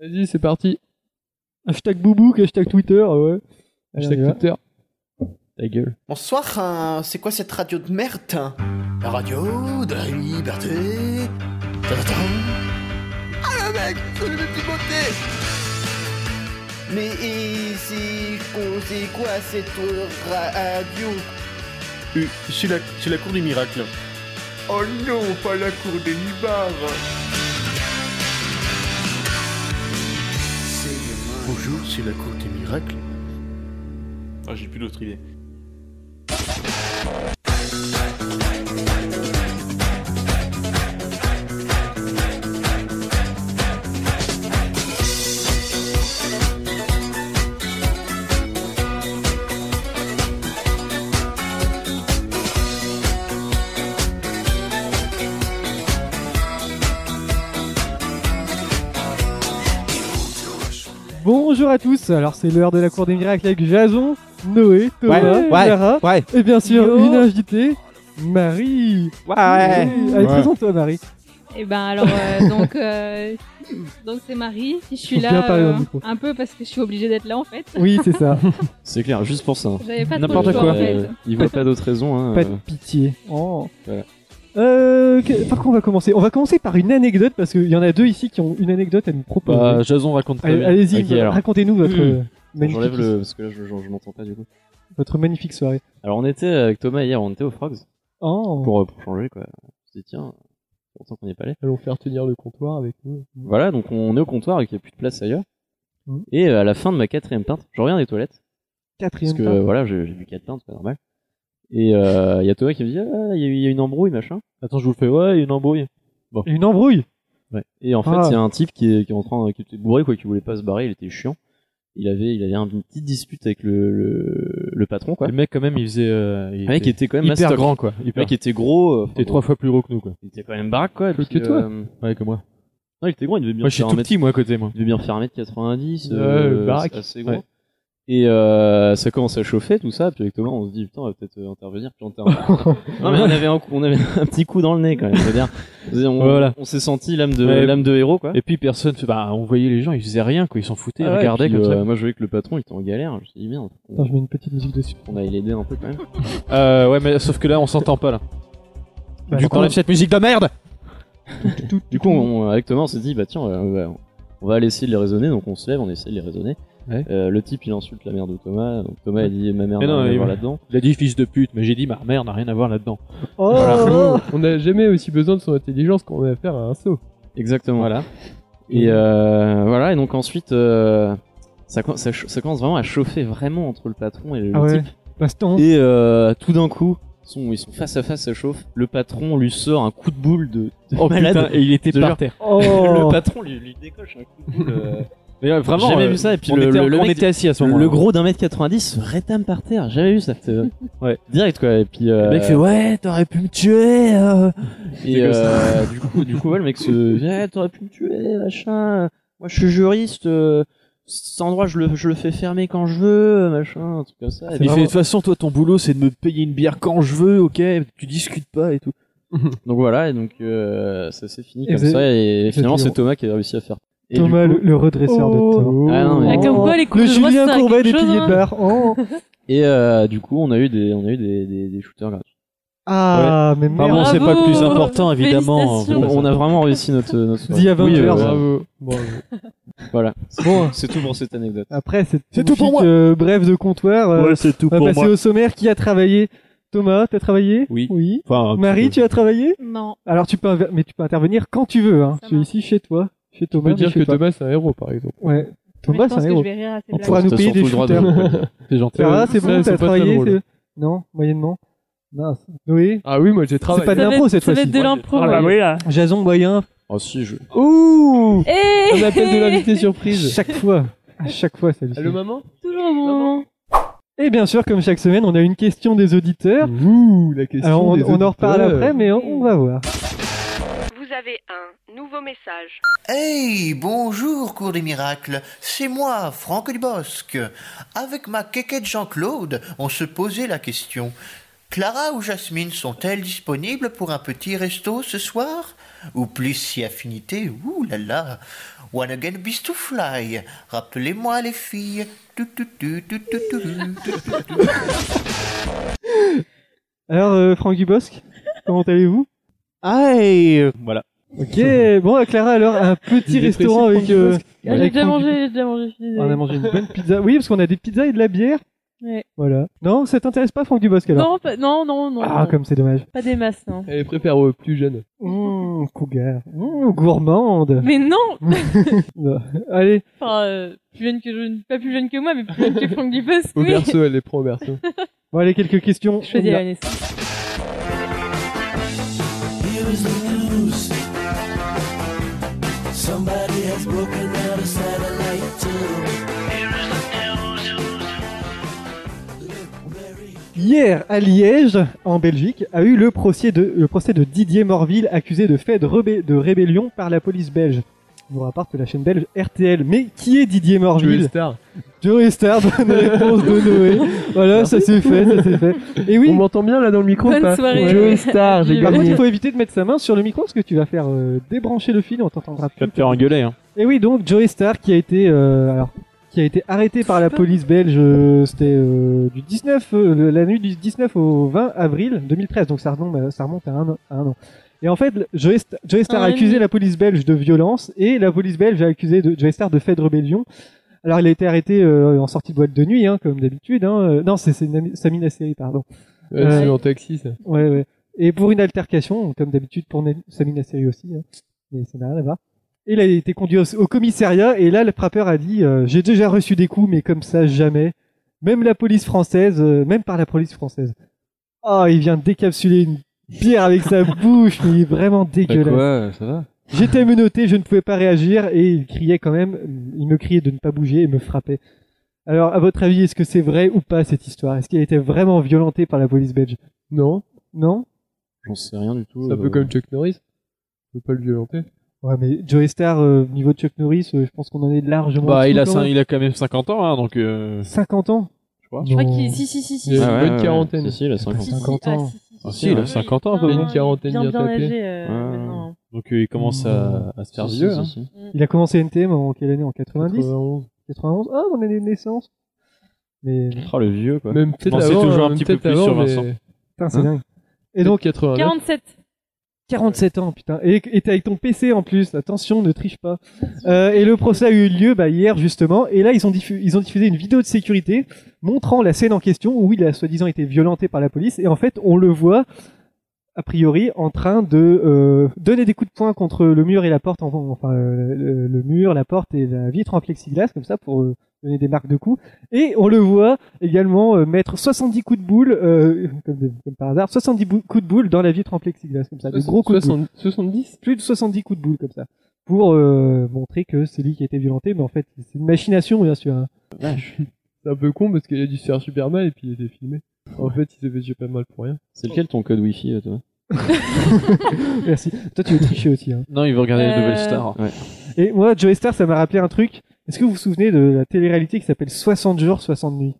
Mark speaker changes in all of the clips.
Speaker 1: Vas-y, c'est parti. Hashtag Boubouk, hashtag Twitter, ah ouais.
Speaker 2: Allez,
Speaker 1: Hashtag
Speaker 2: on y va.
Speaker 1: Twitter. Ta gueule.
Speaker 3: Bonsoir, hein, c'est quoi cette radio de merde hein La radio de la liberté. Ta-ta-ta. Ah le mec, c'est le petit beauté Mais ici, on- c'est quoi cette radio
Speaker 4: Euh, C'est la, c'est la cour des miracles.
Speaker 3: Oh non, pas la cour des libards
Speaker 4: Bonjour, c'est la cour des miracles. Ah, j'ai plus d'autre idée.
Speaker 2: Bonjour à tous, alors c'est l'heure de la cour des miracles avec Jason, Noé, Thomas,
Speaker 5: ouais,
Speaker 2: Clara
Speaker 5: ouais,
Speaker 2: et bien sûr
Speaker 6: Yo.
Speaker 2: une invitée, Marie.
Speaker 5: ouais.
Speaker 2: Oui, Allez,
Speaker 5: Ouais.
Speaker 2: présente-toi Marie.
Speaker 7: Eh
Speaker 6: Et ben alors euh, donc euh, donc c'est Marie. Je suis
Speaker 2: Faut bien
Speaker 6: là
Speaker 2: parler
Speaker 6: euh,
Speaker 2: dans le micro.
Speaker 6: un peu parce que je suis obligée d'être là en fait.
Speaker 2: Oui, c'est ça.
Speaker 8: C'est clair, juste pour ça.
Speaker 6: J'avais pas trop
Speaker 1: N'importe
Speaker 6: le choix,
Speaker 1: quoi.
Speaker 6: en fait.
Speaker 8: Euh, il voit pas d'autres raisons. Hein,
Speaker 2: Pas
Speaker 8: euh.
Speaker 2: de pitié. Oh.
Speaker 8: Voilà.
Speaker 2: Euh, que- par quoi on va commencer On va commencer par une anecdote parce qu'il y en a deux ici qui ont une anecdote à nous proposer.
Speaker 1: Bah, Jason raconte très
Speaker 2: Allez-
Speaker 1: bien.
Speaker 2: Allez-y,
Speaker 8: ok, alors.
Speaker 2: racontez-nous votre,
Speaker 1: Mmh.
Speaker 2: magnifique,
Speaker 8: J'enlève le. Parce que là, je, je- je m'entends pas du coup.
Speaker 2: votre magnifique soirée.
Speaker 8: Alors, on était euh, avec Thomas hier, on était au Frogs
Speaker 2: Oh.
Speaker 8: pour, euh, pour changer quoi. On s'est dit, tiens, pourtant qu'on n'y est pas allé.
Speaker 1: Allons faire tenir le comptoir avec nous.
Speaker 8: Voilà, donc on est au comptoir et qu'il n'y a plus de place ailleurs.
Speaker 2: Mhm.
Speaker 8: Et euh, à la fin de ma quatrième teinte, je reviens des toilettes. Parce
Speaker 2: Quatrième
Speaker 8: que
Speaker 2: part.
Speaker 8: euh, voilà, j'ai j'ai bu quatre teintes, c'est pas normal. Et euh, il y a Thomas qui me dit, ah, il y, a eu- il y a une embrouille, machin.
Speaker 1: Attends, je vous le fais. Ouais, il y a une embrouille.
Speaker 2: Une embrouille
Speaker 8: Et en fait, il
Speaker 2: Ah.
Speaker 8: y a un type qui est, qui est en train, qui était bourré, quoi, qui voulait pas se barrer, il était chiant. Il avait, il avait un- une petite dispute avec le, le, le patron, quoi.
Speaker 1: Le mec, quand même, il faisait. euh, il
Speaker 8: Le mec
Speaker 1: était
Speaker 8: était quand même
Speaker 1: hyper
Speaker 8: mastoc.
Speaker 1: grand, quoi.
Speaker 8: Le
Speaker 1: Hyper.
Speaker 8: mec était gros. euh, enfin,
Speaker 1: Il était trois fois plus gros que nous, quoi.
Speaker 8: Il était quand même baraque, quoi. et
Speaker 1: Plus
Speaker 8: puis,
Speaker 1: que toi.
Speaker 8: euh,
Speaker 1: Ouais, que moi.
Speaker 8: Non, il était gros, il devait bien
Speaker 1: Moi, je suis
Speaker 8: faire
Speaker 1: tout
Speaker 8: 1m
Speaker 1: petit, moi, à côté, moi.
Speaker 8: Il devait bien faire 1m90,
Speaker 1: Euh,
Speaker 8: euh,
Speaker 1: baraque.
Speaker 8: c'est assez gros.
Speaker 1: Ouais.
Speaker 8: Et euh, ça commence à chauffer, tout ça. Puis avec Thomas, on se dit, putain, on va peut-être euh, intervenir. Puis on intervient. non, mais on avait, un, coup- on avait un petit coup dans le nez, quand même. je veux dire. Je veux dire, on
Speaker 1: Voilà.
Speaker 8: on s'est senti l'âme de,
Speaker 1: Ouais.
Speaker 8: l'âme de héros, quoi.
Speaker 1: Et puis personne, bah, on voyait les gens, ils faisaient rien, quoi. Ils s'en foutaient, ils
Speaker 8: Ah ouais,
Speaker 1: regardaient
Speaker 8: puis,
Speaker 1: comme
Speaker 8: euh, Moi, je voyais que le patron, il était en galère. Je me suis dit, merde,
Speaker 2: Attends,
Speaker 8: on,
Speaker 2: je mets une petite musique dessus.
Speaker 8: on allait l'aider un peu, quand même.
Speaker 1: ça. Euh, ouais, mais sauf que là, on s'entend pas, là.
Speaker 2: Bah,
Speaker 1: du coup, on enlève cette musique de merde!
Speaker 8: Du coup, on- avec Thomas, on s'est dit, bah tiens, euh, on va- on va aller essayer de les raisonner. Donc on se lève, on essaie de les raisonner.
Speaker 1: Ouais.
Speaker 8: Euh, le type, il insulte la mère de Thomas. Donc Thomas, il dit, ma mère
Speaker 1: Mais
Speaker 8: n'a
Speaker 1: non,
Speaker 8: rien à
Speaker 1: il-
Speaker 8: voir là-dedans.
Speaker 1: Il a dit fils de pute, mais j'ai dit ma mère n'a rien à voir là-dedans.
Speaker 2: Oh
Speaker 9: On n'a jamais aussi besoin de son intelligence qu'on a affaire à un saut.
Speaker 8: Exactement.
Speaker 1: Voilà.
Speaker 8: Et euh, voilà, et donc ensuite, euh, ça, com- ça, ch- ça commence vraiment à chauffer vraiment entre le patron et le
Speaker 2: Ah ouais.
Speaker 8: type.
Speaker 2: Baston
Speaker 8: Et euh, tout d'un coup, ils sont, ils sont face à face, ça chauffe. Le patron lui sort un coup de boule de, de
Speaker 1: Oh
Speaker 8: malade.
Speaker 1: putain, et il était
Speaker 8: De
Speaker 1: par
Speaker 8: genre-
Speaker 1: terre.
Speaker 8: Le
Speaker 2: Oh
Speaker 8: patron lui, lui décoche un coup de boule. euh,
Speaker 1: Mais euh, vraiment,
Speaker 8: jamais
Speaker 1: euh,
Speaker 8: vu ça. Et puis
Speaker 1: on,
Speaker 8: le,
Speaker 1: était,
Speaker 8: le- le
Speaker 1: on
Speaker 8: mec-
Speaker 1: était assis à ce
Speaker 8: le
Speaker 1: moment-là.
Speaker 8: gros d'un mètre 90 se rétame par terre. Jamais vu ça. c'est, euh,
Speaker 1: Ouais.
Speaker 8: Direct quoi. Et puis euh,
Speaker 1: Le mec fait ouais, t'aurais pu me tuer. euh.
Speaker 8: Et euh, du coup, du coup, ouais, le mec se dit, Eh, t'aurais pu me tuer, machin. Moi, je suis juriste. euh, Cet endroit, je le, je le fais fermer quand je veux, machin, un truc comme ça. Et donc-
Speaker 1: Il fait Ah, de toute façon, toi, ton boulot, c'est de me payer une bière quand je veux, ok. Tu discutes pas et tout.
Speaker 8: donc voilà, et donc euh, ça s'est fini
Speaker 2: Et
Speaker 8: comme
Speaker 2: vous
Speaker 8: ça. Et finalement,
Speaker 2: vous avez-
Speaker 8: c'est Thomas qui a réussi à faire. Et du
Speaker 2: Thomas,
Speaker 8: coup-
Speaker 2: le, le redresseur
Speaker 1: Oh.
Speaker 2: de taux.
Speaker 8: Ah, non, mais-
Speaker 6: Ah, comme quoi, les coups
Speaker 2: Le
Speaker 6: de droite, ça
Speaker 2: Julien
Speaker 6: a
Speaker 2: Courbet des
Speaker 6: quelque chose,
Speaker 2: piliers
Speaker 6: hein.
Speaker 2: de bar. Oh.
Speaker 8: et euh, du coup, on a eu des, on a eu des, des, des shooters gratuits.
Speaker 2: Ah, mais
Speaker 1: Enfin,
Speaker 2: merde.
Speaker 1: bon, c'est pas le plus
Speaker 6: Bravo.
Speaker 1: important, évidemment.
Speaker 8: On,
Speaker 6: Félicitations.
Speaker 1: On-
Speaker 8: hein. on a vraiment réussi notre. notre
Speaker 2: Dis à 20
Speaker 8: Oui,
Speaker 2: heures.
Speaker 8: euh,
Speaker 9: Bravo. Bravo.
Speaker 8: Voilà.
Speaker 2: Bon.
Speaker 8: C'est tout pour cette anecdote.
Speaker 2: Après, c'est
Speaker 1: C'est tout pour moi.
Speaker 2: bref de comptoir. euh,
Speaker 1: c'est tout
Speaker 2: on va passer au sommaire. Qui a travaillé Thomas, t'as travaillé
Speaker 1: Oui.
Speaker 2: Oui.
Speaker 1: Enfin, un petit
Speaker 2: Marie,
Speaker 1: peu.
Speaker 2: tu as travaillé
Speaker 6: Non.
Speaker 2: Alors tu peux, inver- mais tu peux intervenir quand tu veux. Hein.
Speaker 6: Ça
Speaker 2: Tu es
Speaker 6: marche.
Speaker 2: ici chez toi, chez
Speaker 9: On
Speaker 2: Thomas.
Speaker 9: peut
Speaker 2: mais
Speaker 9: dire
Speaker 2: chez
Speaker 9: que
Speaker 2: toi.
Speaker 9: Thomas, c'est un héros, par exemple.
Speaker 2: Ouais.
Speaker 6: Mais
Speaker 2: Thomas, c'est
Speaker 6: je pense
Speaker 2: un
Speaker 6: que je
Speaker 2: héros.
Speaker 6: vais rire à ces
Speaker 8: On
Speaker 2: pourra
Speaker 6: blagues.
Speaker 2: nous
Speaker 8: T'as
Speaker 2: payer
Speaker 8: surtout
Speaker 2: des
Speaker 8: le droit de-
Speaker 2: shooters.
Speaker 9: C'est gentil.
Speaker 2: Clara, Ah, c'est
Speaker 9: Euh, Ça,
Speaker 2: bon, t'as
Speaker 9: pas très
Speaker 2: travaillé.
Speaker 9: drôle.
Speaker 2: c'est- Non, moyennement. Mince. Noé.
Speaker 9: Ah oui, moi j'ai
Speaker 2: C'est
Speaker 9: travaillé.
Speaker 2: pas de
Speaker 6: Ça va
Speaker 2: l'impro
Speaker 6: être-
Speaker 2: cette
Speaker 6: Ça va
Speaker 2: fois-ci.
Speaker 6: être de l'impro.
Speaker 9: Ah bah
Speaker 6: ouais.
Speaker 2: Jason moyen.
Speaker 1: Ah,
Speaker 8: Oh si, je.
Speaker 2: Ouh
Speaker 6: Eh
Speaker 9: On appelle de l'invité surprise.
Speaker 2: Chaque fois. À chaque fois, ça lui fait.
Speaker 9: Allô, maman
Speaker 6: Toujours au bon moment.
Speaker 2: Et bien sûr, comme chaque semaine, on a une question des auditeurs.
Speaker 9: Ouh, la question.
Speaker 2: Alors, on,
Speaker 9: des
Speaker 2: on en reparle
Speaker 9: auditeurs.
Speaker 2: après, mais on, on va voir.
Speaker 10: Vous avez un nouveau message.
Speaker 3: Hey, bonjour, cours des miracles. C'est moi, Franck Dubosc. Avec ma quéquette Jean-Claude, on se posait la question. Clara ou Jasmine sont-elles disponibles pour un petit resto ce soir Ou plus si affinité, ouh là là Wanna get a beast to fly. Rappelez-moi les filles. Tu, tu, tu, tu, tu, tu, tu.
Speaker 2: Alors, euh, Franck Dubosc, comment allez-vous
Speaker 4: Aïe Voilà.
Speaker 2: Ok, bon, euh, Clara, alors, un petit
Speaker 8: Il est
Speaker 2: restaurant avec...
Speaker 8: précis, Franck
Speaker 2: euh,
Speaker 8: Dubosc.
Speaker 7: Ah, j'ai
Speaker 2: avec
Speaker 7: déjà
Speaker 2: Franck
Speaker 7: mangé, j'ai déjà mangé, je suis
Speaker 2: Dubosc. On a
Speaker 7: désolée.
Speaker 2: mangé une bonne pizza. Oui, parce qu'on a des pizzas et de la bière.
Speaker 7: Ouais.
Speaker 2: Voilà. Non, ça t'intéresse pas, Franck Dubosc, alors
Speaker 7: Non, pas- non, non, non.
Speaker 2: Ah,
Speaker 7: non.
Speaker 2: comme c'est dommage.
Speaker 7: Pas des masses, non.
Speaker 9: Elle préfère aux plus jeunes.
Speaker 2: Mmh, cougar. Mmh, gourmande.
Speaker 7: Mais non
Speaker 2: Non. Allez,
Speaker 7: Enfin, euh, plus jeune que je... Pas plus jeune que moi, mais plus jeune que Franck Dubos,
Speaker 9: Au
Speaker 7: oui.
Speaker 9: berceau, elle les prend au berceau.
Speaker 2: bon, allez, quelques questions.
Speaker 7: Je choisis la naissance.
Speaker 5: Here is the news. Somebody has broken out a satellite too.
Speaker 2: Hier, à Liège, en Belgique, a eu le procès de, le procès de Didier Morville, accusé de fait de, rebé- de rébellion par la police belge. Je vous rapporte la chaîne belge RTL. Mais qui est Didier
Speaker 9: Joey
Speaker 2: Morville
Speaker 9: Star.
Speaker 2: Joey Star, bonne réponse de Noé. Voilà, ça c'est fait, ça c'est fait. Et oui,
Speaker 9: On m'entend bien là dans le micro
Speaker 7: Bonne
Speaker 9: ou pas
Speaker 7: soirée.
Speaker 9: Joey Star, j'ai
Speaker 7: J'ai-
Speaker 2: par
Speaker 9: gagné.
Speaker 2: contre, il faut éviter de mettre sa main sur le micro parce que tu vas faire euh, débrancher le fil, on t'entendra
Speaker 4: Tu vas
Speaker 2: plus.
Speaker 4: te faire engueuler, hein.
Speaker 2: Et oui, donc Joey Star qui a été euh, alors, qui a été arrêté par la police belge, euh, c'était euh, du 19 euh, la nuit du 19 au 20 avril 2013, donc ça remonte, à- ça remonte à, un, an- à un an. Et en fait, le- Joey, Sta- Joey Star a
Speaker 7: Un an et
Speaker 2: accusé
Speaker 7: demi.
Speaker 2: la police belge de violence et la police belge a accusé de, Joey Star de fait de rébellion. Alors il a été arrêté euh, en sortie de boîte de nuit, hein, comme d'habitude. Hein. Euh, Non, c'est c'est une amie- Samina la série, pardon.
Speaker 9: Ouais,
Speaker 6: Euh,
Speaker 2: Ouais.
Speaker 9: C'est en taxi ça.
Speaker 2: Ouais, ouais. Et pour une altercation, comme d'habitude pour Na- Samina Seri aussi, hein. mais ça n'a rien à voir. Et Il a été conduit au, au commissariat et là le frappeur a dit euh, j'ai déjà reçu des coups mais comme ça jamais. Même la police française, euh, même par la police française. Ah, il vient de décapsuler une bière avec sa bouche, mais il est vraiment dégueulasse.
Speaker 8: Bah, ça va
Speaker 2: J'étais menotté, je ne pouvais pas réagir et il criait quand même, il me criait de ne pas bouger et me frappait. Alors, à votre avis, est-ce que c'est vrai ou pas cette histoire Est-ce qu'il a été vraiment violenté par la police belge
Speaker 9: Non,
Speaker 2: Non
Speaker 8: J'en sais rien du tout.
Speaker 9: c'est un peu
Speaker 8: euh,
Speaker 9: comme Chuck Norris. On peut pas le violenter.
Speaker 4: Bah,
Speaker 2: Ouais, mais Joey Star, euh, niveau de Chuck Norris, euh, je pense qu'on en est largement. en
Speaker 4: Bah,
Speaker 2: dessous,
Speaker 4: il a,
Speaker 2: quand
Speaker 4: cin-
Speaker 2: même.
Speaker 4: il a quand même 50 ans, hein, donc euh...
Speaker 2: 50 ans
Speaker 4: Je crois.
Speaker 7: Je crois
Speaker 2: Non.
Speaker 7: qu'il... Si, si, si, si.
Speaker 9: Il y
Speaker 7: si.
Speaker 9: a
Speaker 8: Ah
Speaker 9: une
Speaker 8: ouais,
Speaker 9: bonne
Speaker 8: ouais,
Speaker 9: quarantaine.
Speaker 8: Si, si, il a 50
Speaker 7: Si, si,
Speaker 8: ans.
Speaker 7: si.
Speaker 2: 50
Speaker 7: Ah,
Speaker 2: ans.
Speaker 7: si, si, si.
Speaker 4: Ah, si, il a 50 ans, à peu
Speaker 7: Non,
Speaker 4: près.
Speaker 9: Une quarantaine
Speaker 7: bien, bien
Speaker 9: bien tapée.
Speaker 7: âgé, euh,
Speaker 8: Ouais.
Speaker 7: maintenant.
Speaker 4: Donc euh, il commence à, à se faire vieux, hein.
Speaker 2: Il a commencé NTM en quelle année En 90
Speaker 9: 91.
Speaker 2: 91 Ah, mon année de naissance Mais.
Speaker 8: Oh, le vieux, quoi.
Speaker 9: Même peut-être
Speaker 4: Bon, c'est
Speaker 9: avant,
Speaker 4: toujours un
Speaker 9: même
Speaker 4: petit peu
Speaker 9: peut-être
Speaker 4: plus sur
Speaker 9: avant, mais
Speaker 4: Vincent.
Speaker 2: Putain, c'est
Speaker 9: Hein
Speaker 2: dingue. Et
Speaker 9: Et donc
Speaker 2: donc,
Speaker 9: 89.
Speaker 7: 47.
Speaker 2: 47 ans, putain. Et et t'es avec ton PC en plus, attention, ne triche pas. Euh, et le procès a eu lieu bah, hier, justement. Et là, ils ont, diffu- ils ont diffusé une vidéo de sécurité montrant la scène en question où il a soi-disant été violenté par la police. Et en fait, on le voit, a priori, en train de euh, donner des coups de poing contre le mur et la porte, en- enfin, euh, le, le mur, la porte et la vitre en plexiglas, comme ça, pour euh, donner des marques de coups. Et on le voit également euh, mettre 70 coups de boule, euh, comme, comme par hasard, 70 bou- coups de boule dans la vitre en plexiglas, comme ça, des euh, gros coups de boule
Speaker 9: 60 70
Speaker 2: plus de 70 coups de boule comme ça pour euh, montrer que c'est lui qui a été violenté mais en fait c'est une machination bien sûr hein.
Speaker 9: C'est un peu con parce qu'il a dû se faire super mal et puis il était filmé. En fait, il s'est fait super mal pour rien.
Speaker 8: C'est lequel ton code wifi, euh, toi
Speaker 2: merci toi tu veux tricher aussi hein.
Speaker 4: Non, il veut regarder les
Speaker 7: Euh,
Speaker 4: nouvelles stars.
Speaker 2: et moi Joey Star ça m'a rappelé un truc est-ce que vous vous souvenez de la télé-réalité qui s'appelle 60 jours 60 nuits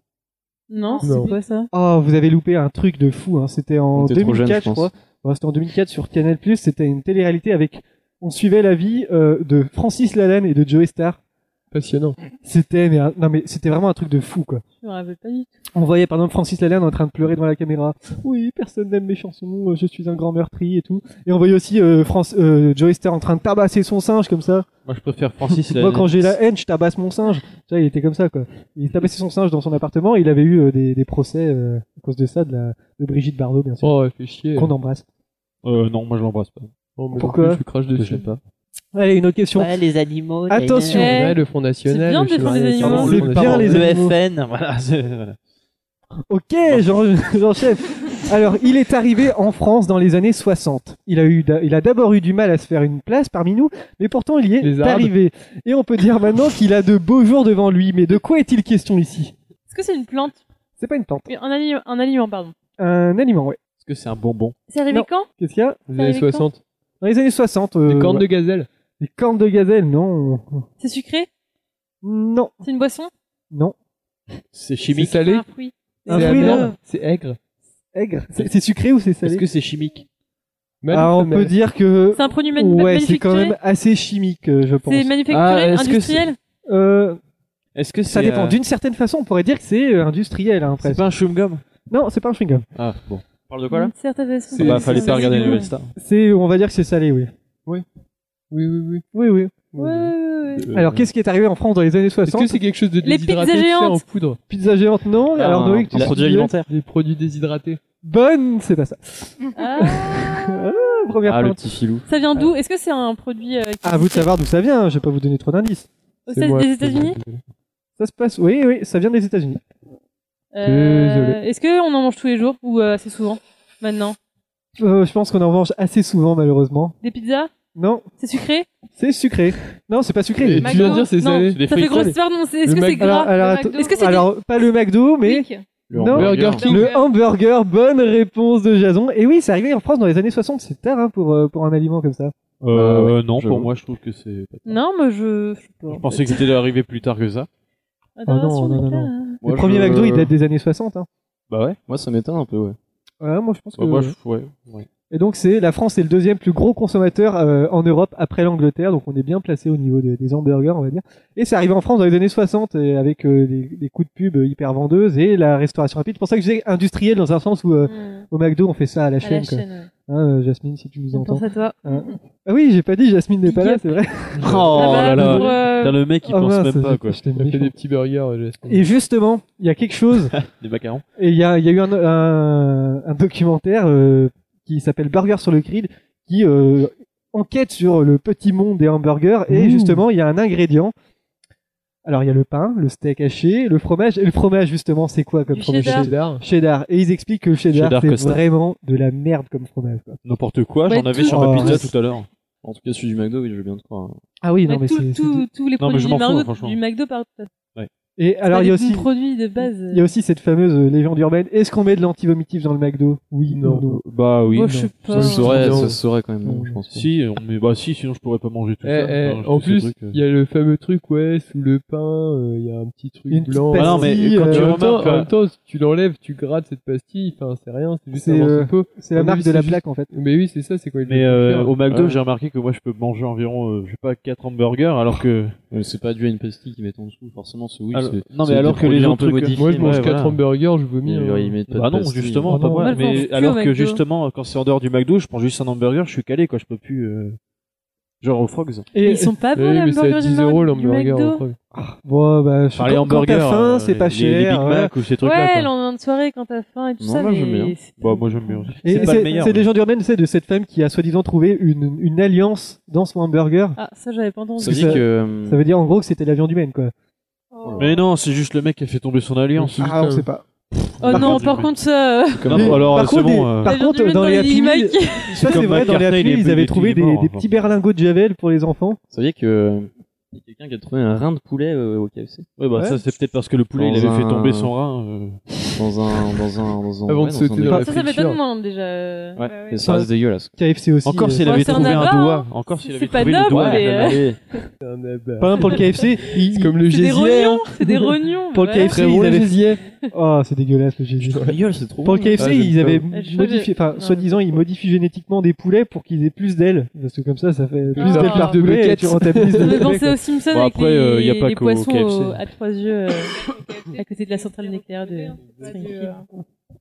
Speaker 7: Non,
Speaker 9: Non.
Speaker 7: c'est quoi ça
Speaker 2: oh vous avez loupé un truc de fou hein. c'était en
Speaker 8: On était trop
Speaker 2: 2004
Speaker 8: jeune,
Speaker 2: je,
Speaker 8: je pense.
Speaker 2: crois Bon, c'était en 2004 sur Canal+, c'était une télé-réalité avec on suivait la vie euh, de Francis Lalanne et de Joey Star
Speaker 9: Passionnant.
Speaker 2: c'était mais un- non mais c'était vraiment un truc de fou quoi
Speaker 7: Je me rappelle pas du tout.
Speaker 2: On voyait par exemple Francis Lalanne en train de pleurer devant la caméra. Oui, personne n'aime mes chansons, euh, je suis un grand meurtrier et tout. Et on voyait aussi euh, France, euh, Joey Star en train de tabasser son singe comme ça.
Speaker 4: Moi, je préfère Francis.
Speaker 2: Moi, quand j'ai la haine, je tabasse mon singe. Tu vois, il était comme ça quoi. Il tabassait son singe dans son appartement. Et il avait eu euh, des, des procès euh, à cause de ça, de, la, de Brigitte Bardot bien sûr,
Speaker 9: Oh, elle fait chier.
Speaker 2: qu'on embrasse.
Speaker 4: Euh, non, moi, je l'embrasse pas.
Speaker 9: Oh, mais non
Speaker 2: Pourquoi
Speaker 9: plus, Tu craches dessus.
Speaker 8: sais pas.
Speaker 2: Allez, une autre question.
Speaker 8: les animaux.
Speaker 6: Euh,
Speaker 2: Attention.
Speaker 7: Eh,
Speaker 9: Ouais, le Front National.
Speaker 7: bien
Speaker 9: le
Speaker 7: de défendre
Speaker 9: chemin-
Speaker 7: les animaux.
Speaker 9: Pardon,
Speaker 2: C'est
Speaker 9: Front
Speaker 2: bien
Speaker 9: National.
Speaker 2: les animaux.
Speaker 8: FN,
Speaker 4: Ah,
Speaker 8: voilà. c'est- voilà.
Speaker 2: Ok, j'en- j'enchaîne. Alors, il est arrivé en France dans les années 60. Il a eu, d'a- il a d'abord eu du mal à se faire une place parmi nous, mais pourtant il y est
Speaker 9: Les Arabes.
Speaker 2: arrivé. Et on peut dire maintenant qu'il a de beaux jours devant lui. Mais de quoi est-il question ici
Speaker 7: Est-ce que c'est une plante
Speaker 2: C'est pas une tente.
Speaker 7: Un aliment, un aliment pardon.
Speaker 2: Un aliment, ouais.
Speaker 4: Est-ce que c'est un bonbon
Speaker 7: C'est arrivé
Speaker 2: Non.
Speaker 7: quand
Speaker 2: Qu'est-ce qu'il y a
Speaker 9: Les années 60.
Speaker 2: Dans les années 60. euh,
Speaker 9: Les cornes
Speaker 2: ouais.
Speaker 9: de gazelle.
Speaker 2: Des cornes de gazelle, non.
Speaker 7: C'est sucré
Speaker 2: Non,
Speaker 7: C'est une boisson
Speaker 2: non.
Speaker 4: C'est
Speaker 9: C'est
Speaker 4: chimique.
Speaker 9: salé.
Speaker 7: Un fruit
Speaker 2: Un
Speaker 9: C'est
Speaker 2: fruit,
Speaker 9: amer,
Speaker 2: non.
Speaker 9: C'est aigre.
Speaker 2: Aigre. C'est c'est sucré ou c'est
Speaker 4: Est-ce
Speaker 2: salé
Speaker 4: que c'est chimique
Speaker 9: Manu
Speaker 2: Ah, on
Speaker 9: Pamela.
Speaker 2: peut dire que
Speaker 6: C'est un produit manu-
Speaker 2: ouais, c'est quand
Speaker 6: manufacturé.
Speaker 2: même assez chimique, euh, je pense.
Speaker 6: C'est manufacturé,
Speaker 8: Ah, est-ce que
Speaker 6: industriel.
Speaker 2: Euh,
Speaker 8: Est-ce que
Speaker 2: ça
Speaker 8: c'est,
Speaker 2: dépend.
Speaker 8: euh,
Speaker 2: D'une certaine façon, on pourrait dire que c'est euh, industriel, hein,
Speaker 8: C'est
Speaker 2: presque.
Speaker 8: pas un chewing-gum
Speaker 2: Non, c'est pas un chewing-gum.
Speaker 8: Ah, bon. On parle de quoi là
Speaker 6: D'une certaine façon.
Speaker 8: Ah Bah, fallait
Speaker 6: C'est-
Speaker 8: pas regarder les
Speaker 6: Ouais,
Speaker 8: nouvelles stars.
Speaker 2: C'est, on va dire que c'est salé, oui.
Speaker 9: Oui, oui, oui.
Speaker 2: Oui, oui.
Speaker 6: ouais, ouais, ouais.
Speaker 2: Alors, qu'est-ce qui est arrivé en France dans les années
Speaker 9: Est-ce
Speaker 2: 60
Speaker 9: que c'est quelque chose de
Speaker 6: Les
Speaker 9: déshydraté
Speaker 6: pizzas
Speaker 9: tu sais, en
Speaker 6: géantes.
Speaker 9: poudre
Speaker 2: Pizza géante, non. Alors,
Speaker 8: un,
Speaker 2: Noé, que tu
Speaker 8: Ah, un produit
Speaker 2: disais-
Speaker 8: alimentaire.
Speaker 9: Des produits déshydratés
Speaker 2: Bonne, c'est pas ça.
Speaker 6: Ah,
Speaker 2: Première
Speaker 8: Ah, le
Speaker 2: plante.
Speaker 8: petit filou.
Speaker 6: ça vient d'où Est-ce que c'est un produit euh, qui
Speaker 2: À Ah, vous de savoir d'où ça vient, hein, je vais pas vous donner trop d'indices.
Speaker 6: aux
Speaker 9: C'est
Speaker 6: États-
Speaker 9: moi,
Speaker 6: des
Speaker 9: je suis
Speaker 6: États-Unis
Speaker 9: désolé.
Speaker 2: Ça se passe, oui, oui, ça vient des États-Unis.
Speaker 6: Euh, Est-ce qu'on en mange tous les jours ou euh, assez souvent maintenant
Speaker 2: Euh, je pense qu'on en mange assez souvent, malheureusement.
Speaker 6: Des pizzas
Speaker 2: Non,
Speaker 6: C'est sucré
Speaker 2: c'est sucré. Non, c'est pas sucré.
Speaker 9: Et tu viens de
Speaker 6: McDo
Speaker 9: dire c'est
Speaker 6: Non.
Speaker 9: salé
Speaker 8: C'est des
Speaker 6: Ça fait
Speaker 8: frites
Speaker 6: grosse
Speaker 8: salées.
Speaker 6: histoire, non c'est- Est-ce que
Speaker 9: Le
Speaker 6: c'est
Speaker 9: Mac-
Speaker 6: gras
Speaker 2: alors, alors,
Speaker 7: le McDo.
Speaker 2: attends.
Speaker 6: Est-ce que c'est
Speaker 2: Alors, pas le McDo, mais
Speaker 7: Quick.
Speaker 8: Le
Speaker 2: Non.
Speaker 9: Burger King.
Speaker 2: le hamburger. Bonne réponse de Jason. Et oui, c'est arrivé en France dans les années 60. C'est tard hein, pour, euh, pour un aliment comme ça.
Speaker 1: Euh, non,
Speaker 8: j'avoue.
Speaker 1: pour moi, je trouve que c'est.
Speaker 6: Non, moi je.
Speaker 1: Je pensais que c'était arrivé plus tard que ça.
Speaker 2: non,
Speaker 6: Adoration
Speaker 2: non,
Speaker 6: des
Speaker 2: non,
Speaker 6: plats.
Speaker 8: Moi,
Speaker 2: le premier
Speaker 8: je-
Speaker 2: McDo, il date des années 60. Hein.
Speaker 1: Bah ouais.
Speaker 8: Moi, ça m'étonne un peu, ouais.
Speaker 2: Ouais, moi, je pense
Speaker 1: Bah,
Speaker 2: que-
Speaker 1: moi, je. Ouais. ouais.
Speaker 2: Et donc, c'est la France est le deuxième plus gros consommateur euh, en Europe après l'Angleterre. Donc, on est bien placé au niveau de- des hamburgers, on va dire. Et c'est arrivé en France dans les années 60 et avec euh, des, des coups de pub hyper vendeuses et la restauration rapide. C'est pour ça que je disais industriel dans un sens où euh,
Speaker 6: Mmh.
Speaker 2: au McDo, on fait ça à la
Speaker 6: À
Speaker 2: chaîne.
Speaker 6: la
Speaker 2: quoi.
Speaker 6: chaîne, ouais.
Speaker 2: Hein, euh, Jasmine, si tu nous
Speaker 6: On
Speaker 2: entends.
Speaker 6: pense à toi.
Speaker 2: Ah oui, j'ai pas dit, Jasmine n'est pas
Speaker 6: Big
Speaker 2: là,
Speaker 6: up.
Speaker 2: c'est vrai.
Speaker 8: Oh
Speaker 6: Ah bah,
Speaker 8: là
Speaker 6: pour,
Speaker 8: là.
Speaker 6: euh,
Speaker 8: Putain, le mec, il
Speaker 2: Oh
Speaker 8: pense
Speaker 2: mince,
Speaker 8: même pas,
Speaker 2: j'ai-
Speaker 8: quoi.
Speaker 2: je t'ai
Speaker 9: On a fait
Speaker 2: méchant.
Speaker 9: des petits burgers, euh, Jasmine.
Speaker 2: Et justement, il y a quelque chose,
Speaker 8: Des macarons.
Speaker 2: et il y a, il y a eu un, un- un documentaire euh, qui s'appelle Burger sur le grill, qui euh, enquête sur le petit monde des hamburgers, et
Speaker 9: Ouh.
Speaker 2: justement, il y a un ingrédient. Alors, il y a le pain, le steak haché, le fromage, et le fromage, justement, c'est quoi comme
Speaker 6: Du
Speaker 2: fromage
Speaker 6: cheddar.
Speaker 9: Cheddar.
Speaker 2: Cheddar. Et ils expliquent que le cheddar,
Speaker 8: Cheddar
Speaker 2: c'est
Speaker 8: Costa.
Speaker 2: vraiment de la merde comme fromage. quoi.
Speaker 1: N'importe quoi,
Speaker 6: Ouais,
Speaker 1: j'en avais
Speaker 6: tout-
Speaker 1: sur ma
Speaker 2: Oh,
Speaker 1: pizza
Speaker 2: ouais.
Speaker 1: tout à l'heure.
Speaker 8: En tout cas, celui du McDo, oui, je veux bien te croire.
Speaker 2: Ah oui,
Speaker 6: Ouais,
Speaker 2: non, mais
Speaker 6: tout-
Speaker 2: c'est...
Speaker 6: tout- tous les
Speaker 1: Non, mais
Speaker 6: produits
Speaker 1: je
Speaker 6: du,
Speaker 1: m'en fous,
Speaker 6: Margot-
Speaker 1: franchement.
Speaker 6: du Mcdo par
Speaker 2: c'est- Et alors, il y a aussi...
Speaker 6: produit de base.
Speaker 2: Il y a aussi cette fameuse euh, légende urbaine. Est-ce qu'on met de l'antivomitif dans le McDo Oui, non. non.
Speaker 1: Bah oui.
Speaker 6: Moi, je sais pas.
Speaker 8: Ça se saurait,
Speaker 9: Non.
Speaker 8: ça se saurait quand même, non, je pense.
Speaker 1: Si, on met- bah si, sinon je pourrais pas manger tout
Speaker 9: Eh,
Speaker 1: ça.
Speaker 9: eh,
Speaker 1: Enfin,
Speaker 9: en
Speaker 1: tous ces
Speaker 9: plus,
Speaker 1: trucs, euh.
Speaker 9: il y a le fameux truc, ouais, sous le pain, euh, il y a un petit truc
Speaker 2: Une petite
Speaker 9: blanc.
Speaker 2: pastille,
Speaker 1: Ah non, mais quand
Speaker 9: Et
Speaker 1: tu
Speaker 9: en, même
Speaker 1: remarques,
Speaker 9: temps, en
Speaker 1: euh,
Speaker 9: même temps, si tu l'enlèves, tu grattes cette pastille, enfin, c'est rien, c'est juste un
Speaker 2: C'est,
Speaker 9: morceau
Speaker 2: euh,
Speaker 9: de peau.
Speaker 2: C'est la
Speaker 9: Ah,
Speaker 2: marque
Speaker 9: mais
Speaker 2: de la
Speaker 9: c'est
Speaker 2: plaque en fait.
Speaker 9: Mais oui, c'est ça, c'est quoi
Speaker 1: Mais euh, au McDo,
Speaker 9: Ouais.
Speaker 1: j'ai remarqué que moi je peux manger environ, euh, je sais pas, 4 hamburgers, alors que.
Speaker 8: Ouais, C'est pas dû à une pastille qu'ils mettent en dessous, forcément, c'est oui.
Speaker 1: Alors-
Speaker 8: c'est-
Speaker 1: non, mais
Speaker 8: c'est des
Speaker 1: alors que les
Speaker 8: produits
Speaker 1: gens
Speaker 8: un peu
Speaker 1: trucs-
Speaker 8: modifiés,
Speaker 9: Moi, je mange
Speaker 1: ouais,
Speaker 9: 4
Speaker 1: voilà.
Speaker 9: hamburgers, je vomis.
Speaker 8: Ils-
Speaker 9: euh,
Speaker 8: ils mettent pas
Speaker 1: Bah
Speaker 8: de
Speaker 1: non,
Speaker 8: pastille.
Speaker 1: justement,
Speaker 2: Ah
Speaker 1: pas
Speaker 2: non.
Speaker 1: moi.
Speaker 6: Moi, je mange
Speaker 1: Mais
Speaker 6: plus
Speaker 1: alors
Speaker 6: au
Speaker 1: que
Speaker 6: McDo.
Speaker 1: justement, quand c'est en dehors du McDo, je prends juste un hamburger, je suis calé, quoi, je peux plus. euh, Genre aux frogs.
Speaker 2: Et
Speaker 6: Ils sont pas bons,
Speaker 9: Eh oui,
Speaker 6: les
Speaker 9: mais c'est à
Speaker 6: hamburgers du
Speaker 9: 10 euros
Speaker 6: Mar- du
Speaker 9: l'hamburger. hein,
Speaker 6: McDo.
Speaker 9: en premier.
Speaker 2: bon, bah, je
Speaker 1: Enfin, les
Speaker 2: quand- quand
Speaker 1: hamburgers.
Speaker 2: t'as faim,
Speaker 1: euh,
Speaker 2: c'est pas
Speaker 1: les-
Speaker 2: cher. hein.
Speaker 1: Les Big
Speaker 2: voilà.
Speaker 1: Mac ou ces
Speaker 6: Ouais,
Speaker 1: trucs-là. quoi.
Speaker 6: lendemain de soirée quand t'as faim et tout
Speaker 8: Non,
Speaker 6: ça.
Speaker 8: moi, j'aime
Speaker 6: mais
Speaker 8: bien.
Speaker 6: c'est-
Speaker 1: Bah, moi j'aime bien aussi.
Speaker 2: Et
Speaker 1: C'est pas le meilleur. hein.
Speaker 2: c'est
Speaker 1: mais-
Speaker 2: légende urbaine, c'est de cette femme qui a soi-disant trouvé une, une alliance dans son hamburger.
Speaker 6: Ah, ça j'avais pas entendu.
Speaker 8: Ça dit
Speaker 2: Ça-
Speaker 8: que. euh,
Speaker 2: Ça veut dire en gros que c'était la viande humaine quoi.
Speaker 1: Mais non, c'est juste le mec qui a fait tomber son alliance.
Speaker 2: Ah, on sait pas.
Speaker 6: Oh non, par contre, ça. euh,
Speaker 1: Non,
Speaker 2: Mais-
Speaker 1: alors
Speaker 2: par
Speaker 1: euh, c'est
Speaker 2: contre, des-
Speaker 1: bon. euh,
Speaker 2: Par
Speaker 6: la viande
Speaker 2: contre,
Speaker 6: humaine
Speaker 2: dans les
Speaker 6: Lady
Speaker 2: Happy Meal-
Speaker 6: Mac.
Speaker 2: Ça
Speaker 1: comme
Speaker 2: c'est vrai, dans les
Speaker 1: McCartney,
Speaker 2: Happy
Speaker 1: il est
Speaker 2: Meal, ils
Speaker 1: plus- hein. il
Speaker 2: avaient
Speaker 1: est
Speaker 2: trouvé des,
Speaker 1: mort,
Speaker 2: des
Speaker 1: enfin.
Speaker 2: petits berlingots de javel pour les enfants.
Speaker 8: Ça veut dire que. euh, il y a quelqu'un qui a trouvé un rein de poulet euh, au KFC.
Speaker 1: Ouais, bah
Speaker 2: Ouais.
Speaker 1: ça c'est peut-être parce que le poulet il
Speaker 8: Dans
Speaker 1: avait fait
Speaker 8: un-
Speaker 1: tomber son rein. euh.
Speaker 8: Dans un. Dans un. Dans un.
Speaker 9: Avant
Speaker 8: dans
Speaker 9: de sauter
Speaker 8: un-
Speaker 9: dans la
Speaker 6: Ça, ça
Speaker 9: friture.
Speaker 6: m'étonne moins déjà.
Speaker 8: Ouais,
Speaker 7: ouais.
Speaker 8: mais ça reste dégueulasse.
Speaker 2: KFC aussi.
Speaker 1: Encore
Speaker 2: euh,
Speaker 1: s'il
Speaker 6: Ouais,
Speaker 1: avait
Speaker 6: c'est un
Speaker 1: trouvé un
Speaker 6: abat,
Speaker 1: doigt.
Speaker 6: hein.
Speaker 1: Encore s'il
Speaker 6: C'est
Speaker 1: avait
Speaker 6: pas
Speaker 1: trouvé le
Speaker 6: noble,
Speaker 1: doigt.
Speaker 6: mais,
Speaker 1: il en
Speaker 6: euh,
Speaker 1: avait-
Speaker 9: C'est un abat.
Speaker 2: Pain pour le KFC. ils-
Speaker 9: C'est comme le
Speaker 6: C'est des
Speaker 9: gésier.
Speaker 6: rognons, c'est des rognons.
Speaker 2: hein. Pour le
Speaker 6: voilà.
Speaker 2: KFC, ils avaient Oh, c'est dégueulasse le GG.
Speaker 8: La gueule, c'est trop.
Speaker 2: Pour le KFC,
Speaker 9: Ah, j'aime
Speaker 2: ils
Speaker 9: pas.
Speaker 2: avaient
Speaker 6: je
Speaker 2: modifié,
Speaker 6: crois
Speaker 2: enfin,
Speaker 6: que- non,
Speaker 2: soi-disant, ils modifient génétiquement des poulets pour qu'ils aient plus d'ailes. Parce que comme ça, ça fait plus
Speaker 6: Ah.
Speaker 2: d'ailes par
Speaker 9: Plus de
Speaker 2: poulet et
Speaker 9: croquettes.
Speaker 2: tu rentabilises
Speaker 6: Ça
Speaker 2: le
Speaker 6: me fait
Speaker 2: poulet,
Speaker 6: penser
Speaker 2: quoi.
Speaker 6: aux Simpsons
Speaker 1: Bon,
Speaker 6: avec
Speaker 1: après, euh,
Speaker 6: les,
Speaker 1: y a pas
Speaker 6: les
Speaker 1: qu'au
Speaker 6: poissons
Speaker 1: KFC.
Speaker 6: au- à trois yeux euh, à côté de la centrale nucléaire de Spring Hill.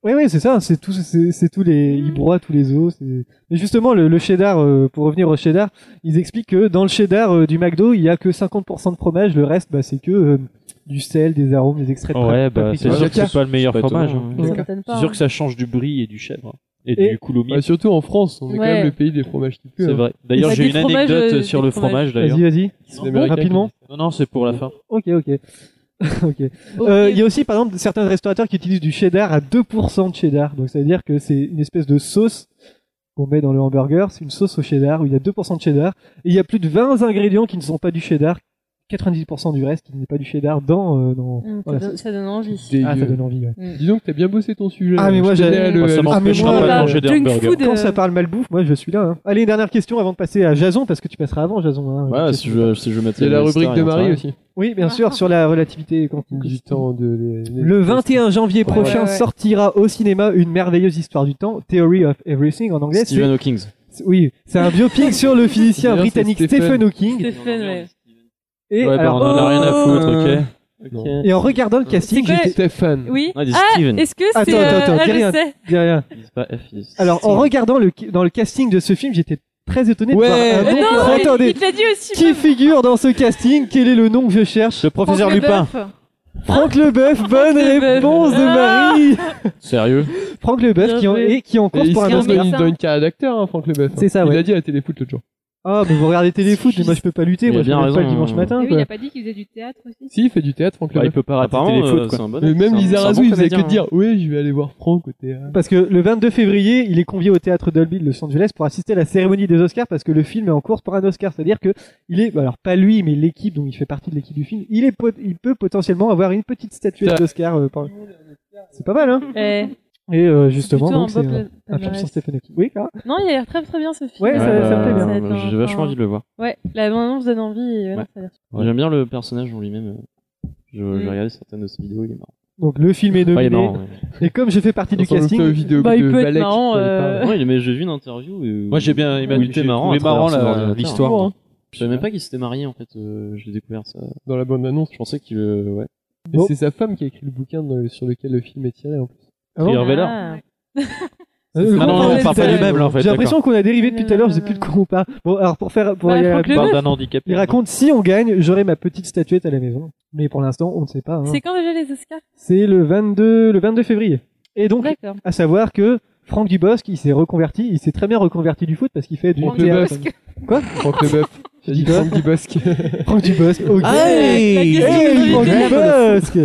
Speaker 2: Ouais, ouais, c'est ça, c'est tout, c'est c'est tous les, ils broient tous les os. c'est- Mais justement, le, le cheddar, euh, pour revenir au cheddar, ils expliquent que dans le cheddar euh, du McDo, il y a que 50% de fromage, le reste, bah, c'est que euh, du sel, des arômes, des extraits de
Speaker 1: Ouais, bah
Speaker 2: paprika.
Speaker 1: c'est sûr que c'est pas le meilleur
Speaker 8: Pas
Speaker 1: fromage.
Speaker 8: étonnant,
Speaker 1: hein.
Speaker 6: Ça
Speaker 2: Ouais.
Speaker 6: m'étonne pas,
Speaker 1: C'est sûr
Speaker 6: hein.
Speaker 1: que ça change du brie et du chèvre. Et,
Speaker 2: Et-
Speaker 1: du coulomier.
Speaker 9: Bah, Surtout en France, on est quand
Speaker 6: Ouais.
Speaker 9: même le pays des fromages qui puent.
Speaker 1: c'est
Speaker 9: hein.
Speaker 1: vrai. D'ailleurs,
Speaker 6: Bah,
Speaker 1: j'ai
Speaker 6: des
Speaker 1: une
Speaker 6: fromages,
Speaker 1: anecdote
Speaker 6: euh,
Speaker 1: sur
Speaker 6: des
Speaker 1: le
Speaker 6: fromages.
Speaker 1: fromage d'ailleurs.
Speaker 2: Vas-y, vas-y.
Speaker 9: C'est les Américains qui
Speaker 2: Rapidement.
Speaker 9: disent
Speaker 1: Non, non, c'est pour la fin.
Speaker 2: Ok, ok. ok. Euh, Il y a aussi, par exemple, certains restaurateurs qui utilisent du cheddar à 2% de cheddar. Donc, ça veut dire que c'est une espèce de sauce qu'on met dans le hamburger. C'est une sauce au cheddar où il y a 2% de cheddar. Et il y a plus de 20 ingrédients qui ne sont pas du cheddar. 90% du reste qui n'est pas du cheddar dans, euh, dans,
Speaker 6: Hum,
Speaker 2: dans la
Speaker 6: ça donne-
Speaker 2: sauce.
Speaker 6: Ça donne envie.
Speaker 9: ça.
Speaker 2: Ah, ça
Speaker 9: Dégueu.
Speaker 2: donne envie, ouais.
Speaker 9: ça. Dis donc, t'as bien bossé ton sujet.
Speaker 2: Ah, mais moi,
Speaker 9: Je tenais
Speaker 2: j'ai-
Speaker 9: à le-
Speaker 1: Ah, Moi, Oh, ça
Speaker 9: à le-
Speaker 1: m'empêchera
Speaker 2: moi,
Speaker 1: pas de
Speaker 2: bah,
Speaker 1: manger des
Speaker 6: junk
Speaker 1: hamburgers.
Speaker 6: food.
Speaker 2: Quand
Speaker 6: euh,
Speaker 2: ça parle malbouffe, moi, je suis là. hein. Allez, une dernière question avant de passer à Jason, parce que tu passeras avant, Jason. hein.
Speaker 8: Ouais, si je, si je
Speaker 9: Il
Speaker 8: mettais.
Speaker 9: y a la
Speaker 8: les
Speaker 9: rubrique
Speaker 8: stars,
Speaker 9: de
Speaker 8: il y a
Speaker 9: Marie
Speaker 8: un
Speaker 9: aussi.
Speaker 2: Oui, bien sûr, sur la relativité quantique.
Speaker 9: Du temps de.
Speaker 2: Le 21 janvier
Speaker 6: Ouais,
Speaker 2: prochain
Speaker 6: ouais, ouais.
Speaker 2: sortira au cinéma une merveilleuse histoire du temps, Theory of Everything en anglais.
Speaker 8: Stephen Hawking.
Speaker 2: C'est- C'est- Oui, c'est un biopic sur le physicien
Speaker 9: D'ailleurs, c'est
Speaker 2: britannique
Speaker 9: Stephen.
Speaker 2: Stephen Hawking.
Speaker 6: Stéphane, ouais.
Speaker 2: Et,
Speaker 8: Ouais, bah,
Speaker 2: alors-
Speaker 8: on en a rien à
Speaker 1: oh.
Speaker 8: foutre, ok.
Speaker 9: Non.
Speaker 8: Ok.
Speaker 2: et en regardant le casting,
Speaker 6: C'est quoi
Speaker 2: j'étais-
Speaker 9: Stéphane.
Speaker 6: Oui.
Speaker 8: Ah, des
Speaker 6: ah,
Speaker 8: Steven.
Speaker 6: est-ce que c'est.
Speaker 2: Attends,
Speaker 6: euh,
Speaker 2: attends, attends,
Speaker 6: ah,
Speaker 2: dis rien.
Speaker 6: je sais.
Speaker 2: dis rien.
Speaker 8: Il dit pas F, il dit
Speaker 2: Alors, en regardant le, dans le casting de ce film, j'étais très étonné
Speaker 9: Ouais.
Speaker 2: de voir un
Speaker 6: Mais
Speaker 2: nom
Speaker 6: non,
Speaker 2: qu'on-
Speaker 6: mais
Speaker 2: Attendez,
Speaker 6: il te l'a dit aussi.
Speaker 2: qui
Speaker 6: même.
Speaker 2: figure dans ce casting Quel est le nom que je cherche
Speaker 8: Le professeur
Speaker 6: Franck
Speaker 8: Lupin.
Speaker 6: Leboeuf.
Speaker 2: Franck Leboeuf, bonne
Speaker 6: Ah, Leboeuf.
Speaker 2: réponse de
Speaker 6: Ah.
Speaker 2: Marie
Speaker 8: Sérieux
Speaker 2: Franck Leboeuf
Speaker 6: Bien
Speaker 2: qui en,
Speaker 6: joué.
Speaker 2: et qui en
Speaker 9: Et
Speaker 2: course
Speaker 9: il
Speaker 2: pour un
Speaker 9: se lance
Speaker 6: Oscar.
Speaker 9: dans une- dans une carrière d'acteur, hein, Franck Leboeuf.
Speaker 2: C'est ça,
Speaker 9: Il
Speaker 2: ouais.
Speaker 9: a dit à la téléfoot l'autre jour.
Speaker 2: Ah, mais vous regardez téléfoot, mais moi je peux pas lutter,
Speaker 8: Il
Speaker 2: moi
Speaker 8: a
Speaker 2: je
Speaker 8: bien
Speaker 2: peux pas le
Speaker 8: raison,
Speaker 2: dimanche
Speaker 8: hein.
Speaker 6: Ah,
Speaker 2: matin.
Speaker 7: Et oui,
Speaker 2: quoi.
Speaker 7: il a pas dit qu'il faisait du théâtre aussi.
Speaker 9: Si, il fait du théâtre, Franck
Speaker 1: Bah, il
Speaker 9: Leboeuf.
Speaker 1: peut pas rater
Speaker 8: Apparemment,
Speaker 1: les
Speaker 8: euh,
Speaker 1: foot,
Speaker 8: c'est
Speaker 1: quoi.
Speaker 8: un bon
Speaker 9: Mais
Speaker 8: acteur,
Speaker 9: même
Speaker 8: c'est un-
Speaker 9: Lisa
Speaker 8: c'est un
Speaker 9: Razou,
Speaker 8: bon
Speaker 9: il faisait que
Speaker 8: comédien,
Speaker 1: hein.
Speaker 9: dire Oui, je vais aller voir Franck au théâtre.
Speaker 2: Parce que le 22 février, il est convié au théâtre Dolby de Los Angeles pour assister à la cérémonie des Oscars parce que le film est en course pour un Oscar. C'est-à-dire que il est, alors pas lui, mais l'équipe dont il fait partie de l'équipe du film, il est, pot- il peut potentiellement avoir une petite statuette
Speaker 9: Ça-
Speaker 2: d'Oscar. euh, par- C'est pas mal, hein
Speaker 6: Eh,
Speaker 2: Et euh, justement,
Speaker 6: plutôt
Speaker 2: donc, c'est
Speaker 6: un
Speaker 2: un,
Speaker 6: Bob
Speaker 2: un film
Speaker 6: Lazarus.
Speaker 2: sur Stephen Hawking. Oui, Clara
Speaker 6: Non, il a l'air très très bien ce film. Euh,
Speaker 2: Ouais,
Speaker 8: hein.
Speaker 2: ça-
Speaker 8: Ouais,
Speaker 2: ça me plaît
Speaker 8: bah,
Speaker 2: bien.
Speaker 6: Ça va être
Speaker 8: J'ai
Speaker 6: un-
Speaker 8: vachement envie de le voir.
Speaker 6: Ouais, la bande-annonce donne envie. et ouais, non,
Speaker 8: Ouais.
Speaker 6: ça a l'air-
Speaker 8: J'aime bien le personnage en lui-même. euh, je-
Speaker 6: Mm.
Speaker 8: J'ai regardé certaines de ses vidéos, il est marrant.
Speaker 2: Donc le film est
Speaker 8: Enfin, il
Speaker 2: nominé.
Speaker 8: est marrant. ouais.
Speaker 2: Et comme je fais partie du casting,
Speaker 9: vidéo
Speaker 6: Bah, il
Speaker 9: de
Speaker 6: peut être
Speaker 9: Valek,
Speaker 6: marrant,
Speaker 9: qui parlait
Speaker 6: euh,
Speaker 9: pas.
Speaker 8: Ouais, il- mais j'ai vu une interview. euh,
Speaker 1: Moi, j'ai bien
Speaker 8: où il
Speaker 1: imaginé.
Speaker 8: était marrant. à
Speaker 1: trouvé marrant
Speaker 8: travers son
Speaker 1: la-
Speaker 8: ordinateur.
Speaker 1: l'histoire. hein.
Speaker 8: Je savais même pas qu'il s'était marié en fait. euh, J'ai découvert ça.
Speaker 9: dans la bande annonce.
Speaker 8: Je pensais qu'il. euh, Ouais.
Speaker 9: Et
Speaker 2: Bon.
Speaker 9: c'est sa femme qui a écrit le bouquin dans le- sur lequel le film est tiré en plus.
Speaker 2: Ah bon
Speaker 8: Et Hervé Lard.
Speaker 6: Ah.
Speaker 2: Euh,
Speaker 8: Ah non, non,
Speaker 6: Ouais,
Speaker 8: on parle pas
Speaker 6: c'est-
Speaker 8: du même là en fait.
Speaker 2: j'ai l'impression qu'on a dérivé depuis
Speaker 6: Non,
Speaker 2: tout à l'heure.
Speaker 6: non,
Speaker 2: Je sais
Speaker 6: non,
Speaker 2: plus de
Speaker 6: non.
Speaker 2: quoi on parle. Bon, alors pour faire, pour
Speaker 6: Bah,
Speaker 2: y aller-
Speaker 6: Franck
Speaker 1: On
Speaker 6: Leboeuf.
Speaker 1: parle d'un handicapé.
Speaker 2: Il raconte si on gagne, j'aurai ma petite statuette à la maison. Mais pour l'instant, on ne sait pas. hein.
Speaker 6: C'est quand déjà les Oscars hein.
Speaker 2: C'est le 22, le 22 février. Et donc,
Speaker 6: D'accord.
Speaker 2: à savoir que Franck Dubosc, il s'est reconverti, il s'est très bien reconverti du foot parce qu'il fait du
Speaker 9: Franck
Speaker 2: théâtre.
Speaker 9: Leboeuf. Franck Leboeuf. J'ai dit
Speaker 2: Dis quoi
Speaker 9: Franck Dubosc.
Speaker 2: Franck Dubosc, ok.
Speaker 6: Ah Hey, la question
Speaker 2: Hey,
Speaker 6: de
Speaker 2: Franck
Speaker 6: Viviane.
Speaker 2: Dubosc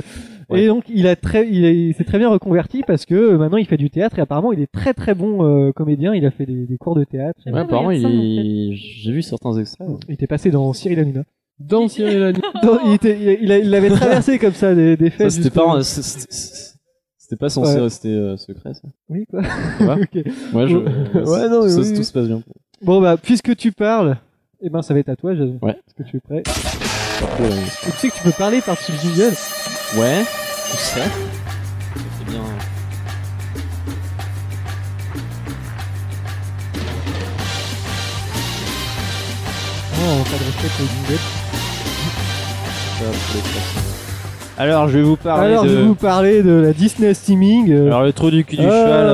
Speaker 2: Et donc, il a très, il, a- il s'est très bien reconverti parce que euh, maintenant, il fait du théâtre et apparemment, il est très très bon euh, comédien. Il a fait des, des cours de théâtre.
Speaker 6: J'ai
Speaker 8: Ouais,
Speaker 6: pas
Speaker 8: apparemment, il
Speaker 6: regardé ça, en fait.
Speaker 8: est- j'ai vu certains extraits. ouais.
Speaker 2: Il était passé dans Cyril Hanouna.
Speaker 9: Dans Cyril Hanouna.
Speaker 2: Dans- il, était- il a- il a- il l'avait traversé comme ça des, des
Speaker 8: Ça,
Speaker 2: faits.
Speaker 8: C'était pas, un- c'est- c'est- c'était pas censé
Speaker 2: Ouais.
Speaker 8: rester euh, secret. Ça.
Speaker 2: Oui, quoi.
Speaker 8: vois
Speaker 2: Ok.
Speaker 8: Ouais,
Speaker 2: Ouais,
Speaker 8: je, ouais,
Speaker 2: non, mais
Speaker 8: ça,
Speaker 2: oui,
Speaker 8: tout
Speaker 2: oui.
Speaker 8: se passe bien.
Speaker 2: Bon bah puisque tu parles, eh ben ça va être à toi Jason.
Speaker 8: Ouais.
Speaker 2: Est-ce que tu es prêt
Speaker 8: Parfois, euh,
Speaker 2: Et Tu sais que tu peux parler par-dessus le jingle.
Speaker 8: Ouais, tout ça. Eh bien.
Speaker 2: Oh, on pas de respect pour le jingle.
Speaker 8: ça, pour les personnes. Alors, je vais vous parler
Speaker 2: Alors je
Speaker 8: de.
Speaker 2: vais vous parler de la Disney Steaming. euh, Alors,
Speaker 1: Alors, le trou du cul du
Speaker 2: Euh,
Speaker 1: cheval.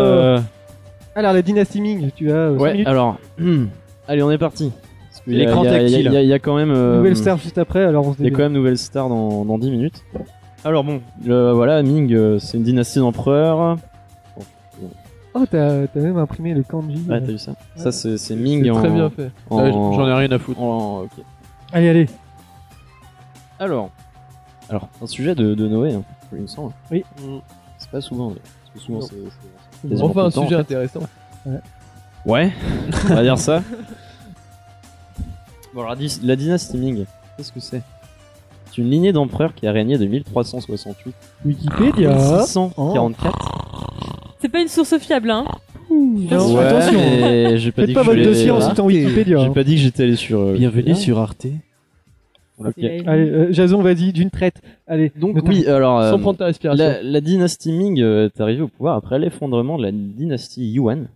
Speaker 1: euh,
Speaker 2: la Disney Steaming, tu as euh, cinq
Speaker 8: Ouais,
Speaker 2: minutes.
Speaker 8: alors. hmm, Allez, on est parti. Parce que
Speaker 1: Il
Speaker 8: y a-
Speaker 1: est grand
Speaker 8: y a-
Speaker 1: tactile.
Speaker 8: y a- y a- y a quand même. euh,
Speaker 2: Nouvelle star juste après, alors on se
Speaker 8: Il y a quand
Speaker 2: débrouille.
Speaker 8: même nouvelle star dans, dans 10 minutes. Alors bon, euh, voilà, Ming, euh, c'est une dynastie d'empereurs.
Speaker 2: Oh t'as t'as même imprimé le kanji.
Speaker 8: Ouais,
Speaker 2: euh.
Speaker 8: t'as vu ça Ça, c'est c'est Ming
Speaker 9: C'est
Speaker 8: en.
Speaker 9: très bien fait.
Speaker 8: en-
Speaker 1: ouais, J'en ai rien à foutre.
Speaker 8: en- ok.
Speaker 2: Allez allez.
Speaker 8: Alors, alors, un sujet de, de Noé, hein, il me semble.
Speaker 2: Oui.
Speaker 8: C'est pas souvent, mais- parce que souvent c'est. c'est- c'est
Speaker 9: Enfin, un
Speaker 8: tout le temps,
Speaker 9: sujet
Speaker 8: en
Speaker 9: intéressant.
Speaker 8: fait. Ouais, on va dire ça. Bon, alors, la dys- la dynastie Ming, qu'est-ce que c'est C'est une lignée d'empereurs qui a régné de 1368 à
Speaker 2: Wikipédia.
Speaker 8: 1644.
Speaker 6: C'est pas une source fiable, hein.
Speaker 2: Attention,
Speaker 8: Ouais,
Speaker 2: attention.
Speaker 8: mais j'ai pas dit
Speaker 2: Faites pas
Speaker 8: que
Speaker 2: votre
Speaker 8: je voulais-
Speaker 2: dossier en
Speaker 8: voilà.
Speaker 2: citant Wikipédia.
Speaker 8: J'ai
Speaker 2: hein.
Speaker 8: pas dit que j'étais allé sur. euh,
Speaker 1: Bienvenue
Speaker 8: là.
Speaker 1: sur Arte.
Speaker 8: Ok.
Speaker 2: Allez euh, Jason vas-y d'une traite. Allez. ne
Speaker 8: Donc
Speaker 2: t'en-
Speaker 8: oui, alors euh,
Speaker 9: Sans prendre ta respiration.
Speaker 8: la, la dynastie Ming euh, est arrivée au pouvoir après l'effondrement de la dynastie Yuan.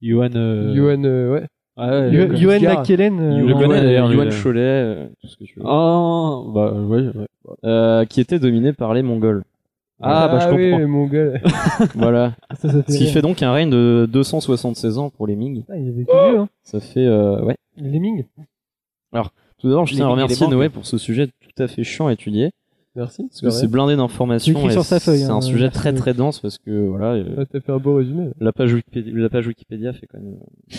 Speaker 1: Yohan. euh,
Speaker 9: Yohan, euh, ouais.
Speaker 1: Ah ouais,
Speaker 2: Yo-
Speaker 1: le-
Speaker 2: Yoann
Speaker 9: Gare.
Speaker 2: McKellen. euh,
Speaker 1: Yo-
Speaker 8: Yuan,
Speaker 1: connais, d'ailleurs, lui,
Speaker 8: Yuan
Speaker 1: là.
Speaker 8: Cholet, euh, tout ce que tu veux.
Speaker 1: Ah, bah ouais. ouais.
Speaker 8: Euh, qui était dominé par les Mongols.
Speaker 1: Ah, bah je
Speaker 9: oui,
Speaker 1: comprends.
Speaker 9: les Mongols.
Speaker 8: voilà.
Speaker 2: ça, ça fait
Speaker 8: Ce qui
Speaker 2: rire.
Speaker 8: fait donc un règne de 276 ans pour les Ming.
Speaker 2: Ah, il y avait que vieux, hein.
Speaker 8: Ça fait euh, ouais.
Speaker 2: Lemming.
Speaker 8: Tout d'abord, je
Speaker 1: Les
Speaker 8: tiens à
Speaker 1: Ming et les
Speaker 8: remercier
Speaker 1: Ming.
Speaker 8: Noé pour ce sujet tout à fait chiant à étudier.
Speaker 9: Merci.
Speaker 8: Parce que c'est blindé
Speaker 2: Tu
Speaker 8: d'informations.
Speaker 2: écris
Speaker 8: et
Speaker 2: sur sa feuille,
Speaker 8: C'est
Speaker 2: hein,
Speaker 8: un sujet très
Speaker 2: merci.
Speaker 8: très dense parce que voilà, euh,
Speaker 9: Ah, T'as fait un beau résumé.
Speaker 8: la page Wikipédia, la page Wikipédia fait quand même euh,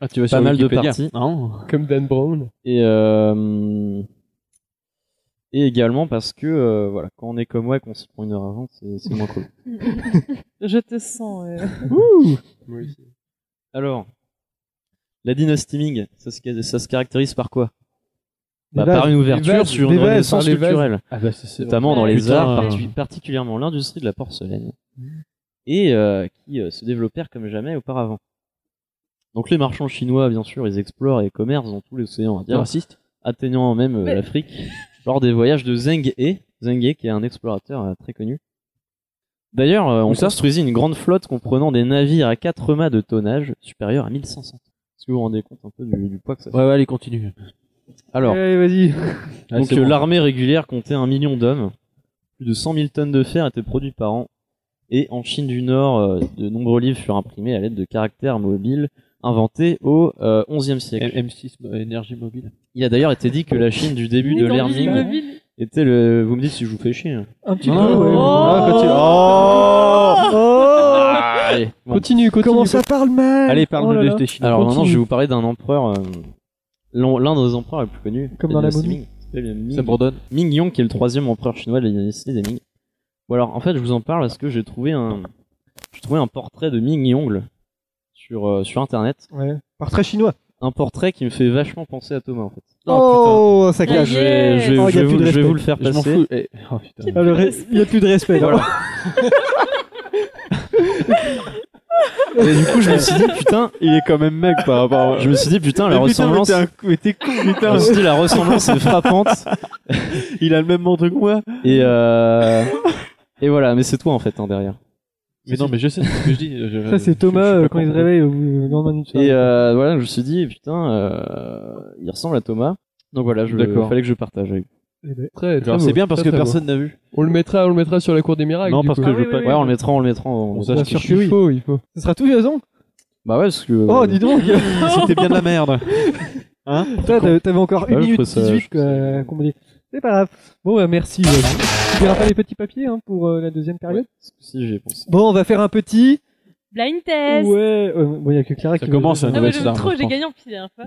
Speaker 1: Ah, tu vas
Speaker 8: Pas
Speaker 1: sur
Speaker 8: mal de
Speaker 1: Wikipédia.
Speaker 8: parties.
Speaker 1: Non.
Speaker 9: Comme Dan Brown.
Speaker 8: et euh, et également parce que euh, voilà quand on est comme moi qu'on s'y prend une heure avant c'est c'est moins cool
Speaker 6: Je te sens. euh.
Speaker 8: alors la dynastie Ming ça se, ça se caractérise par quoi
Speaker 2: Des
Speaker 8: Bah, par
Speaker 2: vases.
Speaker 8: une
Speaker 9: Des
Speaker 8: ouverture
Speaker 9: vases,
Speaker 8: sur
Speaker 2: des
Speaker 8: une
Speaker 2: vases,
Speaker 8: renaissance
Speaker 9: par les vases.
Speaker 8: culturelle
Speaker 1: Ah bah c'est
Speaker 8: notamment dans
Speaker 6: Ouais.
Speaker 8: les
Speaker 1: Putain. euh,
Speaker 8: arts parti- particulièrement l'industrie de la porcelaine
Speaker 1: Mm.
Speaker 8: et euh, qui euh, se développèrent comme jamais auparavant donc les marchands chinois bien sûr ils explorent et commercent dans tous les océans indiens
Speaker 1: raciste.
Speaker 8: atteignant même euh,
Speaker 6: Mais-
Speaker 8: l'Afrique lors des voyages de Zeng He, Zeng He qui est un explorateur euh, très connu. D'ailleurs, euh, on
Speaker 1: Où ça
Speaker 8: construisit une grande flotte comprenant des navires à quatre mâts de tonnage supérieur à 1500. Est-ce que vous vous rendez compte un peu du, du poids que ça fait
Speaker 1: Ouais, ouais, allez, continue.
Speaker 8: Alors,
Speaker 2: Allez, vas-y.
Speaker 1: Ah,
Speaker 8: donc
Speaker 1: c'est
Speaker 8: euh,
Speaker 1: bon.
Speaker 8: l'armée régulière comptait un million d'hommes, plus de 100 000 tonnes de fer étaient produites par an, et en Chine du Nord, euh, de nombreux livres furent imprimés à l'aide de caractères mobiles inventés au euh, XIe siècle.
Speaker 1: M6, euh, énergie mobile.
Speaker 8: Il a d'ailleurs été dit que la Chine du début de
Speaker 6: Oui, dans
Speaker 8: l'ère
Speaker 6: le
Speaker 8: Ming
Speaker 6: mobile.
Speaker 8: était le. Vous me dites si je vous fais chier. hein.
Speaker 2: Un petit
Speaker 1: Non,
Speaker 2: peu. ouais.
Speaker 1: Ah, continue. Oh
Speaker 8: Ah, allez, bon.
Speaker 2: Continue, continue.
Speaker 4: Comment ça parle mal
Speaker 1: Allez,
Speaker 2: Oh là
Speaker 1: parle-nous
Speaker 2: là.
Speaker 1: de tes Chinois.
Speaker 8: Alors maintenant,
Speaker 2: continue.
Speaker 8: je vais vous parler d'un empereur, euh, l'un l'un des empereurs les plus connus.
Speaker 2: Comme dans la
Speaker 8: dynastie
Speaker 2: momie.
Speaker 8: Ming. C'est le Ming.
Speaker 1: Ça bourdonne.
Speaker 8: Ming Yong, qui est le troisième empereur chinois de la dynastie des Ming. Ou alors, en fait, je vous en parle parce que j'ai trouvé un, j'ai trouvé un portrait de Ming Yong sur euh, sur internet.
Speaker 2: Ouais. Par très chinois.
Speaker 8: Un portrait qui me fait vachement penser à Thomas en fait.
Speaker 2: Oh, ça
Speaker 6: Ah,
Speaker 2: clash.
Speaker 8: je
Speaker 6: yeah.
Speaker 8: vais, je vais-
Speaker 2: Oh,
Speaker 8: je
Speaker 2: y a
Speaker 8: vais
Speaker 2: plus
Speaker 8: vous,
Speaker 2: de
Speaker 8: je
Speaker 2: respect.
Speaker 8: vais vous le faire
Speaker 1: Je m'en
Speaker 8: passer.
Speaker 1: fous. Eh, Oh putain.
Speaker 2: Ah, le re- Il n'y a plus de respect. là.
Speaker 8: Et du coup, je me suis dit putain,
Speaker 1: Il est quand même mec par rapport à.
Speaker 8: je me suis dit putain, la ressemblance,
Speaker 1: T'es con,
Speaker 8: je me
Speaker 1: putain.
Speaker 8: suis dit, la ressemblance est frappante.
Speaker 1: Il a le même ventre que moi.
Speaker 8: Et euh, et voilà, mais c'est toi en fait hein, derrière.
Speaker 1: Mais non, mais je sais ce que je dis. je-
Speaker 2: Ça, c'est
Speaker 1: je- je
Speaker 2: Thomas
Speaker 1: suis pas
Speaker 2: euh, quand il se
Speaker 1: contre.
Speaker 2: réveille au bout- le lendemain d'une soirée.
Speaker 8: Et euh, voilà, je me suis dit, putain, euh, il ressemble à Thomas. Donc voilà, je,
Speaker 1: D'accord.
Speaker 8: fallait que je partage avec vous.
Speaker 9: Très, très
Speaker 1: Alors,
Speaker 9: beau,
Speaker 1: C'est bien parce
Speaker 9: très,
Speaker 1: que
Speaker 9: très beau.
Speaker 1: personne n'a vu.
Speaker 9: On le mettra, on le mettra sur la cour des
Speaker 2: Ah,
Speaker 9: miracles.
Speaker 1: Non,
Speaker 9: du
Speaker 1: parce
Speaker 9: coup.
Speaker 1: que je veux pas.
Speaker 8: Ouais, on le mettra, on le mettra. on le
Speaker 1: On
Speaker 8: mettra.
Speaker 1: sache
Speaker 9: Bien
Speaker 1: qui
Speaker 9: sûr
Speaker 1: je
Speaker 9: qu'il
Speaker 1: suis.
Speaker 9: faut, il faut.
Speaker 2: Ce sera tous les ans.
Speaker 8: Bah ouais, parce que.
Speaker 2: Oh,
Speaker 8: euh,
Speaker 2: dis donc.
Speaker 6: Oh,
Speaker 1: C'était bien de la merde. Hein
Speaker 2: Putain, t'avais- t'avais encore
Speaker 8: Ouais,
Speaker 2: 1
Speaker 8: je
Speaker 2: minute
Speaker 8: trouve ça-
Speaker 2: 18
Speaker 8: je
Speaker 2: quoi, euh,
Speaker 8: trouve ça-
Speaker 2: à combler. C'est pas grave. Bon, bah, merci. euh, Tu verras pas les petits papiers hein, pour euh, la deuxième période.
Speaker 8: ouais, parce que si, j'y ai pensé.
Speaker 2: Bon, on va faire un petit.
Speaker 6: Blind test.
Speaker 2: Ouais. euh, bon, il y a que Clara
Speaker 1: Ça
Speaker 2: qui.
Speaker 1: commence,
Speaker 2: veut-
Speaker 1: hein.
Speaker 6: Ah,
Speaker 1: Ouais,
Speaker 6: mais
Speaker 1: c'est
Speaker 6: j'aime
Speaker 1: ça,
Speaker 6: trop,
Speaker 1: je
Speaker 6: j'ai
Speaker 1: pense.
Speaker 6: gagné en pile la dernière fois.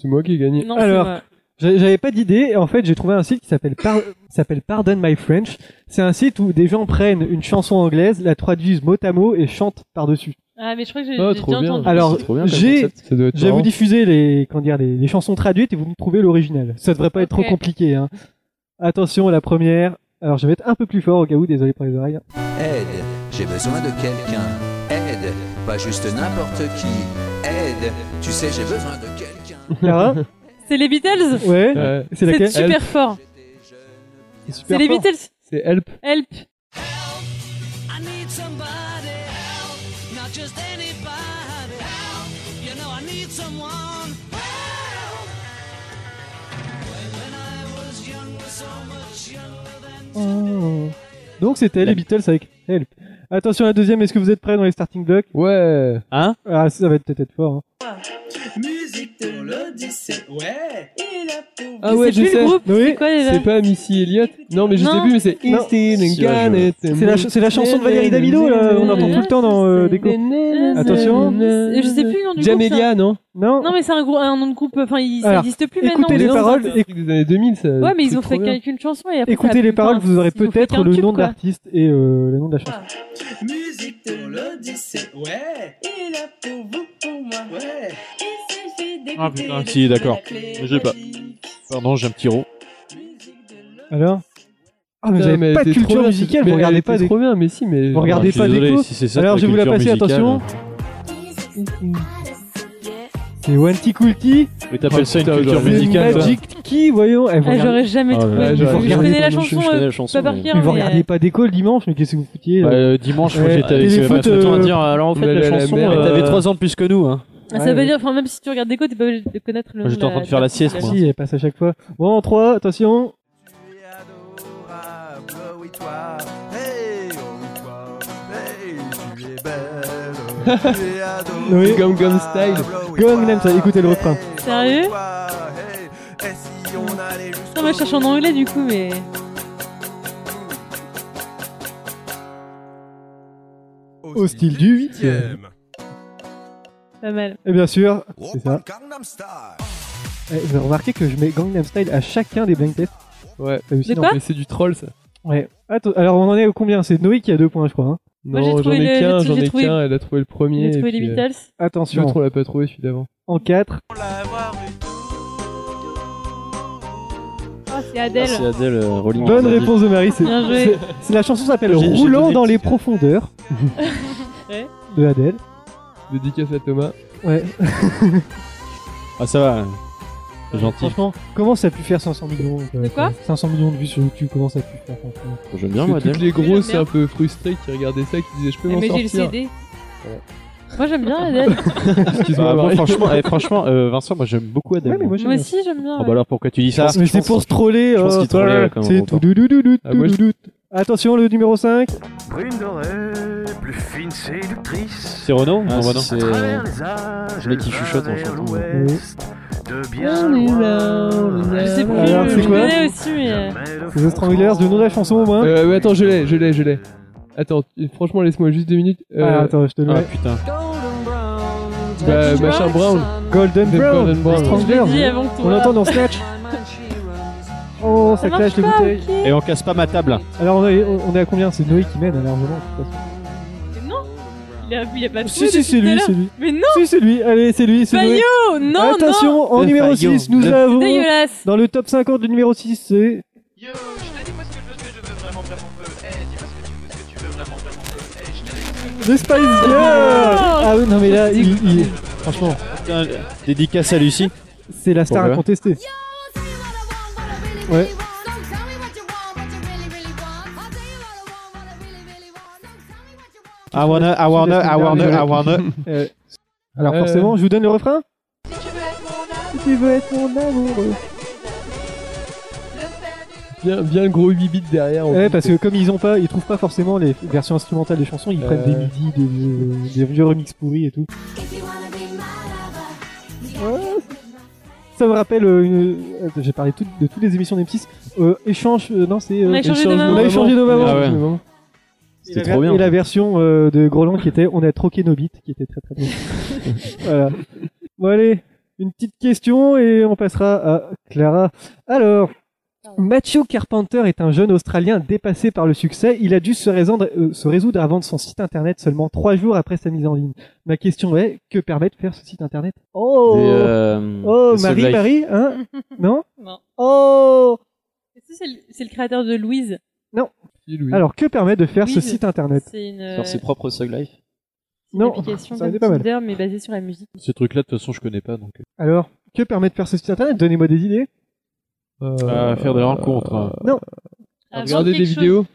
Speaker 9: C'est moi qui ai gagné.
Speaker 6: Non, c'est
Speaker 2: Alors,
Speaker 6: moi.
Speaker 2: J'a- J'avais pas d'idée. et En fait, j'ai trouvé un site qui s'appelle Par- s'appelle Pardon My French. C'est un site où des gens prennent une chanson anglaise, la traduisent mot à mot et chantent par-dessus.
Speaker 6: Ah, mais je crois que j'ai
Speaker 9: Ah,
Speaker 6: j'ai
Speaker 9: trop
Speaker 6: déjà
Speaker 9: bien.
Speaker 6: entendu.
Speaker 2: Alors,
Speaker 8: C'est trop bien, comme
Speaker 2: j'ai
Speaker 8: concept.
Speaker 9: Ça doit être
Speaker 2: Je vais vous
Speaker 9: marrant.
Speaker 2: diffuser les, comment dire, les, les chansons traduites et vous me trouvez l'original. Ça devrait pas être
Speaker 6: Ok.
Speaker 2: trop compliqué. Hein. Attention, la première. Alors, je vais être un peu plus fort au cas où, désolé pour les oreilles.
Speaker 11: Aide, j'ai besoin de quelqu'un. Aide, pas juste n'importe qui. Aide, tu sais, j'ai besoin de quelqu'un.
Speaker 2: Clara
Speaker 6: C'est les Beatles.
Speaker 2: Ah, Ouais
Speaker 9: Ouais.
Speaker 2: C'est
Speaker 6: Euh, C'est
Speaker 2: laquelle
Speaker 6: super fort.
Speaker 11: J'étais jeune.
Speaker 6: C'est les Beatles.
Speaker 9: C'est help.
Speaker 6: Help.
Speaker 5: I need somebody help, not just anybody help. You know I need someone help. When, when I was younger, so much younger than
Speaker 2: Oh. Donc, c'était les Beatles avec Help. Attention, la deuxième, est-ce que vous êtes prêts dans les starting blocks
Speaker 9: Ouais.
Speaker 1: Hein
Speaker 2: Ah, ça va être peut-être être fort. hein.
Speaker 5: Musique pour l'Odyssée, ouais. Il a pour
Speaker 9: Ah
Speaker 6: c'est
Speaker 9: ouais, je
Speaker 6: plus
Speaker 9: sais.
Speaker 6: le groupe.
Speaker 2: Oui,
Speaker 6: C'est quoi déjà
Speaker 9: C'est pas Missy Elliott Non, mais je
Speaker 6: Non.
Speaker 9: sais plus, mais c'est
Speaker 2: Non.
Speaker 9: Eastin and
Speaker 8: Si, ouais, je-
Speaker 9: Garnet.
Speaker 2: C'est la, ch- c'est la chanson de Valérie Damido, là. On entend tout le temps dans euh, des coups. Attention.
Speaker 6: Je sais plus le nom du groupe. ça.
Speaker 9: Jamelia, non
Speaker 2: Non,
Speaker 6: Non, mais c'est un, gros- un nom de groupe. Enfin, il, ça
Speaker 2: Alors,
Speaker 6: existe plus maintenant.
Speaker 2: écoutez les
Speaker 6: mais-
Speaker 2: paroles. éc-
Speaker 9: Des années 2000, ça.
Speaker 2: Euh,
Speaker 6: Ouais, mais
Speaker 9: c'est
Speaker 6: ils ont
Speaker 9: trop
Speaker 6: fait
Speaker 9: bien.
Speaker 6: qu'une chanson et après. ça
Speaker 2: Écoutez
Speaker 6: a
Speaker 2: les
Speaker 6: plus
Speaker 2: paroles,
Speaker 6: de-
Speaker 2: vous aurez
Speaker 6: ils ont fait
Speaker 2: peut-être
Speaker 6: qu'un
Speaker 2: le
Speaker 6: tube,
Speaker 2: nom de
Speaker 6: quoi.
Speaker 2: l'artiste et euh, le nom de la chanson.
Speaker 5: Musique pour l'Odyssée, ouais. Il a pour vous, pour moi, ouais. Il suffit d'écouter
Speaker 1: Ah, putain,
Speaker 5: le
Speaker 1: si,
Speaker 5: son de la
Speaker 1: d'accord.
Speaker 5: clé
Speaker 1: Je sais pas.
Speaker 5: magique.
Speaker 1: Pardon, j'ai un petit rot.
Speaker 5: Musique de l'Odyssée.
Speaker 2: Alors Ah, mais vous
Speaker 9: Putain,
Speaker 2: avez
Speaker 9: mais
Speaker 2: pas de
Speaker 9: t'es trop
Speaker 2: culture
Speaker 9: bien,
Speaker 2: musicale,
Speaker 9: mais
Speaker 2: vous regardez
Speaker 9: t'es
Speaker 2: pas des.
Speaker 9: trop bien, mais si, mais.
Speaker 2: Vous regardez
Speaker 1: Je suis
Speaker 2: pas
Speaker 1: désolé,
Speaker 2: d'écho
Speaker 1: si c'est ça,
Speaker 2: Alors,
Speaker 1: ta
Speaker 2: je vous la
Speaker 1: culture
Speaker 2: passe, attention.
Speaker 1: musicale.
Speaker 2: C'est Wanty Coolty,
Speaker 1: Mais t'appelles ça une
Speaker 9: putain,
Speaker 1: culture
Speaker 9: j'aurais-
Speaker 2: c'est
Speaker 1: musicale toi
Speaker 2: Magic Key, voyons. Eh, vous
Speaker 6: Ah,
Speaker 2: regardez-
Speaker 6: J'aurais jamais
Speaker 1: Oh là
Speaker 6: trouvé. Je
Speaker 9: là, j'aurais
Speaker 6: connais
Speaker 2: regardé
Speaker 6: la
Speaker 8: Je- je
Speaker 6: chanson.
Speaker 8: connais
Speaker 6: euh,
Speaker 8: la chanson.
Speaker 6: Pas par
Speaker 8: mais-
Speaker 6: cœur.
Speaker 2: mais vous
Speaker 6: mais, euh,
Speaker 2: regardez pas d'écho le dimanche, mais qu'est-ce que vous foutiez là
Speaker 1: Bah, euh, dimanche, moi
Speaker 2: Ouais,
Speaker 1: j'étais avec
Speaker 2: téléfoot,
Speaker 1: ma
Speaker 2: euh,
Speaker 1: à dire alors en
Speaker 9: on
Speaker 1: fait
Speaker 9: allait
Speaker 1: la
Speaker 9: à la
Speaker 1: chanson.
Speaker 9: mer,
Speaker 1: euh,
Speaker 9: euh,
Speaker 1: T'avais 3 ans de plus que nous, hein.
Speaker 2: Ouais,
Speaker 6: Ah, Ça veut
Speaker 2: ouais.
Speaker 6: dire, enfin, même si tu regardes des codes, t'es pas obligé de connaître le nom.
Speaker 1: J'étais en train de faire la sieste, moi.
Speaker 2: Si, elle passe à chaque fois. Bon, en 3, attention.
Speaker 11: Tu es adorable, oh oui toi, hey, oh toi, hey, tu es belle, oh tu es adorable, oh
Speaker 2: Oui.
Speaker 9: Gangnam Style.
Speaker 11: oui,
Speaker 2: Gangnam
Speaker 11: toi,
Speaker 2: Style, écoutez le refrain.
Speaker 11: hey,
Speaker 6: Sérieux
Speaker 11: oh, toi, hey, et si on allait jusqu'au
Speaker 6: Non, mais je cherche en anglais du coup, mais.
Speaker 2: Au style du 8
Speaker 6: Pas mal.
Speaker 2: Et Eh, bien sûr,
Speaker 11: bout.
Speaker 2: c'est ça.
Speaker 11: Gangnam Style.
Speaker 2: eh, vous avez remarqué que je mets Gangnam Style à chacun des blind tests.
Speaker 9: Ouais.
Speaker 2: C'est
Speaker 6: De
Speaker 2: hallucinant.
Speaker 6: quoi
Speaker 9: Mais c'est du troll, ça.
Speaker 2: Ouais. Attends, alors on en est au combien C'est Noé qui a 2 points, je crois. hein.
Speaker 6: Moi, j'ai
Speaker 9: Non, j'en
Speaker 6: trouvé
Speaker 9: ai
Speaker 6: le-
Speaker 9: qu'un,
Speaker 6: j'ai
Speaker 9: j'en ai
Speaker 6: trouvé-
Speaker 9: qu'un, elle a trouvé le premier.
Speaker 6: J'ai trouvé
Speaker 9: et
Speaker 6: les
Speaker 9: puis, euh,
Speaker 6: Beatles.
Speaker 2: Attention.
Speaker 9: L'autre, on l'a pas trouvé, celui d'avant.
Speaker 2: En 4.
Speaker 6: Oh, c'est Adèle.
Speaker 8: C'est Adèle euh, Rolling.
Speaker 2: Bonne
Speaker 8: Stone.
Speaker 2: réponse de Marie. C'est
Speaker 6: Bien joué.
Speaker 2: c'est- c'est- la chanson s'appelle
Speaker 8: J'ai- j'ai
Speaker 2: Roulant
Speaker 8: donné
Speaker 2: dans
Speaker 8: le
Speaker 2: les profondeurs
Speaker 6: Ouais.
Speaker 2: de Adèle.
Speaker 9: Dédicace à Thomas.
Speaker 2: Ouais.
Speaker 1: Ah, ça va. C'est gentil.
Speaker 2: Franchement, comment ça a pu faire 500 millions euh,
Speaker 6: De quoi
Speaker 2: 500 millions de vues sur YouTube, comment ça a pu faire franchement
Speaker 8: J'aime bien, moi,
Speaker 9: Parce que
Speaker 8: Adèle.
Speaker 9: toutes les
Speaker 6: Oui, la
Speaker 9: grosses
Speaker 6: merde.
Speaker 9: un peu frustrées qui regardaient ça, qui disaient je peux m'en
Speaker 6: Mais j'ai le
Speaker 9: sortir.
Speaker 6: CD. Moi j'aime bien Adèle.
Speaker 8: Bah, moi, franchement, eh, franchement euh, Vincent, moi j'aime beaucoup Adèle.
Speaker 2: mais moi, j'aime
Speaker 6: Moi
Speaker 2: bien.
Speaker 6: aussi j'aime bien.
Speaker 8: Ah bah alors pourquoi tu dis ça
Speaker 2: Mais c'est pour se troller.
Speaker 8: je pense
Speaker 2: euh,
Speaker 8: qu'il trollait, ouais, quand même,
Speaker 2: C'est
Speaker 8: autant.
Speaker 2: tout. doudoudoudoudou,
Speaker 8: Ah, moi, je-
Speaker 2: doudoudou. Attention, le numéro 5.
Speaker 11: Brune dorée, plus fine séductrice.
Speaker 8: C'est Renault
Speaker 11: Ah,
Speaker 8: Non, bah
Speaker 11: si,
Speaker 8: non.
Speaker 11: c'est, euh, le mec qui chuchote en chantant. De
Speaker 6: On est là,
Speaker 2: bah
Speaker 6: on est là. Je sais plus,
Speaker 2: Ah, Alors,
Speaker 6: je
Speaker 2: c'est
Speaker 6: le
Speaker 2: quoi
Speaker 6: connais aussi, mais. euh,
Speaker 2: Les Stranglers, de nom de la chanson au moins.
Speaker 9: Euh, ouais, attends, je l'ai, je l'ai, je l'ai. Attends, t- franchement, laisse-moi juste deux minutes. Euh,
Speaker 2: Ah, attends, je te le
Speaker 9: ah,
Speaker 2: mets.
Speaker 8: putain.
Speaker 9: Bah, machin brown.
Speaker 2: Golden
Speaker 9: Des
Speaker 2: Brown.
Speaker 9: Golden Brown.
Speaker 2: les Stranglers.
Speaker 6: Je l'ai dit avant que toi.
Speaker 2: On l'entend dans Snatch. Oh, ça,
Speaker 6: Ça
Speaker 2: clash
Speaker 6: marche
Speaker 2: les
Speaker 6: pas,
Speaker 2: bouteilles. Eh.
Speaker 6: ok.
Speaker 8: Et on casse pas ma table.
Speaker 2: hein. Alors, on est, on est à combien C'est Noé qui mène, à largement. de toute façon.
Speaker 6: Mais non Il a, il a pas
Speaker 2: Si,
Speaker 6: trouvé
Speaker 2: si,
Speaker 6: depuis
Speaker 2: c'est
Speaker 6: tout à
Speaker 2: lui,
Speaker 6: l'heure.
Speaker 2: c'est lui.
Speaker 6: Mais non
Speaker 2: Si, c'est lui. Allez, c'est lui. c'est Noé.
Speaker 6: Fayot Non,
Speaker 2: Attention,
Speaker 6: non
Speaker 2: en
Speaker 1: Le
Speaker 2: numéro
Speaker 1: Fayot.
Speaker 2: 6, nous
Speaker 1: Le-
Speaker 2: avons.
Speaker 6: Dégueulasse
Speaker 2: Dans le top 50 du numéro 6, c'est. Eh, The Spice Girl Ah oui, non mais là, il, il- franchement,
Speaker 8: Putain, dédicace à Lucie.
Speaker 2: c'est la star
Speaker 8: Pourquoi
Speaker 2: incontestée. Ouais.
Speaker 8: I wanna, I wanna, I wanna, I wanna.
Speaker 2: Euh, alors
Speaker 9: Euh.
Speaker 2: forcément, je vous donne le refrain Si tu veux être mon amoureux.
Speaker 9: Bien, bien le gros 8 bits derrière. en
Speaker 2: Ouais,
Speaker 9: plus.
Speaker 2: parce que comme ils ont pas, ils trouvent pas forcément les versions instrumentales des chansons, ils
Speaker 9: Euh.
Speaker 2: prennent des midis, des, vieux- des vieux remix pourris et tout. Ça me rappelle, euh, une- euh, j'ai parlé tout- de toutes les émissions d'M6, euh, échange, euh, non c'est... euh,
Speaker 6: On a échangé de
Speaker 2: on
Speaker 6: maman.
Speaker 2: a échangé nos mamans.
Speaker 8: Ah ouais.
Speaker 9: Vraiment.
Speaker 2: Et la
Speaker 8: C'était
Speaker 2: ver-
Speaker 8: trop bien.
Speaker 2: Et la version euh, de Groland qui était On a troqué nos bits, qui était très très bien. voilà. Bon, allez, une petite question et on passera à Clara. Alors,
Speaker 6: Ah
Speaker 2: Matthew Carpenter est un jeune Australien dépassé par le succès. Il a dû se résoudre, euh, se résoudre à vendre son site internet seulement trois jours après sa mise en ligne. Ma question est que permet de faire ce site internet Oh
Speaker 8: Des, euh,
Speaker 2: Oh,
Speaker 8: des Soul
Speaker 2: Marie,
Speaker 8: Life.
Speaker 2: Marie, hein Non
Speaker 6: Non.
Speaker 2: Oh
Speaker 6: Est-ce que C'est le, c'est le créateur de Louise.
Speaker 9: Si, Louis.
Speaker 2: Alors, que permet de faire ce
Speaker 6: Louise.
Speaker 2: site internet
Speaker 6: C'est une, euh,
Speaker 8: Faire ses propres Sug Life.
Speaker 6: c'est une
Speaker 2: Non,
Speaker 6: application
Speaker 2: ça aurait
Speaker 6: comme
Speaker 2: été pas mal.
Speaker 6: Tinder, mais basée sur la musique.
Speaker 1: Ce truc-là, de toute façon, je connais pas. Donc,
Speaker 2: Alors, que permet de faire ce site internet Donnez-moi des idées.
Speaker 1: Euh, faire des rencontres. hein.
Speaker 7: Ah,
Speaker 6: Invente
Speaker 9: Regardez
Speaker 6: quelque
Speaker 9: des
Speaker 6: chose.
Speaker 9: vidéos.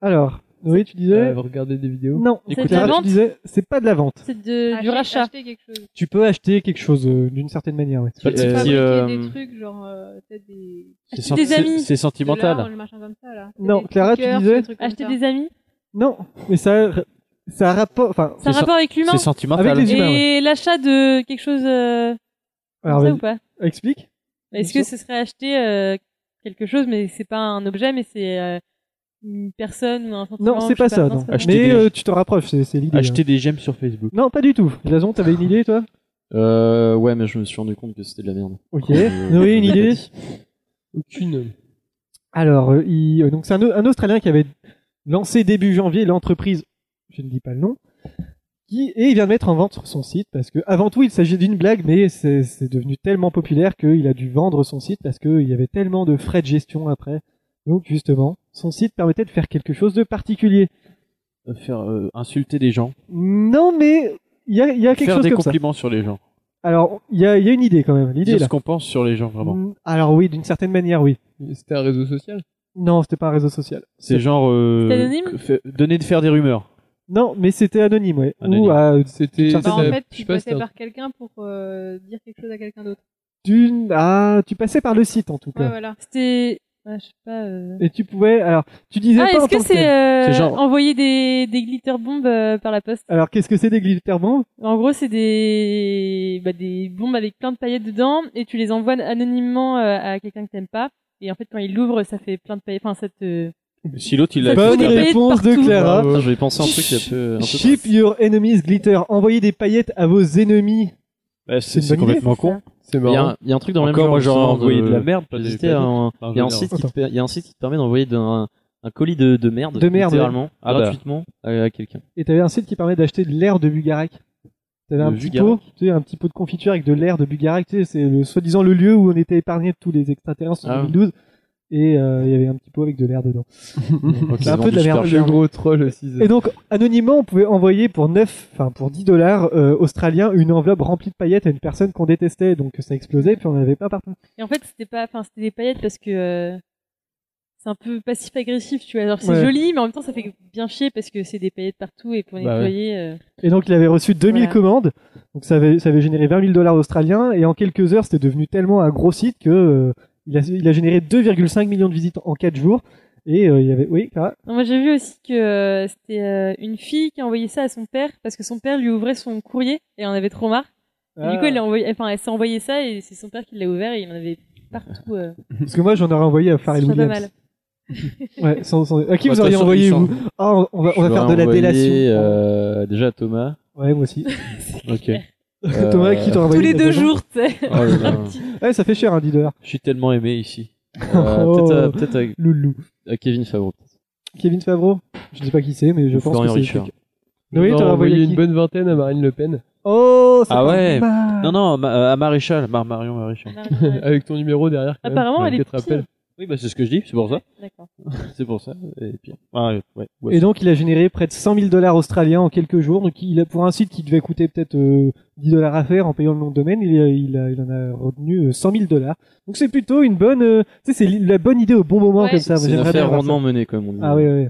Speaker 2: Alors, oui, tu disais
Speaker 9: Euh, regardez des vidéos.
Speaker 2: Non,
Speaker 6: C'est de
Speaker 2: Clara,
Speaker 6: la
Speaker 2: tu
Speaker 6: vente,
Speaker 2: disais, c'est pas de la vente.
Speaker 6: c'est de-
Speaker 7: Acheter-
Speaker 6: du rachat.
Speaker 7: acheter quelque chose.
Speaker 2: Tu peux acheter quelque chose euh, d'une certaine manière. ouais.
Speaker 8: Euh,
Speaker 7: Fabriquer
Speaker 8: si, euh,
Speaker 7: des trucs, genre, euh, peut-être des.
Speaker 8: C'est
Speaker 6: Acheter des
Speaker 8: senti-
Speaker 6: amis.
Speaker 8: c'est- c'est
Speaker 7: dollars,
Speaker 8: sentimental.
Speaker 7: le machin comme ça, là.
Speaker 2: Non,
Speaker 7: Des
Speaker 2: Clara, tu
Speaker 7: stickers,
Speaker 2: disais
Speaker 7: des trucs comme
Speaker 6: Acheter
Speaker 7: ça.
Speaker 6: des amis.
Speaker 2: Non, mais ça, a- ça a rapport. Enfin,
Speaker 6: Ça a
Speaker 8: C'est
Speaker 6: rapport avec l'humain.
Speaker 8: C'est sentimental.
Speaker 2: Avec les- humains,
Speaker 6: Et l'achat de quelque chose euh, comme
Speaker 2: alors,
Speaker 6: ça
Speaker 2: vas-y,
Speaker 6: ou pas
Speaker 2: explique.
Speaker 6: Est-ce
Speaker 2: Bien
Speaker 6: que ce serait acheter euh, quelque chose, mais c'est pas un objet, mais c'est euh, une personne ou un
Speaker 2: Non,
Speaker 6: sentiment je
Speaker 2: c'est
Speaker 6: sais
Speaker 2: pas ça.
Speaker 6: non,
Speaker 2: Non.
Speaker 6: c'est
Speaker 8: Acheter
Speaker 2: Mais
Speaker 8: des-
Speaker 2: euh, tu t'en rapproches, c'est c'est l'idée.
Speaker 1: Acheter des gemmes sur Facebook.
Speaker 2: hein. Non, pas du tout. Jason, t'avais une idée, toi
Speaker 8: Euh, ouais, mais je me suis rendu compte que c'était de la merde.
Speaker 2: Ok.
Speaker 8: Euh,
Speaker 2: Noé, une
Speaker 8: je l'ai
Speaker 2: idée
Speaker 8: pas dit.
Speaker 9: Aucune.
Speaker 2: Alors, euh, il- euh, donc c'est un, un Australien qui avait lancé début janvier l'entreprise, je ne dis pas le nom, qui, et il vient de mettre en vente sur son site parce que, avant tout, il s'agit d'une blague, mais c'est c'est devenu tellement populaire qu'il a dû vendre son site parce qu'il y avait tellement de frais de gestion après. Donc, justement, son site permettait de faire quelque chose de particulier.
Speaker 1: Euh, Faire euh, insulter des gens.
Speaker 2: Non, mais il y a, il y a quelque
Speaker 1: Faire
Speaker 2: chose
Speaker 1: des
Speaker 2: comme ça.
Speaker 1: compliments sur les gens.
Speaker 2: Alors, il y a, il y a une idée quand même. L'idée est
Speaker 1: Dire
Speaker 2: là.
Speaker 1: ce qu'on pense sur les gens, vraiment.
Speaker 2: Mm, Alors, oui, d'une certaine manière, oui.
Speaker 9: C'était un réseau social.
Speaker 2: Non, c'était pas un réseau social.
Speaker 1: C'est genre. euh,
Speaker 6: C'est anonyme
Speaker 1: que- fait- Donner de faire des rumeurs.
Speaker 2: Non, mais c'était anonyme, ouais.
Speaker 1: Anonyme.
Speaker 2: Ou à
Speaker 9: C'était.
Speaker 2: Bah,
Speaker 7: Bah, en
Speaker 9: ça-
Speaker 7: fait,
Speaker 9: je
Speaker 7: tu
Speaker 9: sais pas,
Speaker 7: passais
Speaker 9: c'était un-
Speaker 7: par quelqu'un pour euh, dire quelque chose à quelqu'un d'autre.
Speaker 2: d'une ah tu passais par le site en tout cas
Speaker 7: Ouais, voilà.
Speaker 6: C'était. ouais, je sais pas. euh,
Speaker 2: et tu pouvais alors tu disais
Speaker 6: Ah,
Speaker 2: pas en
Speaker 6: est-ce que
Speaker 2: tant tel.
Speaker 6: c'est euh,
Speaker 1: C'est genre-
Speaker 6: envoyer des, des glitter bombes euh, par la poste
Speaker 2: alors qu'est-ce que c'est des glitter bombs
Speaker 6: En gros, c'est des bah, des bombes avec plein de paillettes dedans et tu les envoies anonymement euh, à quelqu'un que t'aimes pas. Et en fait, quand il l'ouvre, ça fait plein de paillettes. Enfin, ça te.
Speaker 1: Si l'autre, il
Speaker 6: Ça
Speaker 1: a.
Speaker 6: te fout
Speaker 2: bonne
Speaker 6: des paillettes
Speaker 2: réponse de
Speaker 6: partout.
Speaker 2: Clara
Speaker 8: Ah, Putain, J'avais pensé à un truc un
Speaker 1: euh,
Speaker 8: peu. Un peu
Speaker 2: ship your enemies glitter envoyer des paillettes à vos ennemis
Speaker 1: Bah,
Speaker 2: C'est
Speaker 1: c'est
Speaker 2: une
Speaker 1: c'est
Speaker 2: bonne idée,
Speaker 1: complètement con.
Speaker 9: C'est
Speaker 8: Il y, a
Speaker 9: marrant.
Speaker 8: un- il y a un truc dans le même
Speaker 1: Encore,
Speaker 8: genre. euh,
Speaker 1: moi, j'aurais
Speaker 8: justement,
Speaker 1: envoyé de... la merde. pas des-
Speaker 8: J'hésitais
Speaker 1: pas Ah,
Speaker 8: à
Speaker 1: des-
Speaker 8: un-
Speaker 1: pas
Speaker 8: Il y a un
Speaker 1: génial.
Speaker 8: site qui te per- il y a un site qui te permet d'envoyer d'un- un colis de, de merde,
Speaker 2: De merde,
Speaker 8: littéralement,
Speaker 1: Ah bah.
Speaker 8: gratuitement à, à quelqu'un.
Speaker 2: et t'avais un site qui permet d'acheter de l'air de Bugarek t'avais un
Speaker 8: De
Speaker 2: petit
Speaker 8: Bugarek.
Speaker 2: pot tu sais, un petit pot de confiture avec de l'air de Bugarek tu sais, c'est le soi-disant le lieu où on était épargné de tous les extraterrestres en
Speaker 8: Ah.
Speaker 2: 2012 et euh, il y avait un petit pot avec de l'air dedans
Speaker 8: Ok,
Speaker 2: c'est un
Speaker 8: ils
Speaker 2: peu de la
Speaker 8: ont dû se
Speaker 2: merde
Speaker 8: faire
Speaker 9: Le gros troll aussi. ça.
Speaker 2: Et donc, anonymement, on pouvait envoyer pour 9, enfin pour 10 dollars euh, australiens une enveloppe remplie de paillettes à une personne qu'on détestait. Donc ça explosait, puis on n'avait pas partout.
Speaker 6: Et en fait, c'était pas. Enfin, c'était des paillettes parce que. euh, c'est un peu passif-agressif, tu vois. Alors c'est
Speaker 2: Ouais.
Speaker 6: joli, mais en même temps ça fait bien chier parce que c'est des paillettes partout et pour
Speaker 2: Bah ouais.
Speaker 6: nettoyer. euh,
Speaker 2: Et donc il avait reçu 2000
Speaker 6: Voilà.
Speaker 2: commandes, donc ça avait, ça avait généré 20 000 dollars australiens, et en quelques heures c'était devenu tellement un gros site que euh, il, a, il a généré 2,5 millions de visites en 4 jours, et euh, il y avait... Oui, Clara
Speaker 6: Non, moi j'ai vu aussi que euh, c'était euh, une fille qui a envoyé ça à son père parce que son père lui ouvrait son courrier et en avait trop marre. Et
Speaker 2: Ah.
Speaker 6: du coup elle, a envoyé, enfin, elle s'est envoyé ça et c'est son père qui l'a ouvert et il en avait partout. euh,
Speaker 2: Parce que moi j'en aurais envoyé à Pharrell
Speaker 6: c'est pas
Speaker 2: Williams.
Speaker 6: mal.
Speaker 2: Ouais, sans- sans- À qui
Speaker 8: Bah,
Speaker 2: vous auriez
Speaker 8: de toute façon,
Speaker 2: envoyé
Speaker 8: ils sont-
Speaker 2: vous Ah, on- on va, on va
Speaker 8: Je
Speaker 2: faire
Speaker 8: vais
Speaker 2: de la
Speaker 8: envoyer,
Speaker 2: délation.
Speaker 8: euh, déjà à Thomas.
Speaker 2: Ouais, moi aussi.
Speaker 8: ok. euh,
Speaker 2: Thomas, qui t'aurait envoyé
Speaker 6: Tous les deux
Speaker 2: raison
Speaker 6: jours, tu sais.
Speaker 8: Oh
Speaker 1: Ah,
Speaker 8: là là.
Speaker 2: Ouais, ça fait cher, un 10 dollars.
Speaker 8: Je suis tellement aimé ici. Euh,
Speaker 2: Oh,
Speaker 8: peut-être à- peut-être à-
Speaker 2: loulou.
Speaker 8: à Kevin Favreau.
Speaker 2: Kevin Favreau Je sais pas qui c'est, mais je pense que
Speaker 8: Florian
Speaker 2: c'est...
Speaker 8: Richard.
Speaker 2: quelqu'un. Oui, t'aurais envoyé
Speaker 9: une
Speaker 2: qui
Speaker 9: bonne vingtaine à Marine Le Pen.
Speaker 2: Oh, c'est
Speaker 8: Ah
Speaker 2: pas
Speaker 8: ouais.
Speaker 2: mal.
Speaker 8: Non non, ma- euh, à Maréchal, Mar- Marion Maréchal.
Speaker 9: Avec ton numéro derrière. quand même,
Speaker 6: euh, Apparemment,
Speaker 9: pour
Speaker 6: elle est
Speaker 9: que tu te
Speaker 6: pire. euh,
Speaker 9: rappelles.
Speaker 8: Oui, bah c'est ce que je dis, c'est pour ça.
Speaker 6: D'accord.
Speaker 8: c'est pour ça. Et puis, ah, ouais, ouais.
Speaker 2: Et donc, il a généré près de 100 000 dollars australiens en quelques jours. Donc, il a, pour un site qui devait coûter peut-être euh, 10 dollars à faire en payant le nom de domaine, il, a- il, a- il en a retenu euh, 100 000 dollars. Donc, c'est plutôt une bonne, euh, tu sais, c'est li- la bonne idée au bon moment
Speaker 6: Ouais.
Speaker 2: comme ça.
Speaker 8: c'est une
Speaker 2: J'aimerais bien
Speaker 8: affaire
Speaker 2: avoir
Speaker 8: rondement menée comme on dit.
Speaker 2: ça. Ah oui, oui.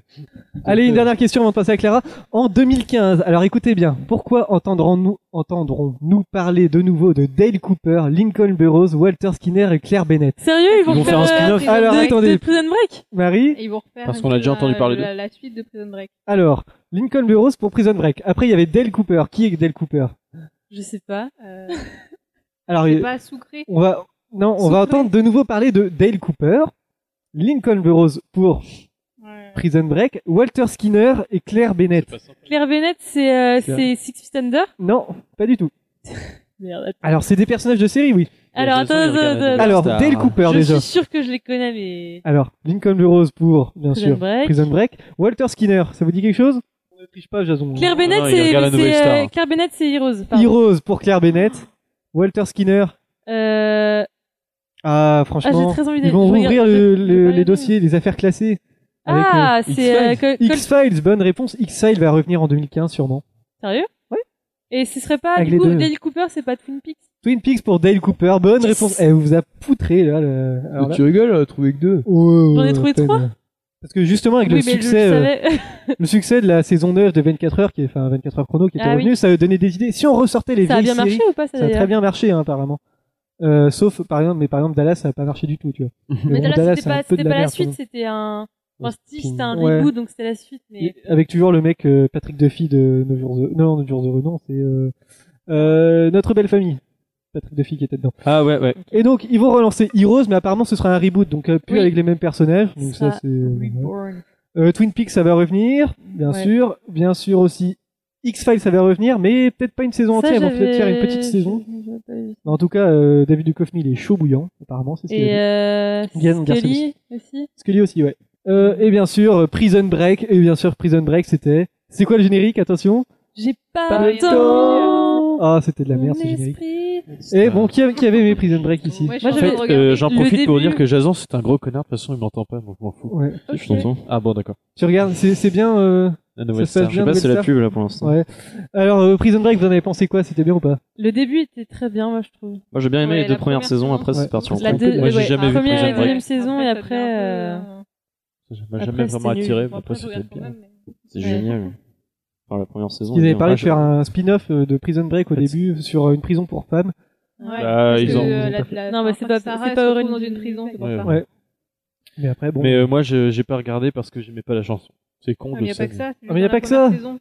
Speaker 2: Allez, une dernière question avant de passer à Clara. En 2015, alors écoutez bien, pourquoi entendrons-nous entendrons-nous parler de nouveau de Dale Cooper, Lincoln Burroughs, Walter Skinner et Claire Bennett
Speaker 6: Sérieux, ils vont,
Speaker 8: Ils vont faire un
Speaker 6: euh,
Speaker 8: spin-off.
Speaker 2: Alors,
Speaker 6: de-
Speaker 2: attendez.
Speaker 6: de Prison Break
Speaker 2: Marie
Speaker 7: Et ils vont refaire
Speaker 8: Parce
Speaker 7: un
Speaker 8: qu'on
Speaker 7: peu
Speaker 8: a déjà
Speaker 7: la-
Speaker 8: entendu parler
Speaker 7: la, la suite de Prison Break.
Speaker 2: Alors, Lincoln Burroughs pour Prison Break. Après, il y avait Dale Cooper. Qui est Dale Cooper
Speaker 6: Je sais pas.
Speaker 7: Euh,
Speaker 2: Ah, Alors,
Speaker 7: c'est
Speaker 2: il-
Speaker 7: pas sucré.
Speaker 2: On va, non, on
Speaker 7: Soufflez.
Speaker 2: va entendre de nouveau parler de Dale Cooper, Lincoln Burroughs pour
Speaker 7: Ouais.
Speaker 2: Prison Break, Walter Skinner et Claire Bennett.
Speaker 6: Claire Bennett, c'est euh, c'est Six Feet Under
Speaker 2: Non, pas du tout.
Speaker 6: Merde. attends.
Speaker 2: Alors, c'est des personnages de série, oui.
Speaker 6: Alors,
Speaker 8: Jason,
Speaker 6: attends,
Speaker 8: il regarde
Speaker 6: attends,
Speaker 8: la
Speaker 6: attends.
Speaker 8: télé.
Speaker 2: Alors,
Speaker 8: Star.
Speaker 2: Dale Cooper
Speaker 6: je
Speaker 2: déjà.
Speaker 6: suis sûr que je les connais, mais.
Speaker 2: Alors, Lincoln Burroughs pour, bien
Speaker 6: Prison
Speaker 2: sûr,
Speaker 6: Break.
Speaker 2: Prison Break, Walter Skinner, ça vous dit quelque chose On ne triche pas, Jason.
Speaker 6: Claire
Speaker 8: non,
Speaker 6: Bennett,
Speaker 8: il
Speaker 6: c'est
Speaker 8: regarde la nouvelle
Speaker 6: c'est,
Speaker 8: star.
Speaker 6: euh, Claire Bennett, c'est Heroes. pardon.
Speaker 2: Heroes pour Claire Bennett, Walter Skinner.
Speaker 6: Euh,
Speaker 2: Ah,
Speaker 6: Ah,
Speaker 2: franchement,
Speaker 6: j'ai très envie
Speaker 2: ils
Speaker 6: d'aller-
Speaker 2: vont
Speaker 6: je
Speaker 2: rouvrir
Speaker 6: regarde-
Speaker 2: le-
Speaker 6: je- je
Speaker 2: le-
Speaker 6: vais pas
Speaker 2: les
Speaker 6: regarder.
Speaker 2: dossiers, les affaires classées. avec,
Speaker 6: Ah,
Speaker 2: euh,
Speaker 6: c'est euh,
Speaker 2: X-Files.
Speaker 6: Col- Col-
Speaker 2: X-Files, bonne réponse. X-Files va revenir en 2015 sûrement.
Speaker 6: Sérieux
Speaker 2: Ouais.
Speaker 6: Et ce serait pas,
Speaker 2: Avec
Speaker 6: du
Speaker 2: les
Speaker 6: coup,
Speaker 2: deux.
Speaker 6: Dale Cooper, c'est pas Twin Peaks
Speaker 2: Twin Peaks pour Dale Cooper, bonne réponse. Eh, vous vous a poutré là. le- alors là-
Speaker 9: Tu rigoles,
Speaker 8: euh,
Speaker 9: on a trouvé que deux.
Speaker 2: Ouais,
Speaker 6: J'en ai
Speaker 2: ouais,
Speaker 6: trouvé
Speaker 2: à peine.
Speaker 6: trois.
Speaker 2: Parce que justement avec le
Speaker 6: Oui, mais je
Speaker 2: succès,
Speaker 6: le
Speaker 2: euh,
Speaker 6: savais.
Speaker 2: le, succès de la saison 9 de 24 heures qui est enfin 24 heures chrono qui était
Speaker 6: Ah oui.
Speaker 2: revenu, ça a donné des idées. Si on ressortait les
Speaker 6: ça a
Speaker 2: vieilles
Speaker 6: bien marché
Speaker 2: séries,
Speaker 6: ou pas, ça,
Speaker 2: ça a
Speaker 6: d'ailleurs
Speaker 2: très bien marché hein, apparemment. Euh, sauf par exemple, mais par exemple Dallas, ça a pas marché du tout, tu vois. Le
Speaker 6: Mais
Speaker 2: monde
Speaker 6: Dallas,
Speaker 2: c'est
Speaker 6: c'était
Speaker 2: un
Speaker 6: pas,
Speaker 2: peu de
Speaker 6: c'était pas la
Speaker 2: merde,
Speaker 6: suite,
Speaker 2: pardon.
Speaker 6: c'était un. Enfin, si, c'était un
Speaker 2: Ouais.
Speaker 6: reboot, donc c'était la suite, mais.
Speaker 2: Et Avec toujours le mec euh, Patrick Duffy de 9 jours heureux- non 9 jours heureux, non, c'est euh, euh, notre belle famille. Patrick Duffy qui était dedans.
Speaker 8: Ah ouais ouais.
Speaker 2: Et donc ils vont relancer Heroes, mais apparemment ce sera un reboot, donc euh, plus
Speaker 6: Oui.
Speaker 2: avec les mêmes personnages. Donc ça,
Speaker 6: Ça
Speaker 2: c'est euh, ouais.
Speaker 6: Reborn.
Speaker 2: Euh, Twin Peaks, ça va revenir, bien
Speaker 6: Ouais.
Speaker 2: sûr. Bien sûr aussi, X-Files, ça va revenir, mais peut-être pas une saison
Speaker 6: Ça,
Speaker 2: entière, ils vont peut-être
Speaker 6: j'avais-
Speaker 2: faire une petite saison.
Speaker 6: j'avais pas vu.
Speaker 2: Mais en tout cas, euh, David Duchovny, il est chaud bouillant, apparemment, c'est ce qu'il
Speaker 6: Et
Speaker 2: a dit.
Speaker 6: euh,
Speaker 2: Yann Garcelis.
Speaker 6: Scully aussi.
Speaker 2: Scully aussi, ouais. Euh, et bien sûr, euh, Prison Break, et bien sûr, Prison Break, c'était... C'est quoi le générique, attention
Speaker 6: J'ai
Speaker 2: Pas
Speaker 6: pas
Speaker 2: le
Speaker 6: le temps.
Speaker 2: Ah, c'était de la
Speaker 6: Ah, Mon
Speaker 2: merde, ce générique.
Speaker 6: esprit.
Speaker 2: Et bon, qui avait, qui avait aimé Prison Break ici
Speaker 7: Moi, je suis
Speaker 8: En
Speaker 6: Moi,
Speaker 7: en train
Speaker 8: fait,
Speaker 7: de regarder.
Speaker 8: euh, j'en
Speaker 6: le
Speaker 8: profite pour
Speaker 6: début.
Speaker 8: dire que Jason c'est un gros connard. De toute façon, il m'entend pas, donc je m'en fous.
Speaker 2: Ouais.
Speaker 6: Ok.
Speaker 8: Ah bon d'accord.
Speaker 2: Tu regardes, c'est c'est bien... euh,
Speaker 8: La nouvelle
Speaker 2: Ça se passe
Speaker 8: star. Je sais
Speaker 2: bien,
Speaker 8: pas,
Speaker 2: nouvelle
Speaker 8: c'est la
Speaker 2: star.
Speaker 8: pub là pour l'instant.
Speaker 2: Ouais. Alors, euh, Prison Break, vous en avez pensé quoi C'était bien ou pas
Speaker 6: Le début était très bien, moi, je trouve.
Speaker 8: Moi j'ai bien aimé
Speaker 7: Ouais,
Speaker 8: les deux
Speaker 7: la
Speaker 8: premières
Speaker 7: première
Speaker 8: saisons.
Speaker 7: saison.
Speaker 8: Après
Speaker 2: Ouais.
Speaker 8: c'est parti en
Speaker 6: La
Speaker 8: couille.
Speaker 6: deux-
Speaker 8: Moi j'ai
Speaker 6: ouais,
Speaker 8: jamais
Speaker 6: la
Speaker 8: vu
Speaker 6: première et
Speaker 8: Prison
Speaker 6: la
Speaker 8: Break.
Speaker 6: deuxième saison, et
Speaker 7: ça devient
Speaker 6: après,
Speaker 7: un peu, euh,
Speaker 8: Ça m'a
Speaker 6: après,
Speaker 8: jamais
Speaker 6: c'était
Speaker 8: vraiment
Speaker 6: nul.
Speaker 8: attiré.
Speaker 7: bon,
Speaker 8: mais Après
Speaker 7: après, je
Speaker 8: c'était
Speaker 7: regarde quand
Speaker 8: bien.
Speaker 7: même, mais-
Speaker 8: C'est
Speaker 6: Ouais.
Speaker 8: génial. Enfin la première saison.
Speaker 2: Ils avaient
Speaker 8: bien.
Speaker 2: parlé
Speaker 8: Ah,
Speaker 2: de faire un spin-off euh, de Prison Break au
Speaker 8: Peut-être.
Speaker 2: début sur euh, une prison pour femmes.
Speaker 7: Ouais,
Speaker 8: Bah,
Speaker 7: parce
Speaker 8: ils
Speaker 7: que,
Speaker 8: ont-
Speaker 7: euh,
Speaker 8: ils ont
Speaker 7: la-
Speaker 8: pas
Speaker 7: la-
Speaker 6: Non, mais
Speaker 7: enfin,
Speaker 6: c'est pas-
Speaker 7: Sarah,
Speaker 6: c'est
Speaker 7: elle
Speaker 6: pas
Speaker 7: se retrouve
Speaker 6: Aurélie.
Speaker 7: dans une prison, c'est pour
Speaker 8: Ouais.
Speaker 7: ça.
Speaker 2: Ouais. Mais après, bon.
Speaker 8: Mais euh, moi je- j'ai pas regardé parce que j'aimais pas la chanson. C'est con
Speaker 7: Ah,
Speaker 8: de
Speaker 7: mais y a
Speaker 8: ça.
Speaker 7: pas que ça. c'est
Speaker 2: Ah, mais y
Speaker 7: juste dans
Speaker 2: a pas
Speaker 7: la
Speaker 2: que
Speaker 7: première
Speaker 2: ça.
Speaker 7: saison.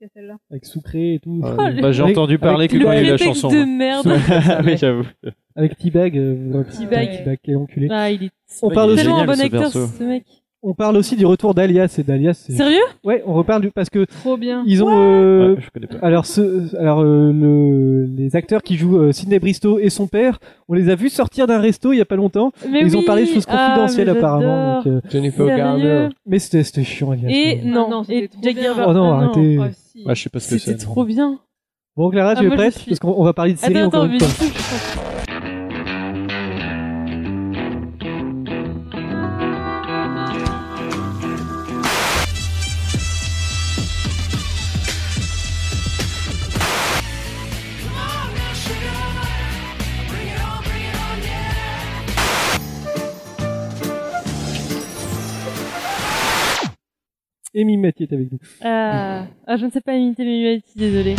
Speaker 7: Il y a celle-là.
Speaker 2: Avec Soucré et tout.
Speaker 8: mais- Bah, j'ai
Speaker 2: Avec-
Speaker 8: entendu parler
Speaker 2: avec
Speaker 8: que quand il y a eu
Speaker 6: Le
Speaker 8: la
Speaker 6: prétexte
Speaker 8: chanson.
Speaker 1: hein.
Speaker 6: de merde.
Speaker 8: Ah oui j'avoue.
Speaker 2: Avec T-Bag, euh, vous aurez-
Speaker 6: T-Bag.
Speaker 2: T-Bag, quel enculé.
Speaker 6: Ah, il est
Speaker 2: On parle,
Speaker 8: il est
Speaker 2: aussi,
Speaker 6: tellement un
Speaker 8: génial,
Speaker 6: bon
Speaker 8: ce
Speaker 6: acteur,
Speaker 8: perso.
Speaker 6: ce mec.
Speaker 2: on parle aussi du retour d'Alias et d'Alias. c'est-
Speaker 6: Sérieux
Speaker 2: Ouais, on reparle du, parce que
Speaker 7: Trop bien.
Speaker 2: ils ont, euh,
Speaker 8: Ouais, je connais pas.
Speaker 2: alors ce, alors euh, le, les acteurs qui jouent euh, Sidney Bristow et son père, on les a vus sortir d'un resto il y a pas longtemps.
Speaker 6: Mais
Speaker 2: ils ont
Speaker 6: oui,
Speaker 2: parlé de choses
Speaker 6: ah,
Speaker 2: confidentielles
Speaker 6: mais
Speaker 2: apparemment.
Speaker 6: j'adore.
Speaker 2: donc, euh,
Speaker 9: Jennifer Garner.
Speaker 6: Sérieux
Speaker 2: mais c'était, c'était chiant Alias.
Speaker 6: Et
Speaker 2: quoi.
Speaker 7: Ah
Speaker 6: non,
Speaker 7: non, c'était
Speaker 6: et
Speaker 7: trop
Speaker 6: Jack
Speaker 7: bien.
Speaker 6: Gyllenhaal.
Speaker 2: Oh non,
Speaker 6: Ah
Speaker 2: arrêtez.
Speaker 7: Ah, si.
Speaker 8: Ah, je sais pas ce que
Speaker 6: C'était
Speaker 8: c'est.
Speaker 6: trop bien.
Speaker 2: Bon Clara, tu
Speaker 6: Ah,
Speaker 2: es
Speaker 6: moi, je
Speaker 2: prête
Speaker 6: suis-
Speaker 2: parce qu'on on va parler de série
Speaker 6: Attends,
Speaker 2: encore
Speaker 6: attends, mais
Speaker 2: une fois.
Speaker 6: surtout, je pense-
Speaker 2: et Mimati est avec nous.
Speaker 6: Ah, ah, je ne sais pas imiter mes désolé.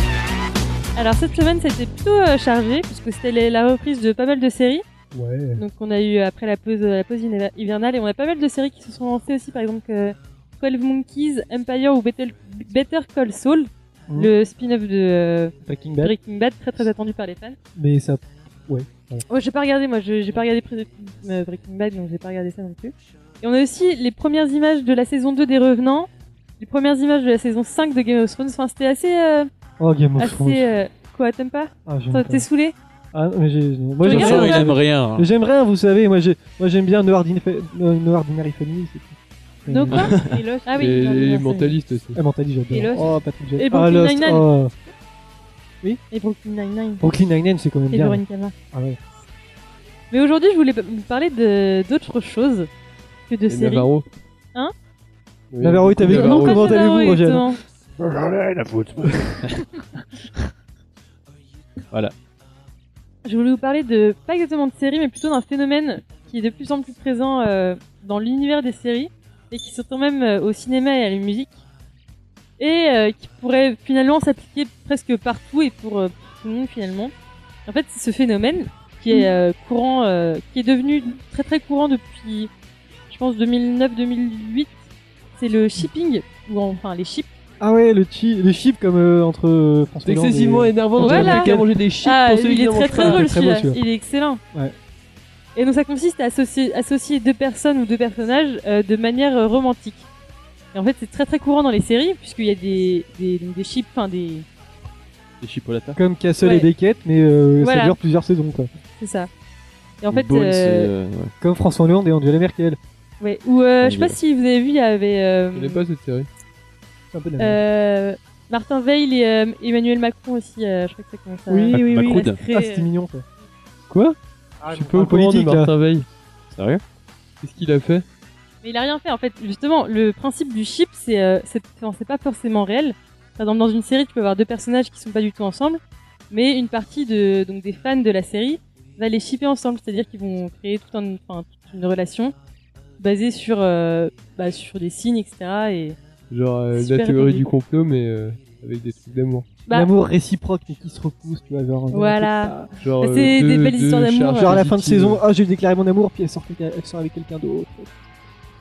Speaker 6: Alors cette semaine, ça a été plutôt euh, chargé puisque c'était les- la reprise de pas mal de séries.
Speaker 2: Ouais.
Speaker 6: Donc on a eu après la pause euh, la pause hiver- hivernale et on a pas mal de séries qui se sont lancées aussi par exemple euh, 12 Monkeys, Empire ou Better, Better Call Saul,
Speaker 2: Mhm.
Speaker 6: le spin-off de euh,
Speaker 2: Breaking Bad.
Speaker 6: Breaking Bad très très attendu par les fans.
Speaker 2: Mais ça. Ouais. voilà.
Speaker 6: Oh, j'ai pas regardé, moi, je- j'ai pas regardé Prison- euh, Breaking Bad, donc j'ai pas regardé ça non plus. Et on a aussi les premières images de la saison 2 des Revenants, les premières images de la saison 5 de Game of Thrones. Enfin, c'était assez. euh,
Speaker 2: Oh, Game of
Speaker 6: assez,
Speaker 2: Thrones.
Speaker 6: euh, quoi, t'aimes pas
Speaker 2: Ah, j'aime
Speaker 6: T'en-
Speaker 2: pas.
Speaker 6: T'es saoulé
Speaker 2: Ah, mais j'ai. Moi, j'aime
Speaker 6: Tu regardes
Speaker 2: bien-
Speaker 6: ou pas
Speaker 1: J'aime rien. hein.
Speaker 2: Mais J'aime rien, vous savez. Moi, j'ai- moi, j'aime bien euh, No Ordinary Fa- No- No Ordinary Family. c'est tout.
Speaker 6: No quoi Et Lost. Ah oui, Et No Ordinary
Speaker 9: Mentaliste
Speaker 2: aussi. Ah, Mentaliste,
Speaker 6: Et
Speaker 2: j'adore.
Speaker 6: Lost.
Speaker 2: Oh, Patrick Jackson.
Speaker 6: Et
Speaker 2: Ah,
Speaker 6: Brooklyn
Speaker 2: Lost,
Speaker 6: Nine-Nine.
Speaker 2: oh. Oui
Speaker 6: Et Brooklyn Nine-Nine.
Speaker 2: Brooklyn Nine-Nine, c'est quand même
Speaker 6: Et
Speaker 2: bien.
Speaker 6: Veronica Mars.
Speaker 2: Ah ouais.
Speaker 6: Mais aujourd'hui, je voulais pa- vous parler de- d'autre chose que
Speaker 2: Eh ben,
Speaker 6: de
Speaker 9: Et
Speaker 6: séries.
Speaker 9: Navarro.
Speaker 6: Hein
Speaker 9: Oui,
Speaker 2: Navarro est
Speaker 9: beaucoup de
Speaker 2: avec nous.
Speaker 9: Navarro.
Speaker 2: Comment allez-vous,
Speaker 6: Navarro,
Speaker 2: Roger
Speaker 6: exactement.
Speaker 4: la faute.
Speaker 8: Voilà.
Speaker 6: Je voulais vous parler de pas exactement de séries, mais plutôt d'un phénomène qui est de plus en plus présent euh, dans l'univers des séries et qui s'entend même euh, au cinéma et à la musique et euh, qui pourrait finalement s'appliquer presque partout et pour, euh, pour tout le monde finalement. En fait, c'est ce phénomène qui est euh, courant, euh, qui est devenu très très courant depuis, je pense, 2009-2008. C'est le shipping ou enfin les ships.
Speaker 2: Ah ouais, le, chi, le chip comme euh, entre euh, François
Speaker 9: C'est excessivement énervant dans un
Speaker 6: Voilà.
Speaker 9: truc à manger des chips
Speaker 6: Ah,
Speaker 9: pour celui
Speaker 6: il
Speaker 9: qui
Speaker 6: est
Speaker 9: n'en
Speaker 6: très
Speaker 9: mange
Speaker 6: très
Speaker 9: pas.
Speaker 2: C'est
Speaker 6: drôle
Speaker 2: très beau,
Speaker 6: celui-là.
Speaker 2: celui-là.
Speaker 6: Il est excellent.
Speaker 2: Ouais.
Speaker 6: Et donc ça consiste à associer, associer deux personnes ou deux personnages euh, de manière euh, romantique. Et en fait, c'est très très courant dans les séries puisqu'il y a des des donc des ships, enfin des
Speaker 8: Les chipolatas.
Speaker 2: Comme Castle
Speaker 6: Ouais.
Speaker 2: et Beckett, mais euh,
Speaker 6: Voilà.
Speaker 2: ça dure plusieurs saisons. Quoi.
Speaker 6: c'est ça. Et en fait,
Speaker 8: Bones,
Speaker 6: euh,
Speaker 8: euh, ouais.
Speaker 2: Comme François Hollande et Angela Merkel.
Speaker 6: ouais. Ou euh, je sais pas
Speaker 8: Angela.
Speaker 6: si vous avez vu, il y avait euh,
Speaker 9: Je connais pas cette série.
Speaker 2: C'est un peu de la merde.
Speaker 6: euh, Martin Veil et euh, Emmanuel Macron aussi. euh, je crois que ça commence à.
Speaker 2: oui, oui, oui.
Speaker 8: Macron.
Speaker 6: Très,
Speaker 2: Ah, c'était mignon. Quoi.
Speaker 9: Quoi
Speaker 2: Ah,
Speaker 9: Je suis pas au
Speaker 2: en
Speaker 9: courant de
Speaker 1: hein.
Speaker 2: politique, là.
Speaker 9: Martin Veil.
Speaker 8: Sérieux
Speaker 9: Qu'est-ce qu'il a fait
Speaker 6: Mais il a rien fait en fait. Justement, le principe du ship, c'est euh, c'est enfin, c'est pas forcément réel. Par exemple, dans une série, tu peux avoir deux personnages qui sont pas du tout ensemble, mais une partie de donc des fans de la série va les shipper ensemble, c'est-à-dire qu'ils vont créer tout un, enfin, toute une relation basée sur euh, bah, sur des signes, etc. Et
Speaker 9: Genre euh, la
Speaker 6: Super
Speaker 9: théorie
Speaker 6: étonnant.
Speaker 9: du complot, mais euh, avec des trucs d'amour.
Speaker 6: bah,
Speaker 2: L'amour réciproque mais qui se repousse, tu vois. Genre, euh,
Speaker 6: Voilà.
Speaker 9: Genre,
Speaker 6: Bah, c'est
Speaker 9: euh,
Speaker 6: des
Speaker 9: deux-
Speaker 6: belles
Speaker 9: deux
Speaker 6: histoires d'amour,
Speaker 9: charges
Speaker 6: ouais.
Speaker 2: genre à la fin de
Speaker 9: positives.
Speaker 2: saison, ah j'ai déclaré mon amour, puis elle sort, quelqu'un- elle sort avec quelqu'un d'autre.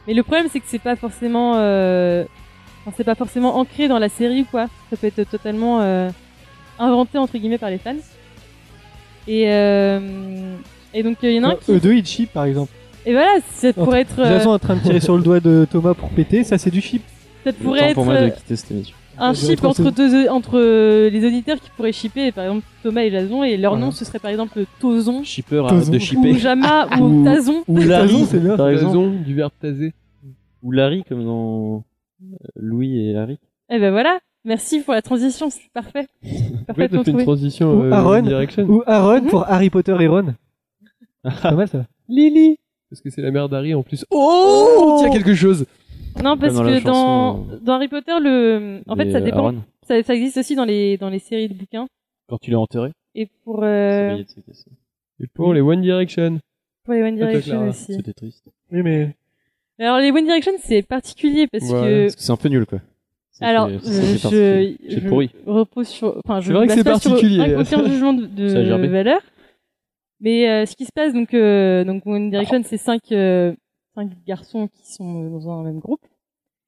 Speaker 6: Mais le problème, c'est que c'est pas forcément, euh... enfin, c'est pas forcément ancré dans la série, quoi. Ça peut être totalement euh, inventé entre guillemets par les fans. Et euh... et donc il y en a un qui.
Speaker 2: Bah, Eux deux, ils chip euh, par exemple.
Speaker 6: Et voilà, ça
Speaker 2: Entre-
Speaker 6: pourrait être, euh,
Speaker 2: Jason est en train de tirer sur le doigt de Thomas pour péter, ça c'est du chip.
Speaker 6: ça
Speaker 8: Le
Speaker 6: pourrait
Speaker 8: temps
Speaker 6: être
Speaker 8: pour moi
Speaker 6: euh,
Speaker 8: de quitter cette émission.
Speaker 6: un
Speaker 2: Ça doit
Speaker 6: chip
Speaker 2: être
Speaker 6: entre
Speaker 2: assez-
Speaker 6: deux, entre euh, les auditeurs qui pourraient shipper, par exemple Thomas et Jason, et leur nom ce serait par exemple Tozon
Speaker 8: Shipper
Speaker 2: Tozon.
Speaker 8: arrête de
Speaker 6: ou
Speaker 8: shipper.
Speaker 6: Jama ou
Speaker 8: Ou-
Speaker 6: Tazon.
Speaker 8: Ou Larry,
Speaker 2: Tazon, c'est bien.
Speaker 8: par exemple.
Speaker 9: Raison du verbe taser.
Speaker 8: Ou Larry, comme dans euh, Louis et Larry.
Speaker 6: Et ben voilà, merci pour la transition, c'est parfait.
Speaker 9: Pourquoi t'as
Speaker 6: Parfaitement
Speaker 9: fait une
Speaker 6: trouvé.
Speaker 9: transition
Speaker 2: Ou
Speaker 9: euh,
Speaker 2: Aaron.
Speaker 9: One Direction
Speaker 2: Ou Aaron
Speaker 6: Mhm.
Speaker 2: pour Harry Potter et Ron. C'est pas mal ça.
Speaker 9: Lily Parce que c'est la mère d'Harry en plus. Oh On tient quelque chose
Speaker 6: Non, parce
Speaker 8: dans la
Speaker 6: que
Speaker 8: chanson,
Speaker 6: dans,
Speaker 8: euh,
Speaker 6: dans Harry Potter, le, en fait,
Speaker 8: Et,
Speaker 6: ça
Speaker 8: euh,
Speaker 6: dépend.
Speaker 8: Aaron,
Speaker 6: Ça, ça existe aussi dans les, dans les séries de bouquins.
Speaker 8: quand il est enterré.
Speaker 6: Et pour, euh,
Speaker 8: c'est- c'est- c'est-
Speaker 9: Et pour Oh, les One Direction.
Speaker 6: pour les One
Speaker 9: Toi,
Speaker 6: Direction
Speaker 9: Clara,
Speaker 6: aussi.
Speaker 8: C'était triste.
Speaker 2: Oui, mais.
Speaker 6: Alors, les One Direction, c'est particulier parce
Speaker 9: Ouais.
Speaker 6: que,
Speaker 8: Parce que c'est un peu nul, quoi. Ça
Speaker 6: alors, euh,
Speaker 8: fait-
Speaker 6: je,
Speaker 8: ça fait particulier.
Speaker 6: je,
Speaker 8: C'est pourri.
Speaker 6: repose sur, enfin, je
Speaker 9: C'est vrai
Speaker 6: ne
Speaker 9: que
Speaker 6: base
Speaker 9: c'est
Speaker 6: pas sur
Speaker 9: particulier.
Speaker 6: un- aucun jugement de, de
Speaker 8: Ça a gerbé.
Speaker 6: valeur. Mais, euh, ce qui se passe, donc, euh, donc One Direction, c'est cinq, euh, cinq garçons qui sont euh, dans un même groupe.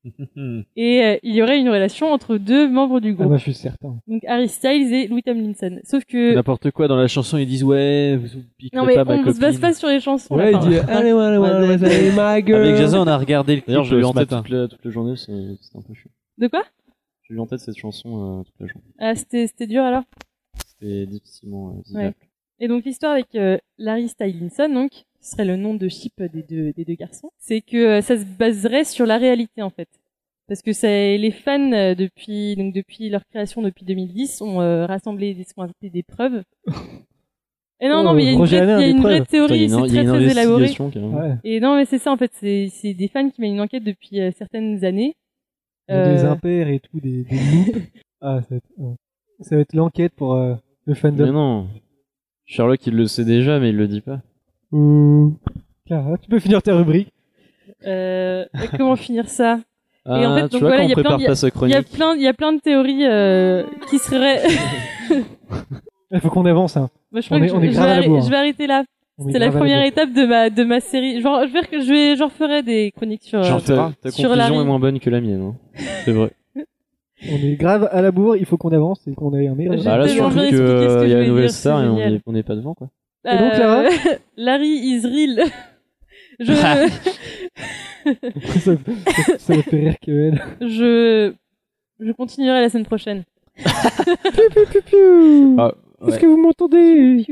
Speaker 1: Hmm.
Speaker 6: Et euh, il y aurait une relation entre deux membres du
Speaker 2: Ah
Speaker 6: groupe.
Speaker 2: bah je suis certain.
Speaker 6: Donc Harry Styles et Louis Tomlinson. Sauf que
Speaker 1: N'importe quoi dans la chanson, ils disent ouais, vous piquez
Speaker 6: Non mais
Speaker 1: pas ma
Speaker 6: on
Speaker 1: copine.
Speaker 6: se base pas sur les chansons.
Speaker 9: Ouais,
Speaker 6: là,
Speaker 9: il
Speaker 6: par
Speaker 9: dit
Speaker 6: contre.
Speaker 2: ah,
Speaker 9: Allez, allez, allez, allez, my girl
Speaker 1: Avec Jason, on a regardé le clip
Speaker 8: D'ailleurs, je l'ai
Speaker 1: euh,
Speaker 8: en
Speaker 1: ce
Speaker 8: tête
Speaker 1: matin.
Speaker 8: toute la, toute la journée, c'est- c'était un peu chiant.
Speaker 6: De quoi
Speaker 8: J'ai eu en tête cette chanson euh, toute la journée.
Speaker 6: Ah, c'était c'était dur alors.
Speaker 8: C'était difficilement euh,
Speaker 6: Ouais.
Speaker 8: visible.
Speaker 6: Et donc l'histoire avec euh, Larry Stylinson, donc ce serait le nom de ship des deux des deux garçons, c'est que euh, ça se baserait sur la réalité en fait. Parce que c'est les fans euh, depuis donc depuis leur création depuis 2010 ont euh, rassemblé des ont inventé des preuves. Et non
Speaker 2: Oh,
Speaker 6: non mais il y a une
Speaker 2: Roger
Speaker 6: vraie,
Speaker 2: Alain,
Speaker 6: il y a
Speaker 2: des
Speaker 6: une vraie
Speaker 2: preuves.
Speaker 8: Putain, il y a
Speaker 6: théorie,
Speaker 8: une-
Speaker 6: c'est
Speaker 8: il y a
Speaker 6: très
Speaker 8: une
Speaker 6: très élaboré.
Speaker 8: investigation, carrément.
Speaker 2: Ouais.
Speaker 6: Et non mais c'est ça en fait, c'est c'est des fans qui mènent une enquête depuis euh, certaines années.
Speaker 2: Des
Speaker 6: Euh,
Speaker 2: impairs et tout, des, des loupes. ah, ça va être, ouais. Ça va être l'enquête pour euh, le
Speaker 8: Mais
Speaker 2: fandom.
Speaker 8: non. Sherlock, il le sait déjà, mais il le dit pas.
Speaker 2: ah, Ouh. Clara, tu peux finir ta rubrique.
Speaker 6: Euh, comment finir ça et en
Speaker 8: Ah,
Speaker 6: fait,
Speaker 8: tu
Speaker 6: donc
Speaker 8: vois,
Speaker 6: voilà,
Speaker 8: quand on
Speaker 6: il y a plein
Speaker 8: prépare
Speaker 6: de-
Speaker 8: pas sa
Speaker 6: il y a
Speaker 8: chronique.
Speaker 6: plein, il y a plein de théories euh, qui seraient.
Speaker 2: Il faut qu'on avance. Hein.
Speaker 6: Moi, je crois
Speaker 2: on
Speaker 6: que
Speaker 2: est,
Speaker 6: je,
Speaker 2: on est
Speaker 6: je
Speaker 2: grave
Speaker 6: vais
Speaker 2: à la
Speaker 6: arrêter-
Speaker 2: bourre.
Speaker 6: je vais arrêter là.
Speaker 2: On est
Speaker 6: C'était la
Speaker 2: grave à
Speaker 6: première
Speaker 2: bourre.
Speaker 6: étape de ma de ma série. Genre, je vais rec- je vais j'en ferai des chroniques sur euh,
Speaker 8: Genre, ta, ta
Speaker 6: sur la
Speaker 8: conclusion est moins bonne que la mienne. hein. C'est vrai.
Speaker 2: On est grave à la bourre, il faut qu'on avance et qu'on ait un meilleur.
Speaker 8: Bah là, surtout qu'il y a
Speaker 6: voulais
Speaker 8: une nouvelle
Speaker 6: dire,
Speaker 8: star
Speaker 6: c'est
Speaker 8: et on
Speaker 6: génial.
Speaker 8: est- on n'est pas devant, quoi.
Speaker 2: Et donc, Clara
Speaker 6: euh, Larry is real. Je
Speaker 2: Ah. ça, ça- ça me fait rire que elle.
Speaker 6: je je continuerai la semaine prochaine.
Speaker 8: Ah,
Speaker 2: Est-ce
Speaker 8: ouais.
Speaker 2: que vous m'entendez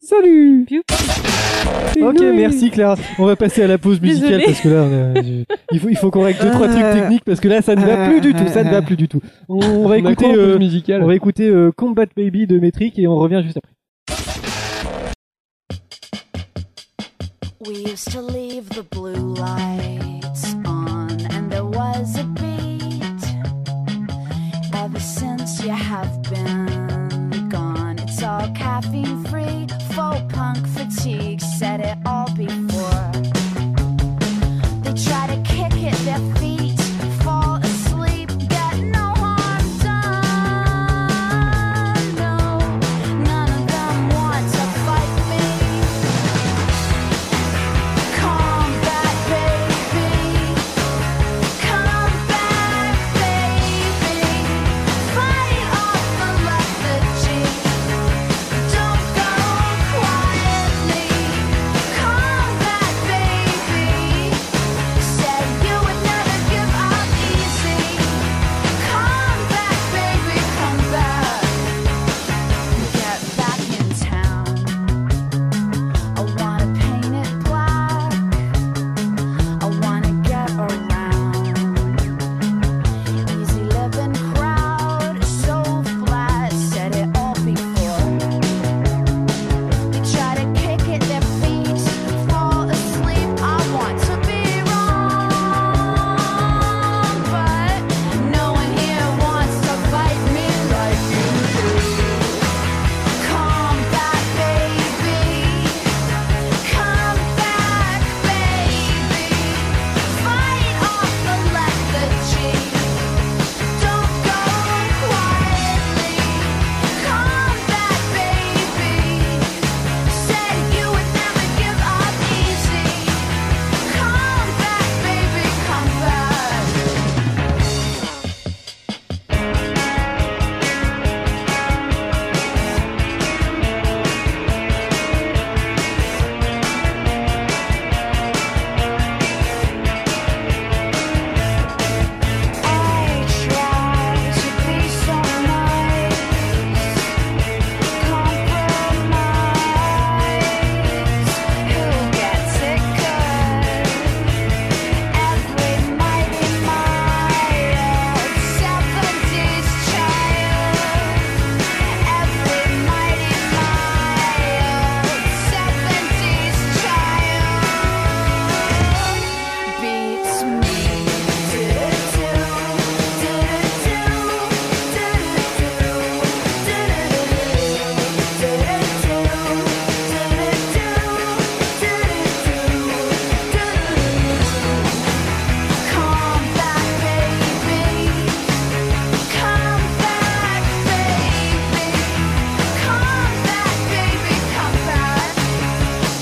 Speaker 2: Salut C'est
Speaker 6: Ok,
Speaker 2: Noé.
Speaker 6: merci,
Speaker 2: Clara. On va passer à la pause musicale
Speaker 6: Désolée.
Speaker 2: parce que là, on a- je- il faut, il faut qu'on règle deux trois trucs techniques parce que là, ça ne va plus du tout. Ça ne va plus du tout. On, on va
Speaker 9: On a quoi en
Speaker 2: écouter,
Speaker 9: pause
Speaker 2: euh, on va écouter euh, Combat Baby de Metric et on revient juste après.
Speaker 12: We used to leave the blue lights on, and there was a beat. Ever since you have been gone, it's all caffeine free, full punk fatigue. Said it all before. They try to kick it, their feet fall asleep, get no harm done. No, none of them want to fight me. Come back, baby. Come back, baby. Fight off the lethargy. Don't go quietly. Come back, baby. Said you would never give up easy. Come back, baby. Come back. Get back in town. I wanna paint it black. I wanna get around. Easy living crowd, so flat. Said it all before. They try to kick at their feet, fall asleep. I want to be wrong, but no one here wants to fight me like you do. Come back, baby. Come back, baby. Fight off the lethargy. Don't go quietly. Come back, baby. Said you would never give up easy. Come back, baby. Come back. I tried to be so nice, compromise. Who gets it good? Every mighty mile, seventies child. Every mighty mile, seventies child beats me. Come back, baby. Come back, baby. Come back, baby. Come back.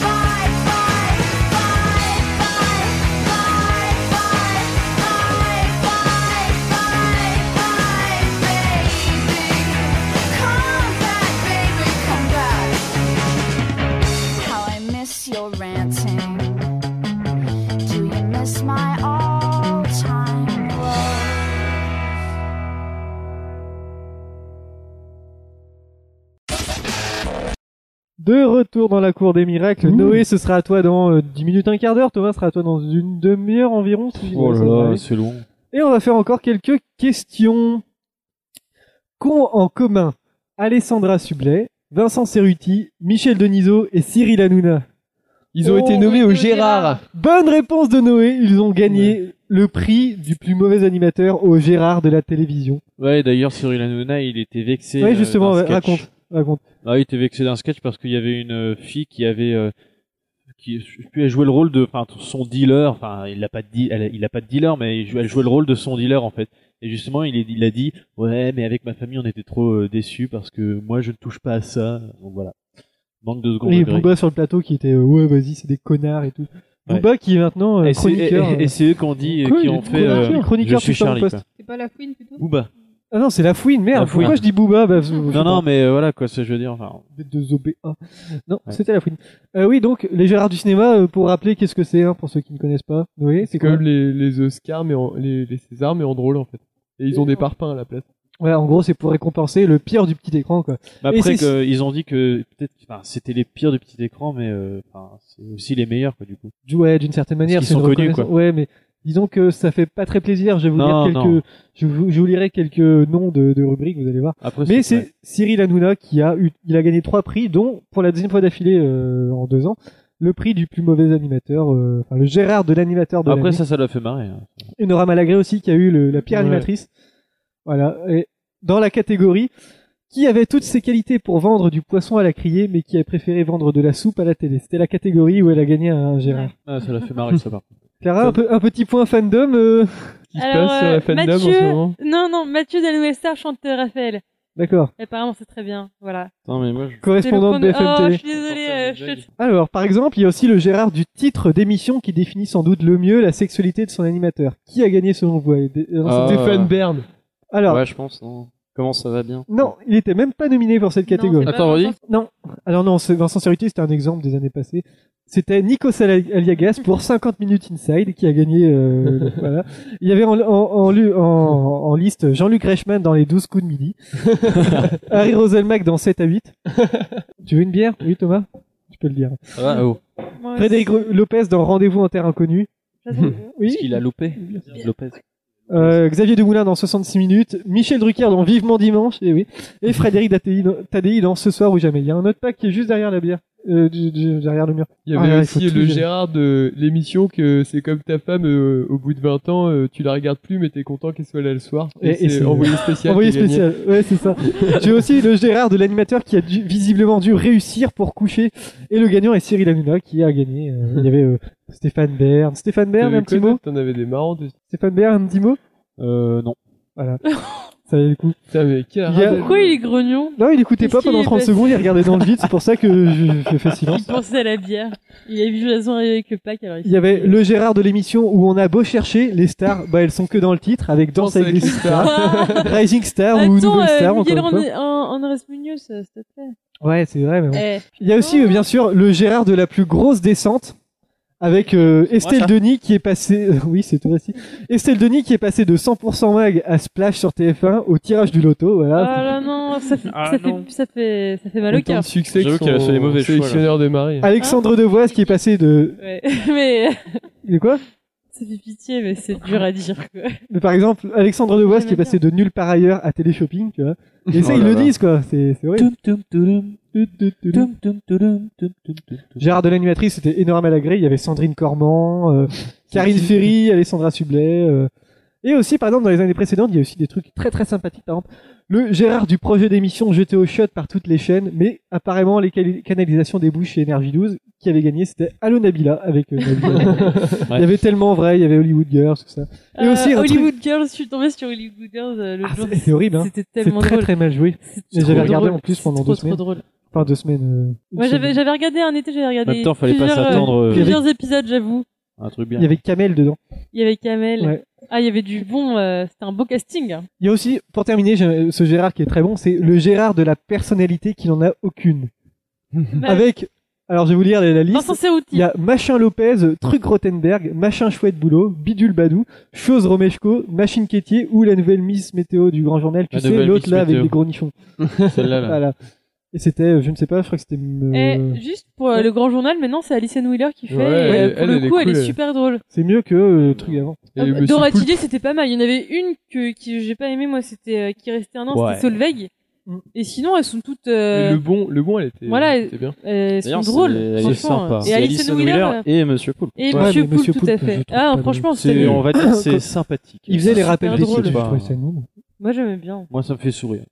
Speaker 12: Bye, bye, bye, bye. How I miss your ranting. Do you miss my all time love?
Speaker 2: De retour dans la cour des miracles, Noé, ce sera à toi dans euh, 10 minutes, un quart d'heure. Thomas sera à toi dans une demi-heure environ. si-
Speaker 8: Oh
Speaker 2: ça va
Speaker 8: là là,
Speaker 2: aller.
Speaker 8: c'est long.
Speaker 2: Et on va faire encore quelques questions. Qu'ont en commun Alessandra Sublet, Vincent Cerruti, Michel Denisot et Cyril Hanouna
Speaker 9: Ils
Speaker 1: Oh,
Speaker 9: ont
Speaker 6: Oh,
Speaker 9: été nommés au Gérard.
Speaker 2: Bonne réponse de Noé, ils ont gagné le prix du plus mauvais animateur au Gérard de la télévision.
Speaker 1: Ouais, d'ailleurs, Cyril Hanouna, il était vexé.
Speaker 2: ouais,
Speaker 1: euh,
Speaker 2: justement,
Speaker 1: d'un
Speaker 2: ouais,
Speaker 1: sketch.
Speaker 2: raconte, raconte.
Speaker 1: Ah, il était vexé d'un sketch parce qu'il y avait une euh, fille qui avait euh, qui puis elle jouait le rôle de enfin son dealer enfin il a pas de deal- elle, il a pas de dealer mais elle jouait, elle jouait le rôle de son dealer en fait et justement il, est- il a dit ouais mais avec ma famille on était trop euh, déçus parce que moi je ne touche pas à ça donc voilà manque de second
Speaker 2: Et
Speaker 1: degré.
Speaker 2: Booba sur le plateau qui était euh, ouais vas-y c'est des connards et tout.
Speaker 1: Ouais.
Speaker 2: Booba qui est maintenant euh,
Speaker 1: et c'est
Speaker 2: chroniqueur.
Speaker 1: et- et- et c'est eux qui ont dit
Speaker 2: Quoi,
Speaker 1: qui
Speaker 2: il est
Speaker 1: ont fait
Speaker 2: chroniqueur
Speaker 1: euh,
Speaker 2: Chroniqueur
Speaker 1: je suis
Speaker 2: tout le temps au
Speaker 1: Charlie
Speaker 2: poste.
Speaker 1: quoi.
Speaker 7: C'est pas la fouine plutôt
Speaker 1: Booba
Speaker 2: Ah non c'est la fouine merde.
Speaker 1: La Fouine.
Speaker 2: Pourquoi je dis Booba bah,
Speaker 1: non non mais euh, voilà quoi ce que je veux dire enfin
Speaker 2: de OB1. Non c'était la fouine. Euh, oui donc les Gérards du cinéma euh, pour rappeler qu'est-ce que c'est hein, pour ceux qui ne connaissent pas. Noé c'est
Speaker 9: C'est comme
Speaker 2: quoi
Speaker 9: les, les Oscars, mais en, les, les Césars, mais en drôle en fait. Et ils ont des parpaings à la place.
Speaker 2: Ouais en gros c'est pour récompenser le pire du petit écran quoi.
Speaker 1: Mais
Speaker 2: Et
Speaker 1: après,
Speaker 2: c'est-
Speaker 1: que, ils ont dit que peut-être, enfin, c'était les pires du petit écran, mais euh, enfin, c'est aussi les meilleurs, quoi, du coup.
Speaker 2: Du- Ouais, d'une certaine manière.
Speaker 1: Parce
Speaker 2: c'est
Speaker 1: qu'ils
Speaker 2: une
Speaker 1: sont connus,
Speaker 2: reconnaissance.
Speaker 1: quoi.
Speaker 2: Ouais, mais disons que ça fait pas très plaisir. Je vais vous
Speaker 1: Non,
Speaker 2: lire
Speaker 1: non.
Speaker 2: quelques, je vous, je vous lirai quelques noms de, de rubriques, vous allez voir.
Speaker 1: Après,
Speaker 2: mais
Speaker 1: c'est-
Speaker 2: c'est Cyril Hanouna qui a eu, il a gagné trois prix, dont pour la deuxième fois d'affilée euh, en deux ans, le prix du plus mauvais animateur, euh, enfin le Gérard de l'animateur de
Speaker 1: Après,
Speaker 2: l'année.
Speaker 1: ça, ça l'a fait marrer. hein.
Speaker 2: Et Nora Malagré aussi qui a eu le- la pire
Speaker 1: Ouais.
Speaker 2: animatrice. Voilà. Et dans la catégorie qui avait toutes ses qualités pour vendre du poisson à la criée, mais qui a préféré vendre de la soupe à la télé. C'était la catégorie où elle a gagné un Gérard.
Speaker 1: Ah, ça l'a fait marrer, ça, par contre.
Speaker 2: Clara, un, peu- un petit point fandom. euh,
Speaker 9: qui
Speaker 6: Alors,
Speaker 9: passe sur la
Speaker 6: euh,
Speaker 9: fandom en
Speaker 6: Mathieu...
Speaker 9: ce moment
Speaker 6: Non, non, Mathieu Dalouestar chante euh, Raphaël.
Speaker 2: D'accord.
Speaker 6: Et Apparemment, c'est très bien. Voilà.
Speaker 8: Non, mais moi, je...
Speaker 2: Correspondant de
Speaker 6: C'est le
Speaker 2: BFM
Speaker 6: chrono- Oh, je
Speaker 2: TV.
Speaker 6: suis désolée. euh, je te-
Speaker 2: Alors, par exemple, il y a aussi le Gérard du titre d'émission qui définit sans doute le mieux la sexualité de son animateur. Qui a gagné selon vous euh, des- euh, non,
Speaker 8: Ah,
Speaker 2: c'était-
Speaker 8: euh,
Speaker 9: Stéphane Bern.
Speaker 2: Alors,
Speaker 8: Ouais, je pense, non. Comment ça va bien
Speaker 2: non, il était même pas nominé pour cette catégorie.
Speaker 8: c'est pas Attends, redis. Vincent-
Speaker 2: Non. Alors non, c'est- Vincent Cerruti, c'était un exemple des années passées. C'était Nikos Ali- Aliagas pour 50 minutes inside qui a gagné. euh, voilà. Il y avait en, en, en lu- en- en liste Jean-Luc Reichmann dans les 12 coups de midi, Harry Roselmack dans 7 à 8. tu veux une bière Oui, Thomas. Tu peux le dire.
Speaker 8: Ah, oh.
Speaker 6: Moi aussi.
Speaker 2: Frédéric Lopez dans Rendez-vous en terre inconnue.
Speaker 1: Parce qu'il a loupé. Lopez.
Speaker 2: Euh, Xavier Demoulin dans 66 minutes, Michel Drucker dans Vivement Dimanche, et oui, et Frédéric Dattei dans- Tadei dans Ce soir ou jamais. Il y a un autre pack qui est juste derrière la bière, euh, du- du- derrière le mur.
Speaker 9: Il y avait
Speaker 2: Ah là,
Speaker 9: aussi
Speaker 2: faut tout
Speaker 9: le
Speaker 2: gérer.
Speaker 9: Gérard de l'émission que c'est comme ta femme euh, au bout de 20 ans, euh, tu la regardes plus mais t'es content qu'elle soit là le soir.
Speaker 2: Et- et c'est-
Speaker 9: c'est envoyé spécial.
Speaker 2: Envoyé
Speaker 9: qui a gagné.
Speaker 2: spécial, ouais c'est ça. J'ai aussi le Gérard de l'animateur qui a dû- visiblement dû réussir pour coucher, et le gagnant est Cyril Hanouna qui a gagné. Euh, il y avait euh, Stéphane Bern. Stéphane Bern,
Speaker 9: T'avais
Speaker 2: un petit
Speaker 9: quoi
Speaker 2: mot
Speaker 9: d'autre T'en avais des marrantes aussi.
Speaker 2: Stéphane Bern, un petit mot
Speaker 1: Euh, non.
Speaker 2: Voilà. Ça valait le coup.
Speaker 9: Putain, mais quel
Speaker 2: Il y a-
Speaker 9: radin.
Speaker 6: Pourquoi il est grognon
Speaker 2: Non, il écoutait pas
Speaker 6: Qu'est-ce
Speaker 2: pendant
Speaker 6: qu'il est
Speaker 2: 30
Speaker 6: passé
Speaker 2: secondes, il regardait dans le vide, c'est pour ça que je, je fais silence.
Speaker 6: Il pensait à la bière. Il a vu Jason arriver avec le pack. Alors
Speaker 2: Il y avait le Gérard de l'émission où on a beau chercher, les stars, bah elles sont que dans le titre avec Danse avec les stars, Rising Star ou
Speaker 6: Attends,
Speaker 2: Nouvelle Star
Speaker 6: euh, Miguel
Speaker 2: encore une fois. Ah.
Speaker 6: Ren- en- Andrés Munoz, euh, s'il te plaît.
Speaker 2: Ouais, c'est vrai. Mais bon.
Speaker 6: Eh,
Speaker 2: Il y a aussi euh, bien sûr le Gérard de la plus grosse descente avec euh, Estelle
Speaker 1: ça.
Speaker 2: Denis qui est passée euh, oui, c'est toi aussi. Estelle Denis qui est passée de 100% mag à Splash sur TF1 au tirage du loto,
Speaker 6: Ah
Speaker 2: voilà.
Speaker 6: là non, ça fait, ça,
Speaker 1: Ah, non.
Speaker 6: Fait, ça, fait, ça fait mal au
Speaker 9: Autant
Speaker 6: cœur.
Speaker 9: de succès que
Speaker 8: J'avoue qu'elle a fait les
Speaker 9: son
Speaker 8: mauvais choix, là.
Speaker 9: sélectionneur des maris.
Speaker 2: Ah.
Speaker 6: Ah,
Speaker 2: Alexandre Devoise qui est passé de
Speaker 6: Ouais. Mais euh,
Speaker 2: de quoi
Speaker 6: ça fait pitié, mais c'est dur à dire. Quoi.
Speaker 2: Mais par exemple, Alexandre Devoise qui est passé de nulle part ailleurs à télé-shopping, tu vois. Et ça,
Speaker 8: Oh
Speaker 2: ils
Speaker 8: là
Speaker 2: le
Speaker 8: là.
Speaker 2: disent, quoi. C'est c'est horrible. Gérard de l'animatrice, c'était énorme à la grille. Il y avait Sandrine Cormand, euh, Karine Ferry, Alessandra Sublet. euh. Et aussi, par exemple, dans les années précédentes, il y a aussi des trucs très très sympathiques. Par exemple, le Gérard du projet d'émission jeté au shot par toutes les chaînes, mais apparemment les cali- canalisations débouchent chez Énergie 12, qui avait gagné, c'était Allo Nabila avec euh, Nabila. Il y avait tellement vrai, il y avait Hollywood Girls, tout ça. Et
Speaker 6: Euh,
Speaker 2: aussi un truc-
Speaker 6: Hollywood Girls, je suis tombée sur Hollywood Girls euh, le
Speaker 2: Ah,
Speaker 6: jour.
Speaker 2: c'est- c'est horrible, hein.
Speaker 6: C'était
Speaker 2: C'est
Speaker 6: tellement
Speaker 2: très
Speaker 6: drôle.
Speaker 2: très mal joué.
Speaker 6: C'est
Speaker 2: Mais j'avais
Speaker 6: trop
Speaker 2: regardé
Speaker 6: drôle.
Speaker 2: en plus pendant
Speaker 6: C'est trop,
Speaker 2: deux
Speaker 6: trop
Speaker 2: semaines.
Speaker 6: drôle.
Speaker 2: Enfin, deux semaines. euh, une
Speaker 6: Moi, j'avais,
Speaker 2: semaine.
Speaker 6: j'avais regardé un été, j'avais regardé
Speaker 1: En même temps, fallait pas
Speaker 6: plusieurs, euh,
Speaker 1: s'attendre, euh,
Speaker 6: plusieurs épisodes, j'avoue.
Speaker 1: Un truc
Speaker 2: Il y
Speaker 1: bien.
Speaker 2: avait Kamel dedans.
Speaker 6: Il y avait Kamel.
Speaker 2: Ouais.
Speaker 6: Ah, il y avait du bon. euh, c'était un beau casting. hein.
Speaker 2: Il y a aussi, pour terminer, j'ai- ce Gérard qui est très bon, c'est le Gérard de la personnalité qui n'en a aucune. Avec, alors je vais vous lire la, la liste.
Speaker 6: Vincent Serruti.
Speaker 2: Il y a Machin Lopez, Truc Rottenberg, Machin Chouette Boulot, Bidule Badou, Chose Romeshko, Machine Quétier ou la nouvelle Miss Météo du Grand Journal, tu
Speaker 8: La
Speaker 2: sais,
Speaker 8: nouvelle
Speaker 2: l'autre
Speaker 8: Miss
Speaker 2: là avec
Speaker 8: Météo.
Speaker 2: des gros nichons.
Speaker 8: Celle-là, là.
Speaker 2: Voilà. Et c'était, euh, je ne sais pas, je crois que c'était...
Speaker 6: Et
Speaker 2: euh,
Speaker 6: juste pour euh, le grand journal, maintenant c'est Alison Wheeler qui fait.
Speaker 9: Ouais,
Speaker 6: et,
Speaker 9: elle-
Speaker 6: euh, pour
Speaker 9: elle,
Speaker 6: le
Speaker 9: elle est
Speaker 6: coup, elle
Speaker 9: cool,
Speaker 6: est
Speaker 9: elle.
Speaker 6: super drôle.
Speaker 2: C'est mieux que euh, le truc avant.
Speaker 9: Et Monsieur
Speaker 6: Dorothy
Speaker 9: Poulpe.
Speaker 6: Day, c'était pas mal. Il y en avait une que, qui j'ai pas aimé, moi, c'était euh, qui restait un an,
Speaker 1: Ouais.
Speaker 6: c'était Solveig.
Speaker 2: Mm.
Speaker 6: Et sinon, elles sont toutes.
Speaker 9: Mais
Speaker 6: euh,
Speaker 9: Le bon, le bon, elle était,
Speaker 6: Voilà.
Speaker 9: elle était bien.
Speaker 6: elles sont
Speaker 8: D'ailleurs,
Speaker 6: drôles.
Speaker 8: c'est- elle est
Speaker 6: franchement.
Speaker 8: sympa.
Speaker 6: Et
Speaker 8: C'est
Speaker 6: Alison Wheeler. euh,
Speaker 8: et Monsieur Poulpe.
Speaker 6: Et
Speaker 2: Ouais,
Speaker 6: Monsieur
Speaker 2: mais
Speaker 6: Poulpe,
Speaker 2: Monsieur
Speaker 6: tout
Speaker 2: Poulpe,
Speaker 6: à
Speaker 2: je
Speaker 6: fait.
Speaker 2: trouve
Speaker 6: Ah,
Speaker 2: pas
Speaker 6: franchement,
Speaker 1: C'est,
Speaker 6: c'était.
Speaker 1: on va dire, c'est sympathique.
Speaker 2: Il faisait les rappels
Speaker 6: super
Speaker 2: des
Speaker 6: drôle.
Speaker 2: sites, je trouvais ça nul.
Speaker 6: Moi, j'aimais bien.
Speaker 1: Moi, ça me fait sourire.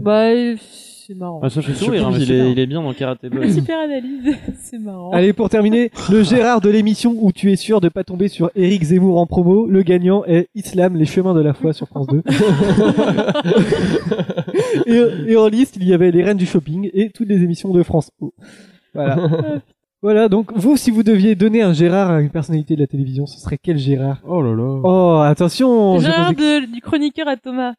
Speaker 6: Bah, euh, c'est marrant.
Speaker 8: Ah, ça fait sourire, hein, mais il, est, il est bien dans Karate Boy.
Speaker 6: Super analyse, c'est marrant.
Speaker 2: Allez, pour terminer, le Gérard de l'émission où tu es sûr de pas tomber sur Eric Zemmour en promo, le gagnant est Islam, les chemins de la foi sur France 2. et, et en liste, il y avait les reines du shopping et toutes les émissions de France O. Voilà. Voilà, donc vous, si vous deviez donner un Gérard à une personnalité de la télévision, ce serait quel Gérard
Speaker 1: Oh là là.
Speaker 2: Oh, attention je
Speaker 6: Gérard
Speaker 2: pensais que-
Speaker 6: de- du chroniqueur à Thomas.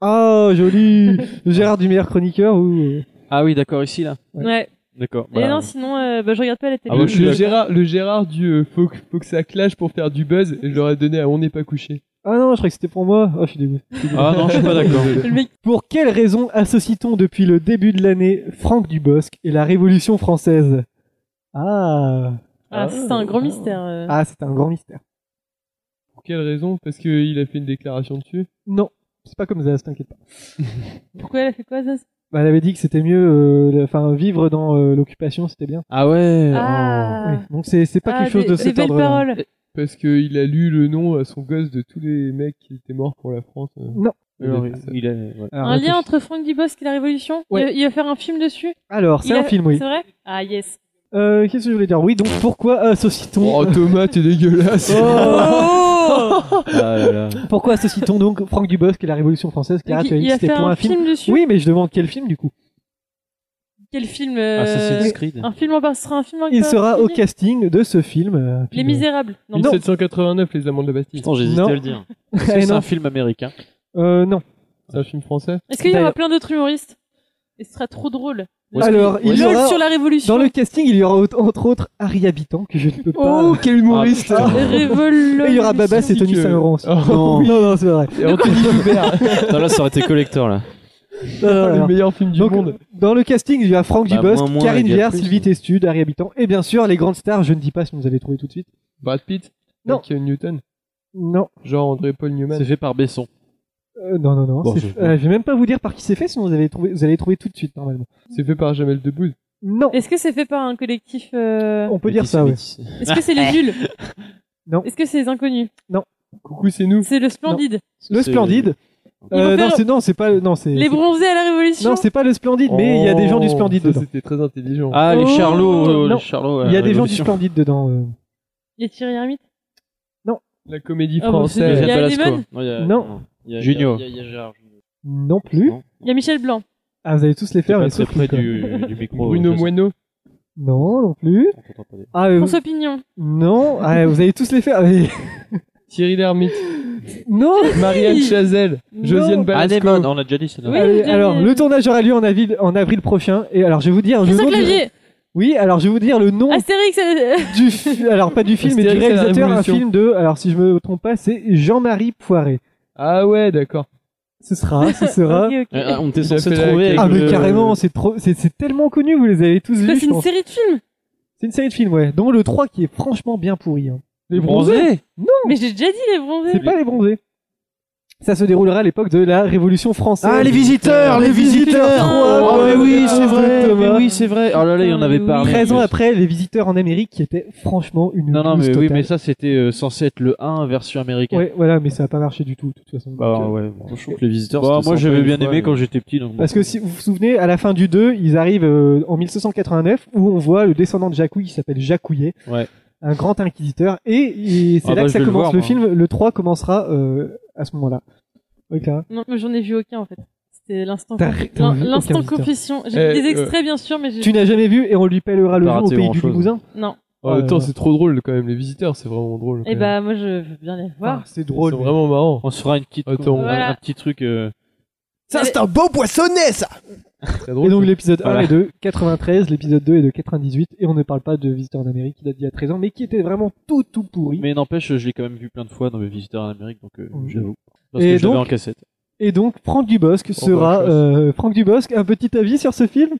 Speaker 2: Oh, joli Le Gérard du meilleur chroniqueur ou... euh,
Speaker 1: Ah oui, d'accord, ici là.
Speaker 6: Ouais.
Speaker 1: D'accord. ah,
Speaker 6: Et non, sinon, euh, bah, je regarde pas la télé.
Speaker 9: le, le Gérard, le Gérard du euh, faut, que, faut que ça clash pour faire du buzz, et je leur ai donné à On n'est pas couché.
Speaker 2: Ah non, je croyais que c'était pour moi. Oh, je suis dégoûté.
Speaker 9: Ah non, je suis pas d'accord.
Speaker 6: Le mec-
Speaker 2: Pour quelle raison associe-t-on depuis le début de l'année Franck Dubosc et la Révolution française Ah
Speaker 6: Ah, c'est un grand mystère. euh.
Speaker 2: Ah, c'est un grand mystère.
Speaker 9: Pour quelle raison Parce qu'il a fait une déclaration dessus
Speaker 2: Non, c'est pas comme ça, t'inquiète pas.
Speaker 6: Pourquoi elle a fait quoi, ça
Speaker 2: Bah, elle avait dit que c'était mieux, euh, la- enfin, vivre dans euh, l'occupation, c'était bien.
Speaker 1: Ah ouais
Speaker 6: Ah.
Speaker 2: Euh, Oui, donc c'est c'est pas
Speaker 6: Ah,
Speaker 2: quelque chose
Speaker 6: des-
Speaker 2: de
Speaker 6: des
Speaker 2: cet
Speaker 6: belles
Speaker 2: ordre-là.
Speaker 6: paroles.
Speaker 9: Parce qu'il a lu le nom à son gosse de tous les mecs qui étaient morts pour la France. euh.
Speaker 2: Non.
Speaker 9: Alors,
Speaker 1: Il-
Speaker 9: ça-
Speaker 1: il a- ouais.
Speaker 2: Alors,
Speaker 6: Un lien
Speaker 2: réfléchis.
Speaker 6: entre Franck Dubosc et la Révolution
Speaker 2: Ouais.
Speaker 6: il, va, il va faire un film dessus
Speaker 2: Alors, c'est
Speaker 6: Il
Speaker 2: un
Speaker 6: a-
Speaker 2: film, oui.
Speaker 6: C'est vrai Ah, yes.
Speaker 2: Euh, Qu'est-ce que je voulais dire Oui, donc pourquoi associe-t-on
Speaker 9: Oh Thomas, t'es dégueulasse
Speaker 6: Oh
Speaker 8: Ah là là.
Speaker 2: Pourquoi associe-t-on donc Franck Dubosc et la Révolution française Clara,
Speaker 6: Donc,
Speaker 2: tu as
Speaker 6: il,
Speaker 2: dit
Speaker 6: il
Speaker 2: que
Speaker 6: a
Speaker 2: c'était
Speaker 6: fait
Speaker 2: pour
Speaker 6: un,
Speaker 2: un
Speaker 6: film, dessus
Speaker 2: Oui, mais je demande quel film du coup
Speaker 6: Quel film
Speaker 2: Ah,
Speaker 6: euh,
Speaker 8: Assassin's Creed.
Speaker 6: Un film en part- ce sera un film en
Speaker 2: Il
Speaker 6: part-
Speaker 2: sera
Speaker 6: particulier
Speaker 2: au casting de ce film. euh,
Speaker 6: Les
Speaker 2: film-
Speaker 6: Misérables. Non.
Speaker 9: 1789, les Amants de la Bastille.
Speaker 8: Putain, j'hésitais
Speaker 2: Non.
Speaker 8: à le dire.
Speaker 2: Eh
Speaker 1: Est-ce que c'est
Speaker 2: non.
Speaker 1: un film américain.
Speaker 2: Euh, non.
Speaker 9: C'est un film français
Speaker 6: Est-ce qu'il y aura
Speaker 2: D'ailleurs-
Speaker 6: plein d'autres humoristes Et ce sera trop drôle.
Speaker 1: Où est-ce
Speaker 2: Alors,
Speaker 1: qu'il-
Speaker 2: il y
Speaker 6: LOL
Speaker 2: aura
Speaker 6: sur la Révolution.
Speaker 2: dans le casting, il y aura aut- entre autres Harry Habitant que je ne peux pas.
Speaker 9: Oh, quel humoriste
Speaker 6: Révol-
Speaker 2: Et il y aura Baba, c'est Tony
Speaker 9: que-
Speaker 2: Saint Laurent. aussi.
Speaker 9: Oh,
Speaker 2: non, hein. non, non, c'est vrai.
Speaker 9: Et Anthony Joubert,
Speaker 8: Putain, là, ça aurait été collector là.
Speaker 2: Non, non, non.
Speaker 9: le meilleur film du
Speaker 2: Donc,
Speaker 9: monde.
Speaker 2: dans le casting, il y a Franck
Speaker 8: Bah,
Speaker 2: Dubosc,
Speaker 8: moins, moins,
Speaker 2: Karine
Speaker 8: il y a
Speaker 2: Viard,
Speaker 8: plus.
Speaker 2: Sylvie Testud, Harry Habitant, et bien sûr les grandes stars. Je ne dis pas si vous allez trouver tout de suite.
Speaker 9: Brad Pitt
Speaker 2: Non.
Speaker 9: Michael Newton
Speaker 2: Non,
Speaker 9: Genre André-Paul Newman
Speaker 1: C'est fait par Besson.
Speaker 2: Euh, non, non, non.
Speaker 1: Bon,
Speaker 2: c'est-
Speaker 1: je-
Speaker 2: euh, je vais même pas vous dire par qui c'est fait, sinon vous allez trouver, vous allez trouver tout de suite normalement.
Speaker 9: C'est fait par Jamel Debbouze
Speaker 2: Non,
Speaker 6: Est-ce que c'est fait par un collectif euh,
Speaker 2: on peut dire ça. Ouais.
Speaker 6: Est-ce que c'est les nuls
Speaker 2: Oh. Non.
Speaker 6: Est-ce que c'est les inconnus
Speaker 9: Coucou, c'est nous
Speaker 6: C'est le splendide.
Speaker 2: Le Splendide.
Speaker 6: Ils
Speaker 2: Euh,
Speaker 6: vont
Speaker 2: non,
Speaker 6: faire
Speaker 2: c'est non, c'est pas non, c'est
Speaker 6: Les
Speaker 2: c'est-
Speaker 6: bronzés à la Révolution
Speaker 2: non, c'est pas le Splendide, mais il y a des gens du
Speaker 9: Oh,
Speaker 2: Splendide
Speaker 9: ça,
Speaker 2: dedans.
Speaker 9: C'était très intelligent.
Speaker 1: Ah, les
Speaker 6: Oh.
Speaker 1: Charlots. euh,
Speaker 2: Non.
Speaker 1: les Charlots,
Speaker 2: Il y a des gens du
Speaker 1: Révolution.
Speaker 2: Splendide dedans. euh.
Speaker 6: Il y a Thierry Hermite
Speaker 9: La comédie
Speaker 6: Ah, bon, c'est
Speaker 9: française.
Speaker 6: Il y a
Speaker 8: Tabasco.
Speaker 6: Lemon
Speaker 8: Non. il y a-
Speaker 2: Non.
Speaker 8: Il y a-
Speaker 1: Junio.
Speaker 8: il y a- il y a Gérard Junio.
Speaker 2: Non plus.
Speaker 8: Non.
Speaker 6: Il y a Michel Blanc.
Speaker 2: Ah, vous allez tous les
Speaker 1: T'es
Speaker 2: faire.
Speaker 1: pas
Speaker 2: mais
Speaker 1: très
Speaker 2: sauf lui,
Speaker 1: près
Speaker 2: quoi.
Speaker 1: du, du micro.
Speaker 9: Bruno
Speaker 1: euh,
Speaker 9: Moineau.
Speaker 2: Non, non plus.
Speaker 1: on t'entend pas bien.
Speaker 2: Ah, euh,
Speaker 6: François Pignon.
Speaker 2: non. Ah, vous allez tous les faire. mais-
Speaker 9: Thierry Lhermitte.
Speaker 2: non.
Speaker 9: Marianne Chazelle.
Speaker 2: Non.
Speaker 9: Josiane Balasco.
Speaker 1: Anémone, on a déjà dit ça. Ah, non
Speaker 6: Oh. Oui,
Speaker 2: Allez,
Speaker 6: j'ai-
Speaker 2: alors, le tournage aura lieu en avril, en avril prochain. Et alors, je vais vous dire. Je vais
Speaker 6: Vincent
Speaker 2: vous dire-
Speaker 6: Clavier.
Speaker 2: Oui, alors je vais vous dire le nom
Speaker 6: Astérix. euh,
Speaker 2: du, fi- alors pas du film, mais du
Speaker 9: Astérix et la
Speaker 2: réalisateur. Un
Speaker 9: Révolution.
Speaker 2: film de, alors si je me trompe pas, c'est Jean-Marie Poiré.
Speaker 9: Ah ouais, d'accord.
Speaker 2: Ce sera, ce sera.
Speaker 6: ok, ok.
Speaker 8: Euh, On était
Speaker 9: Il a
Speaker 8: censé
Speaker 9: fait la-
Speaker 8: trouver. avec
Speaker 2: Ah mais
Speaker 8: le-
Speaker 2: carrément, c'est trop, c'est c'est tellement connu, vous les avez tous
Speaker 6: Quoi,
Speaker 2: vus,
Speaker 6: C'est
Speaker 2: je
Speaker 6: une
Speaker 2: pense.
Speaker 6: série de films
Speaker 2: C'est une série de films, ouais, dont le 3 qui est franchement bien pourri. hein.
Speaker 9: Les
Speaker 1: Bronzés
Speaker 6: Mais j'ai déjà dit les bronzés.
Speaker 2: C'est pas les bronzés. Ça se déroulera à l'époque de la Révolution française.
Speaker 1: Ah, les visiteurs, les visiteurs.
Speaker 2: Trois,
Speaker 1: Oh, mais oui,
Speaker 2: Thomas.
Speaker 1: c'est vrai. Mais
Speaker 2: Thomas.
Speaker 1: oui, c'est vrai. Oh là là, il y en avait parlé.
Speaker 2: 13 ans
Speaker 1: en plus.
Speaker 2: après, les visiteurs en Amérique qui était franchement une
Speaker 1: Non, non,
Speaker 2: loose
Speaker 1: mais oui,
Speaker 2: totale.
Speaker 1: mais ça, c'était euh, censé être le 1 version américaine.
Speaker 2: Ouais, voilà, mais ça a pas marché du tout, de toute façon.
Speaker 1: Bah,
Speaker 2: Donc, euh,
Speaker 1: ouais. bon.
Speaker 8: Je trouve que les visiteurs.
Speaker 1: Bah,
Speaker 8: c'était sympa
Speaker 1: moi, j'avais
Speaker 8: une
Speaker 1: bien
Speaker 8: fois, euh.
Speaker 1: aimé
Speaker 8: mais-
Speaker 1: quand j'étais petit. donc bon.
Speaker 2: Parce que si vous vous souvenez, à la fin du 2, ils arrivent euh, en 1789 où on voit le descendant de Jacouille qui s'appelle Jacouillet,
Speaker 1: Ouais.
Speaker 2: un grand inquisiteur, et, et c'est
Speaker 1: Ah
Speaker 2: là
Speaker 1: bah,
Speaker 2: que
Speaker 1: je
Speaker 2: ça
Speaker 1: vais le
Speaker 2: commence
Speaker 1: voir,
Speaker 2: le
Speaker 1: moi.
Speaker 2: film. Le 3 commencera euh, à ce moment-là. Oui, Clara.
Speaker 6: Non, mais j'en ai vu aucun en fait. C'était l'instant
Speaker 2: T'as-
Speaker 6: confi-
Speaker 2: t'en as vu
Speaker 6: l'in- l'instant
Speaker 2: aucun, putain.
Speaker 6: confession. J'ai
Speaker 9: Eh,
Speaker 6: vu des
Speaker 9: euh,
Speaker 6: extraits bien sûr, mais j'ai
Speaker 2: Tu n'as jamais vu et on lui pèlera le
Speaker 8: Pas
Speaker 2: jour au
Speaker 8: raté
Speaker 2: pays du
Speaker 8: grand-chose.
Speaker 2: Limousin
Speaker 6: non.
Speaker 9: En même
Speaker 2: Euh,
Speaker 9: temps, Oh, c'est trop drôle quand même. Les visiteurs, c'est vraiment drôle.
Speaker 6: Eh
Speaker 9: quand
Speaker 6: bah moi je veux bien les voir.
Speaker 2: Ah, c'est
Speaker 9: même. Ils
Speaker 2: drôle.
Speaker 9: sont vraiment marrants.
Speaker 1: On se fera une petite,
Speaker 9: Attends.
Speaker 1: un-
Speaker 6: Voilà.
Speaker 1: un petit truc. euh,
Speaker 11: Ça, c'est un beau poissonnet, ça
Speaker 9: Très
Speaker 2: Et
Speaker 9: drôle.
Speaker 2: donc l'épisode 1
Speaker 1: Voilà.
Speaker 2: est de 93, l'épisode 2 est de 98, et on ne parle pas de Visiteurs d'Amérique qui date d'il y a 13 ans, mais qui était vraiment tout tout pourri.
Speaker 1: Mais n'empêche, je l'ai quand même vu plein de fois dans mes visiteurs en Amérique, donc euh,
Speaker 2: Mm.
Speaker 1: j'avoue. Parce
Speaker 2: Et
Speaker 1: que je l'avais
Speaker 2: donc-
Speaker 1: en cassette.
Speaker 2: Et donc Franck
Speaker 1: Oh,
Speaker 2: Dubosc sera...
Speaker 9: bah, chose.
Speaker 2: euh, Franck Dubosc, un petit avis sur ce film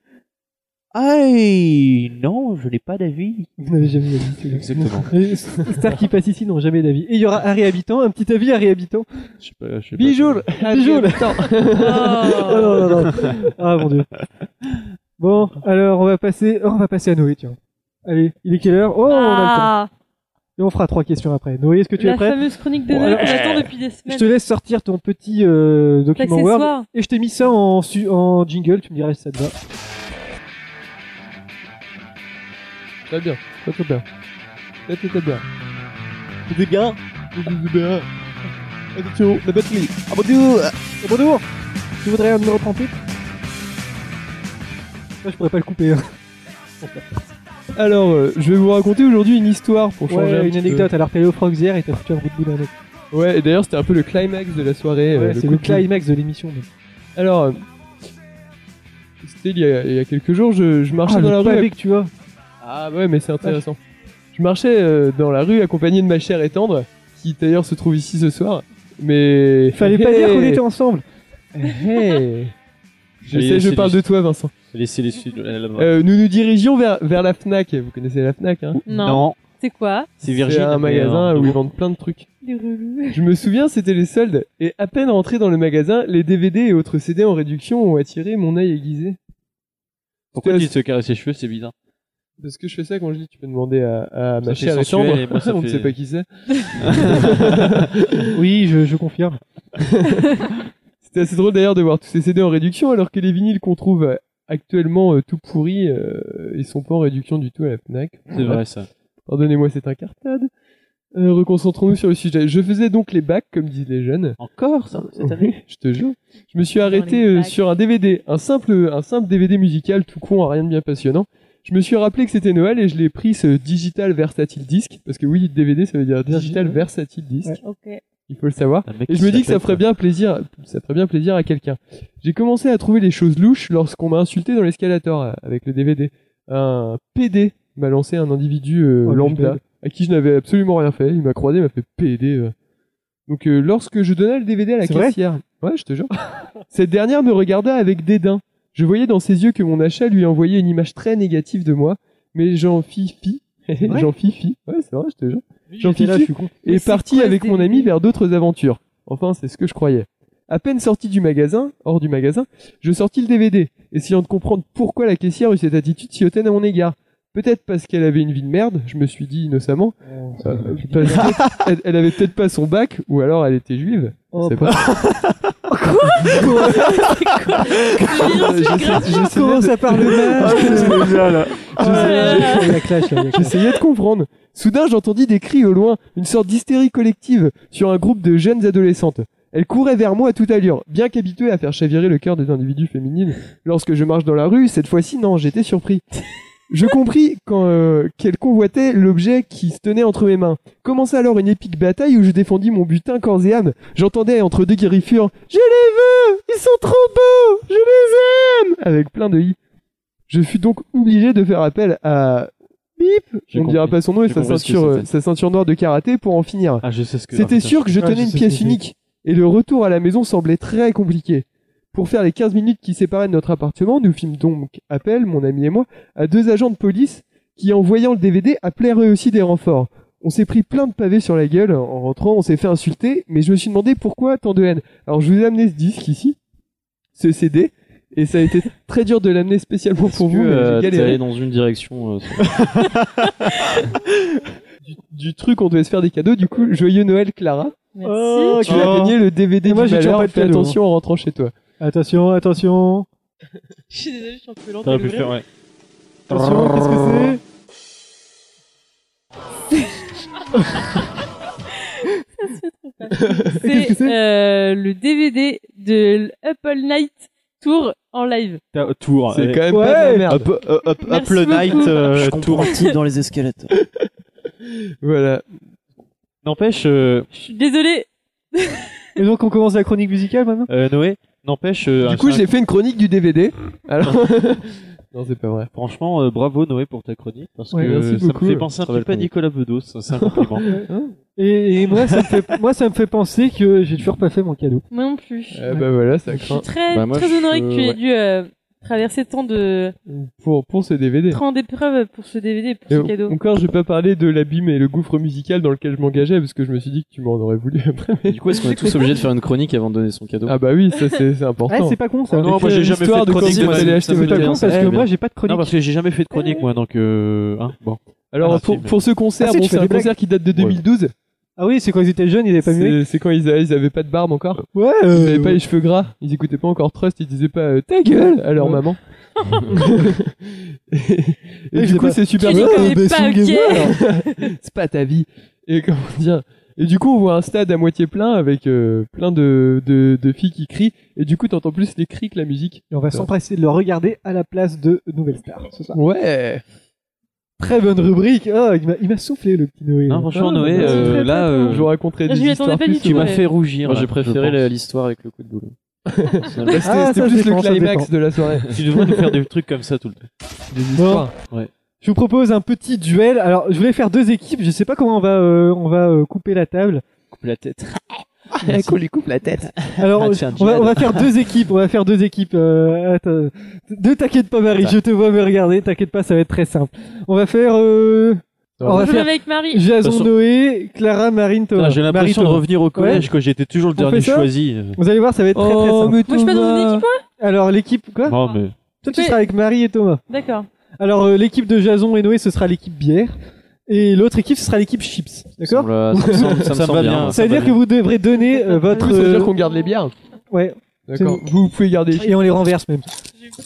Speaker 1: Aïe, non, je n'ai pas d'avis.
Speaker 2: Vous n'avez jamais d'avis, c'est bien.
Speaker 1: Exactement.
Speaker 2: Les stars qui passent ici n'ont jamais d'avis. Et il y aura Harry Habitant, un petit avis Harry Habitant.
Speaker 1: Je sais pas, je sais pas.
Speaker 2: Bijoule Bijoule Ah non, non, non. Ah mon dieu. Bon, alors on va passer, oh, on va passer à Noé, tiens. Allez, il est quelle heure Oh, on a le temps.
Speaker 6: Ah,
Speaker 2: Et on fera trois questions après. Noé, est-ce que tu
Speaker 6: La
Speaker 2: es prêt
Speaker 6: fameuse chronique de
Speaker 2: Bon,
Speaker 6: Noé
Speaker 2: alors,
Speaker 6: qu'on attend depuis des
Speaker 2: Je
Speaker 6: semaines.
Speaker 2: te laisse sortir ton petit euh, document
Speaker 6: L'accessoire.
Speaker 2: Word. Et je t'ai mis ça en, su- en jingle, tu me diras si ça te va.
Speaker 9: Très bien, très très bien. Très très très bien. Les gars, les gars, attention, la batterie. Ah bonjour,
Speaker 2: euh, bonjour. Tu voudrais un numéro 38 Là, je pourrais pas le couper. hein.
Speaker 9: Alors, euh, je vais vous raconter aujourd'hui une histoire pour changer un
Speaker 2: Ouais, une
Speaker 9: petit peu.
Speaker 2: anecdote. Alors, t'es allé au Frogsierre et t'as foutu un bout de boule à un mec.
Speaker 9: Ouais, et d'ailleurs, c'était un peu le climax de la soirée.
Speaker 2: Ouais,
Speaker 9: euh,
Speaker 2: c'est
Speaker 9: coup
Speaker 2: le
Speaker 9: de boule.
Speaker 2: climax de l'émission. donc.
Speaker 9: Alors, euh, c'était il, y a- il y a quelques jours, je, je marchais
Speaker 2: Ah,
Speaker 9: dans
Speaker 2: le
Speaker 9: la rue.
Speaker 2: pavé
Speaker 9: avec-
Speaker 2: que tu vois.
Speaker 9: Ah ouais, mais c'est intéressant. Je marchais euh, dans la rue accompagné de ma chère et tendre, qui d'ailleurs se trouve ici ce soir. Mais
Speaker 2: Fallait pas dire qu'on était
Speaker 9: ensemble.
Speaker 2: ensemble.
Speaker 9: Je sais, je parle de toi, Vincent.
Speaker 1: Laissez les sud. là, là-bas.
Speaker 9: Euh, nous nous dirigions vers, vers la Fnac. Vous connaissez la Fnac, hein
Speaker 6: Non. C'est quoi
Speaker 1: C'est Virgin.
Speaker 9: C'est un
Speaker 1: mais,
Speaker 9: magasin
Speaker 1: euh,
Speaker 9: où ils vendent plein de trucs.
Speaker 6: Des relous.
Speaker 9: Je me souviens, c'était les soldes, et à peine rentré dans le magasin, les DVD et autres CD en réduction ont attiré mon œil aiguisé.
Speaker 1: Pourquoi tu te caresses les cheveux, c'est bizarre.
Speaker 9: Parce que je fais ça quand je dis, tu peux demander à, à
Speaker 1: Ça
Speaker 9: ma
Speaker 1: fait
Speaker 9: chère et
Speaker 1: sensuel,
Speaker 9: tendre.
Speaker 1: et moi, ça
Speaker 9: on ne
Speaker 1: fait-
Speaker 9: sait pas qui c'est.
Speaker 2: oui, je, je confirme.
Speaker 9: C'était assez drôle d'ailleurs de voir tous ces CD en réduction, alors que les vinyles qu'on trouve euh, actuellement euh, tout pourris, euh, ils sont pas en réduction du tout à la Fnac.
Speaker 1: C'est vrai, ça.
Speaker 9: Pardonnez-moi cette incartade. Euh, reconcentrons-nous sur le sujet. Je faisais donc les bacs, comme disent les jeunes.
Speaker 1: Encore, ça, cette année
Speaker 9: Je te jure. Je me suis arrêté
Speaker 1: les
Speaker 9: euh,
Speaker 1: bacs.
Speaker 9: sur un DVD, un simple, un simple DVD musical tout con, rien de bien passionnant. Je me suis rappelé que c'était Noël et je l'ai pris ce Digital Versatile Disc, parce que oui, DVD ça veut dire Digital Versatile Disc.
Speaker 6: Ok.
Speaker 9: Il faut le savoir.
Speaker 1: mec
Speaker 9: Et
Speaker 1: qui
Speaker 9: je me dis que ça
Speaker 1: s'appelle,
Speaker 9: ferait bien plaisir, ça ferait bien plaisir à quelqu'un. J'ai commencé à trouver des choses louches lorsqu'on m'a insulté dans l'escalator euh, avec le DVD. Un PD m'a lancé un individu euh,
Speaker 2: Oh,
Speaker 9: lambda
Speaker 2: bordel.
Speaker 9: à qui je n'avais absolument rien fait. Il m'a croisé, il m'a fait PD. euh. Donc euh, lorsque je donnais le DVD à la
Speaker 2: C'est vrai
Speaker 9: caissière, ouais, je te jure, cette dernière me regarda avec dédain. Je voyais dans ses yeux que mon achat lui envoyait une image très négative de moi, mais j'en fis fi.
Speaker 2: vrai
Speaker 9: j'en fis fi. Ouais, c'est vrai, je te jure.
Speaker 2: Oui,
Speaker 9: J'en
Speaker 2: j'étais
Speaker 9: fis
Speaker 2: là,
Speaker 9: fi
Speaker 2: je suis con.
Speaker 9: et
Speaker 2: Mais c'est
Speaker 9: parti
Speaker 2: quoi ce
Speaker 9: avec mon ami vers d'autres aventures. Enfin, c'est ce que je croyais. À peine sorti du magasin, hors du magasin, je sortis le DVD, essayant de comprendre pourquoi la caissière eut cette attitude si hautaine à mon égard. Peut-être parce qu'elle avait une vie de merde, je me suis dit innocemment. Euh, parce que elle, elle avait peut-être pas son bac, ou alors elle était juive.
Speaker 2: Oh,
Speaker 9: C'est pas. Ah,
Speaker 2: hein. Comment ça parle mal
Speaker 9: J'essayais-
Speaker 2: La clash, la clash.
Speaker 9: Oh J'essayais de comprendre. Soudain, j'entendis des cris au loin, une sorte d'hystérie collective sur un groupe de jeunes adolescentes. Elles couraient vers moi à toute allure, bien qu'habituées à faire chavirer le cœur des individus féminines. Lorsque je marche dans la rue, cette fois-ci, non, j'étais surpris. Je compris quand euh, qu'elle convoitait l'objet qui se tenait entre mes mains. Commença alors une épique bataille où je défendis mon butin corps et âme. J'entendais entre deux guérifures « Je les veux Ils sont trop beaux Je les aime !» avec plein de i. Je fus donc obligé de faire appel à... Bip
Speaker 8: J'ai
Speaker 9: On ne dira
Speaker 8: compris.
Speaker 9: pas son nom et
Speaker 8: J'ai
Speaker 9: sa
Speaker 8: compris ce que
Speaker 9: ceinture, euh,
Speaker 8: c'était.
Speaker 9: sa ceinture noire de karaté pour en finir.
Speaker 1: Ah, je sais ce que.
Speaker 9: C'était
Speaker 1: ah,
Speaker 9: sûr que je
Speaker 1: putain.
Speaker 9: tenais une pièce unique, et le retour à la maison semblait très compliqué. Pour faire les 15 minutes qui séparaient de notre appartement, nous fîmes donc appel, mon ami et moi, à deux agents de police qui, en voyant le DVD, appelèrent eux aussi des renforts. On s'est pris plein de pavés sur la gueule en rentrant, on s'est fait insulter, mais je me suis demandé pourquoi tant de haine. Alors je vous ai amené ce disque ici, ce CD, et ça a été très dur de l'amener spécialement pour
Speaker 8: Est-ce
Speaker 9: vous,
Speaker 8: que,
Speaker 9: mais
Speaker 8: euh,
Speaker 9: j'ai
Speaker 8: t'es
Speaker 9: galéré.
Speaker 8: allé dans une direction. euh, sans-
Speaker 9: Du truc, on devait se faire des cadeaux, du coup, joyeux Noël Clara.
Speaker 6: Merci.
Speaker 2: Oh,
Speaker 9: Tu as
Speaker 2: oh.
Speaker 9: gagné le DVD
Speaker 2: Et moi,
Speaker 9: du
Speaker 2: j'ai toujours
Speaker 9: malheur,
Speaker 2: pas de
Speaker 9: fais
Speaker 2: cadeau.
Speaker 9: attention en rentrant chez toi.
Speaker 2: Attention, attention.
Speaker 6: Je suis désolée, je suis un peu lente. à
Speaker 1: T'aurais pu le
Speaker 6: l'ouvrir.
Speaker 1: faire, ouais.
Speaker 2: Attention, qu'est-ce que
Speaker 6: C'est euh, le DVD de l'Apple Night Tour en live.
Speaker 1: T'as- Tour.
Speaker 9: C'est
Speaker 1: euh,
Speaker 9: quand même
Speaker 1: ouais.
Speaker 9: pas de la merde.
Speaker 1: Up, uh, up, up, up
Speaker 6: Merci
Speaker 1: le
Speaker 6: beaucoup.
Speaker 1: night. euh,
Speaker 8: Je
Speaker 1: tour.
Speaker 8: comprends type dans les escalators.
Speaker 9: Voilà.
Speaker 1: N'empêche, euh,
Speaker 6: Je suis désolée.
Speaker 2: c'est Et donc, on commence la chronique musicale maintenant
Speaker 1: euh, Noé, n'empêche. euh,
Speaker 9: Du coup, j'ai fait une chronique du DVD. Alors. non, c'est pas vrai.
Speaker 1: Franchement, euh, bravo Noé pour ta chronique parce
Speaker 9: Ouais,
Speaker 1: que
Speaker 9: merci
Speaker 1: ça
Speaker 9: beaucoup.
Speaker 1: me fait penser un
Speaker 8: Très
Speaker 1: petit
Speaker 8: belle
Speaker 1: peu à
Speaker 8: chronique.
Speaker 1: Nicolas Bedos, ça, c'est un compliment.
Speaker 2: Et, et moi, ça me fait, moi, ça me fait penser que j'ai toujours pas fait mon cadeau.
Speaker 6: Moi non plus.
Speaker 9: Eh ben voilà, ça
Speaker 6: Je
Speaker 9: craint.
Speaker 6: suis très,
Speaker 8: Bah, moi,
Speaker 6: très
Speaker 8: je-
Speaker 6: honorée que tu aies
Speaker 8: ouais.
Speaker 6: dû euh, traverser tant de
Speaker 9: Pour, pour ce DVD.
Speaker 6: tant d'épreuves pour ce DVD et pour
Speaker 9: Et
Speaker 6: ce cadeau.
Speaker 9: encore, j'ai pas parlé de l'abîme et le gouffre musical dans lequel je m'engageais parce que je me suis dit que tu m'en aurais voulu après.
Speaker 8: Et Du coup, est-ce qu'on est tous obligés de faire une chronique avant de donner son cadeau
Speaker 9: Ah bah oui, ça c'est c'est
Speaker 2: Ouais,
Speaker 9: important.
Speaker 2: Ah, c'est pas con ça.
Speaker 1: Non, moi, j'ai jamais
Speaker 9: L'histoire
Speaker 1: fait de
Speaker 9: de
Speaker 1: chronique,
Speaker 9: quand
Speaker 1: moi,
Speaker 9: vous
Speaker 1: ça
Speaker 9: allez
Speaker 1: me-
Speaker 9: acheter
Speaker 1: ça
Speaker 2: C'est
Speaker 1: me
Speaker 9: votre
Speaker 2: pas con
Speaker 1: fait
Speaker 2: parce
Speaker 9: cadeau.
Speaker 2: que
Speaker 1: Eh
Speaker 2: moi,
Speaker 1: bien.
Speaker 2: j'ai pas de chronique.
Speaker 1: Non, parce que j'ai jamais fait de chronique moi, donc euh, hein, bon.
Speaker 9: Alors,
Speaker 2: Ah,
Speaker 9: pour,
Speaker 2: si, mais-
Speaker 9: pour ce concert,
Speaker 2: Ah, si,
Speaker 9: bon,
Speaker 2: tu fais
Speaker 9: c'est un
Speaker 2: des blagues
Speaker 9: concert qui date de 2012.
Speaker 2: Ah oui, c'est quand ils étaient jeunes, ils n'avaient pas mué.
Speaker 9: C'est- C'est quand ils, a- ils avaient pas de barbe encore.
Speaker 2: Ouais,
Speaker 9: Ils avaient
Speaker 2: euh,
Speaker 9: pas les cheveux gras. Ils écoutaient pas encore Trust. Ils disaient pas euh, ta gueule à leur
Speaker 2: Ouais.
Speaker 9: maman. et
Speaker 2: Ouais,
Speaker 9: du
Speaker 2: je
Speaker 9: coup,
Speaker 2: sais
Speaker 9: c'est
Speaker 2: pas.
Speaker 9: super Bah,
Speaker 2: Tu
Speaker 9: bien.
Speaker 2: les connais pas, ok.
Speaker 9: c'est pas ta vie. Et comment dire Et du coup, on voit un stade à moitié plein avec euh, plein de, de, de filles qui crient. Et du coup, t'entends plus les cris que la musique.
Speaker 2: Et on va s'empresser de le regarder à la place de Nouvelle Star, c'est ça
Speaker 9: Ouais.
Speaker 2: Très bonne rubrique. Oh, il m'a- il m'a soufflé le petit Noé.
Speaker 8: Non, franchement,
Speaker 2: Ah,
Speaker 8: Noé,
Speaker 2: bah,
Speaker 8: euh,
Speaker 2: c'est très,
Speaker 8: là,
Speaker 2: très
Speaker 8: euh,
Speaker 2: bon.
Speaker 8: Je vous
Speaker 6: Je
Speaker 9: raconterai
Speaker 6: des m'y attendais histoires pas du plus, tout,
Speaker 8: Tu m'as
Speaker 6: ouais.
Speaker 8: fait rougir.
Speaker 6: Moi,
Speaker 8: là,
Speaker 6: j'ai préféré
Speaker 8: je
Speaker 6: la-
Speaker 8: pense. l'histoire avec le coup de boule.
Speaker 9: Bah, c'était- c'était plus le climax de la soirée.
Speaker 1: Tu devrais nous faire des trucs comme ça tout le temps.
Speaker 9: Des
Speaker 2: histoires.
Speaker 1: Ouais.
Speaker 2: Je vous propose un petit duel. Alors, je voulais faire deux équipes. Je sais pas comment on va, euh, on va euh, couper la table.
Speaker 1: Couper la tête.
Speaker 2: Merci.
Speaker 8: lui coupe la tête.
Speaker 2: Alors,
Speaker 8: Ah,
Speaker 2: on
Speaker 8: tu fais un
Speaker 2: va,
Speaker 8: duel.
Speaker 2: on va faire deux équipes. On va faire deux équipes. Euh, attends. Ne t'inquiète pas, Marie.
Speaker 8: Ça.
Speaker 2: Je te vois me regarder. T'inquiète pas, ça va être très simple. On va faire. Euh...
Speaker 1: va.
Speaker 2: On va
Speaker 6: Je
Speaker 2: faire
Speaker 6: vais avec Marie.
Speaker 2: Jason
Speaker 1: De toute façon-
Speaker 2: Noé, Clara, Marine, Thomas.
Speaker 9: Ah,
Speaker 1: Putain, J'ai l'impression
Speaker 2: Marie,
Speaker 1: de
Speaker 2: Thomas.
Speaker 1: revenir au collège quand j'étais toujours le
Speaker 2: On
Speaker 1: dernier
Speaker 2: fait ça
Speaker 1: choisi.
Speaker 2: Vous allez voir, ça va être très très
Speaker 9: Oh,
Speaker 2: simple.
Speaker 9: mais
Speaker 6: Moi, je suis pas dans une équipe, moi
Speaker 2: Alors, l'équipe, quoi
Speaker 1: Non, Ah, mais.
Speaker 2: Toi, tu seras avec Marie et Thomas.
Speaker 6: D'accord.
Speaker 2: Alors, euh, l'équipe de Jason et Noé, ce sera l'équipe bière. Et l'autre équipe, ce sera l'équipe chips. D'accord
Speaker 8: Ça me semble- ça me semble bien.
Speaker 2: Ça veut dire que vous devrez donner euh, votre.
Speaker 9: Du coup, ça veut dire
Speaker 2: euh,
Speaker 9: qu'on garde les bières.
Speaker 2: Ouais.
Speaker 9: D'accord. Vous pouvez garder. les
Speaker 2: Et on les renverse même.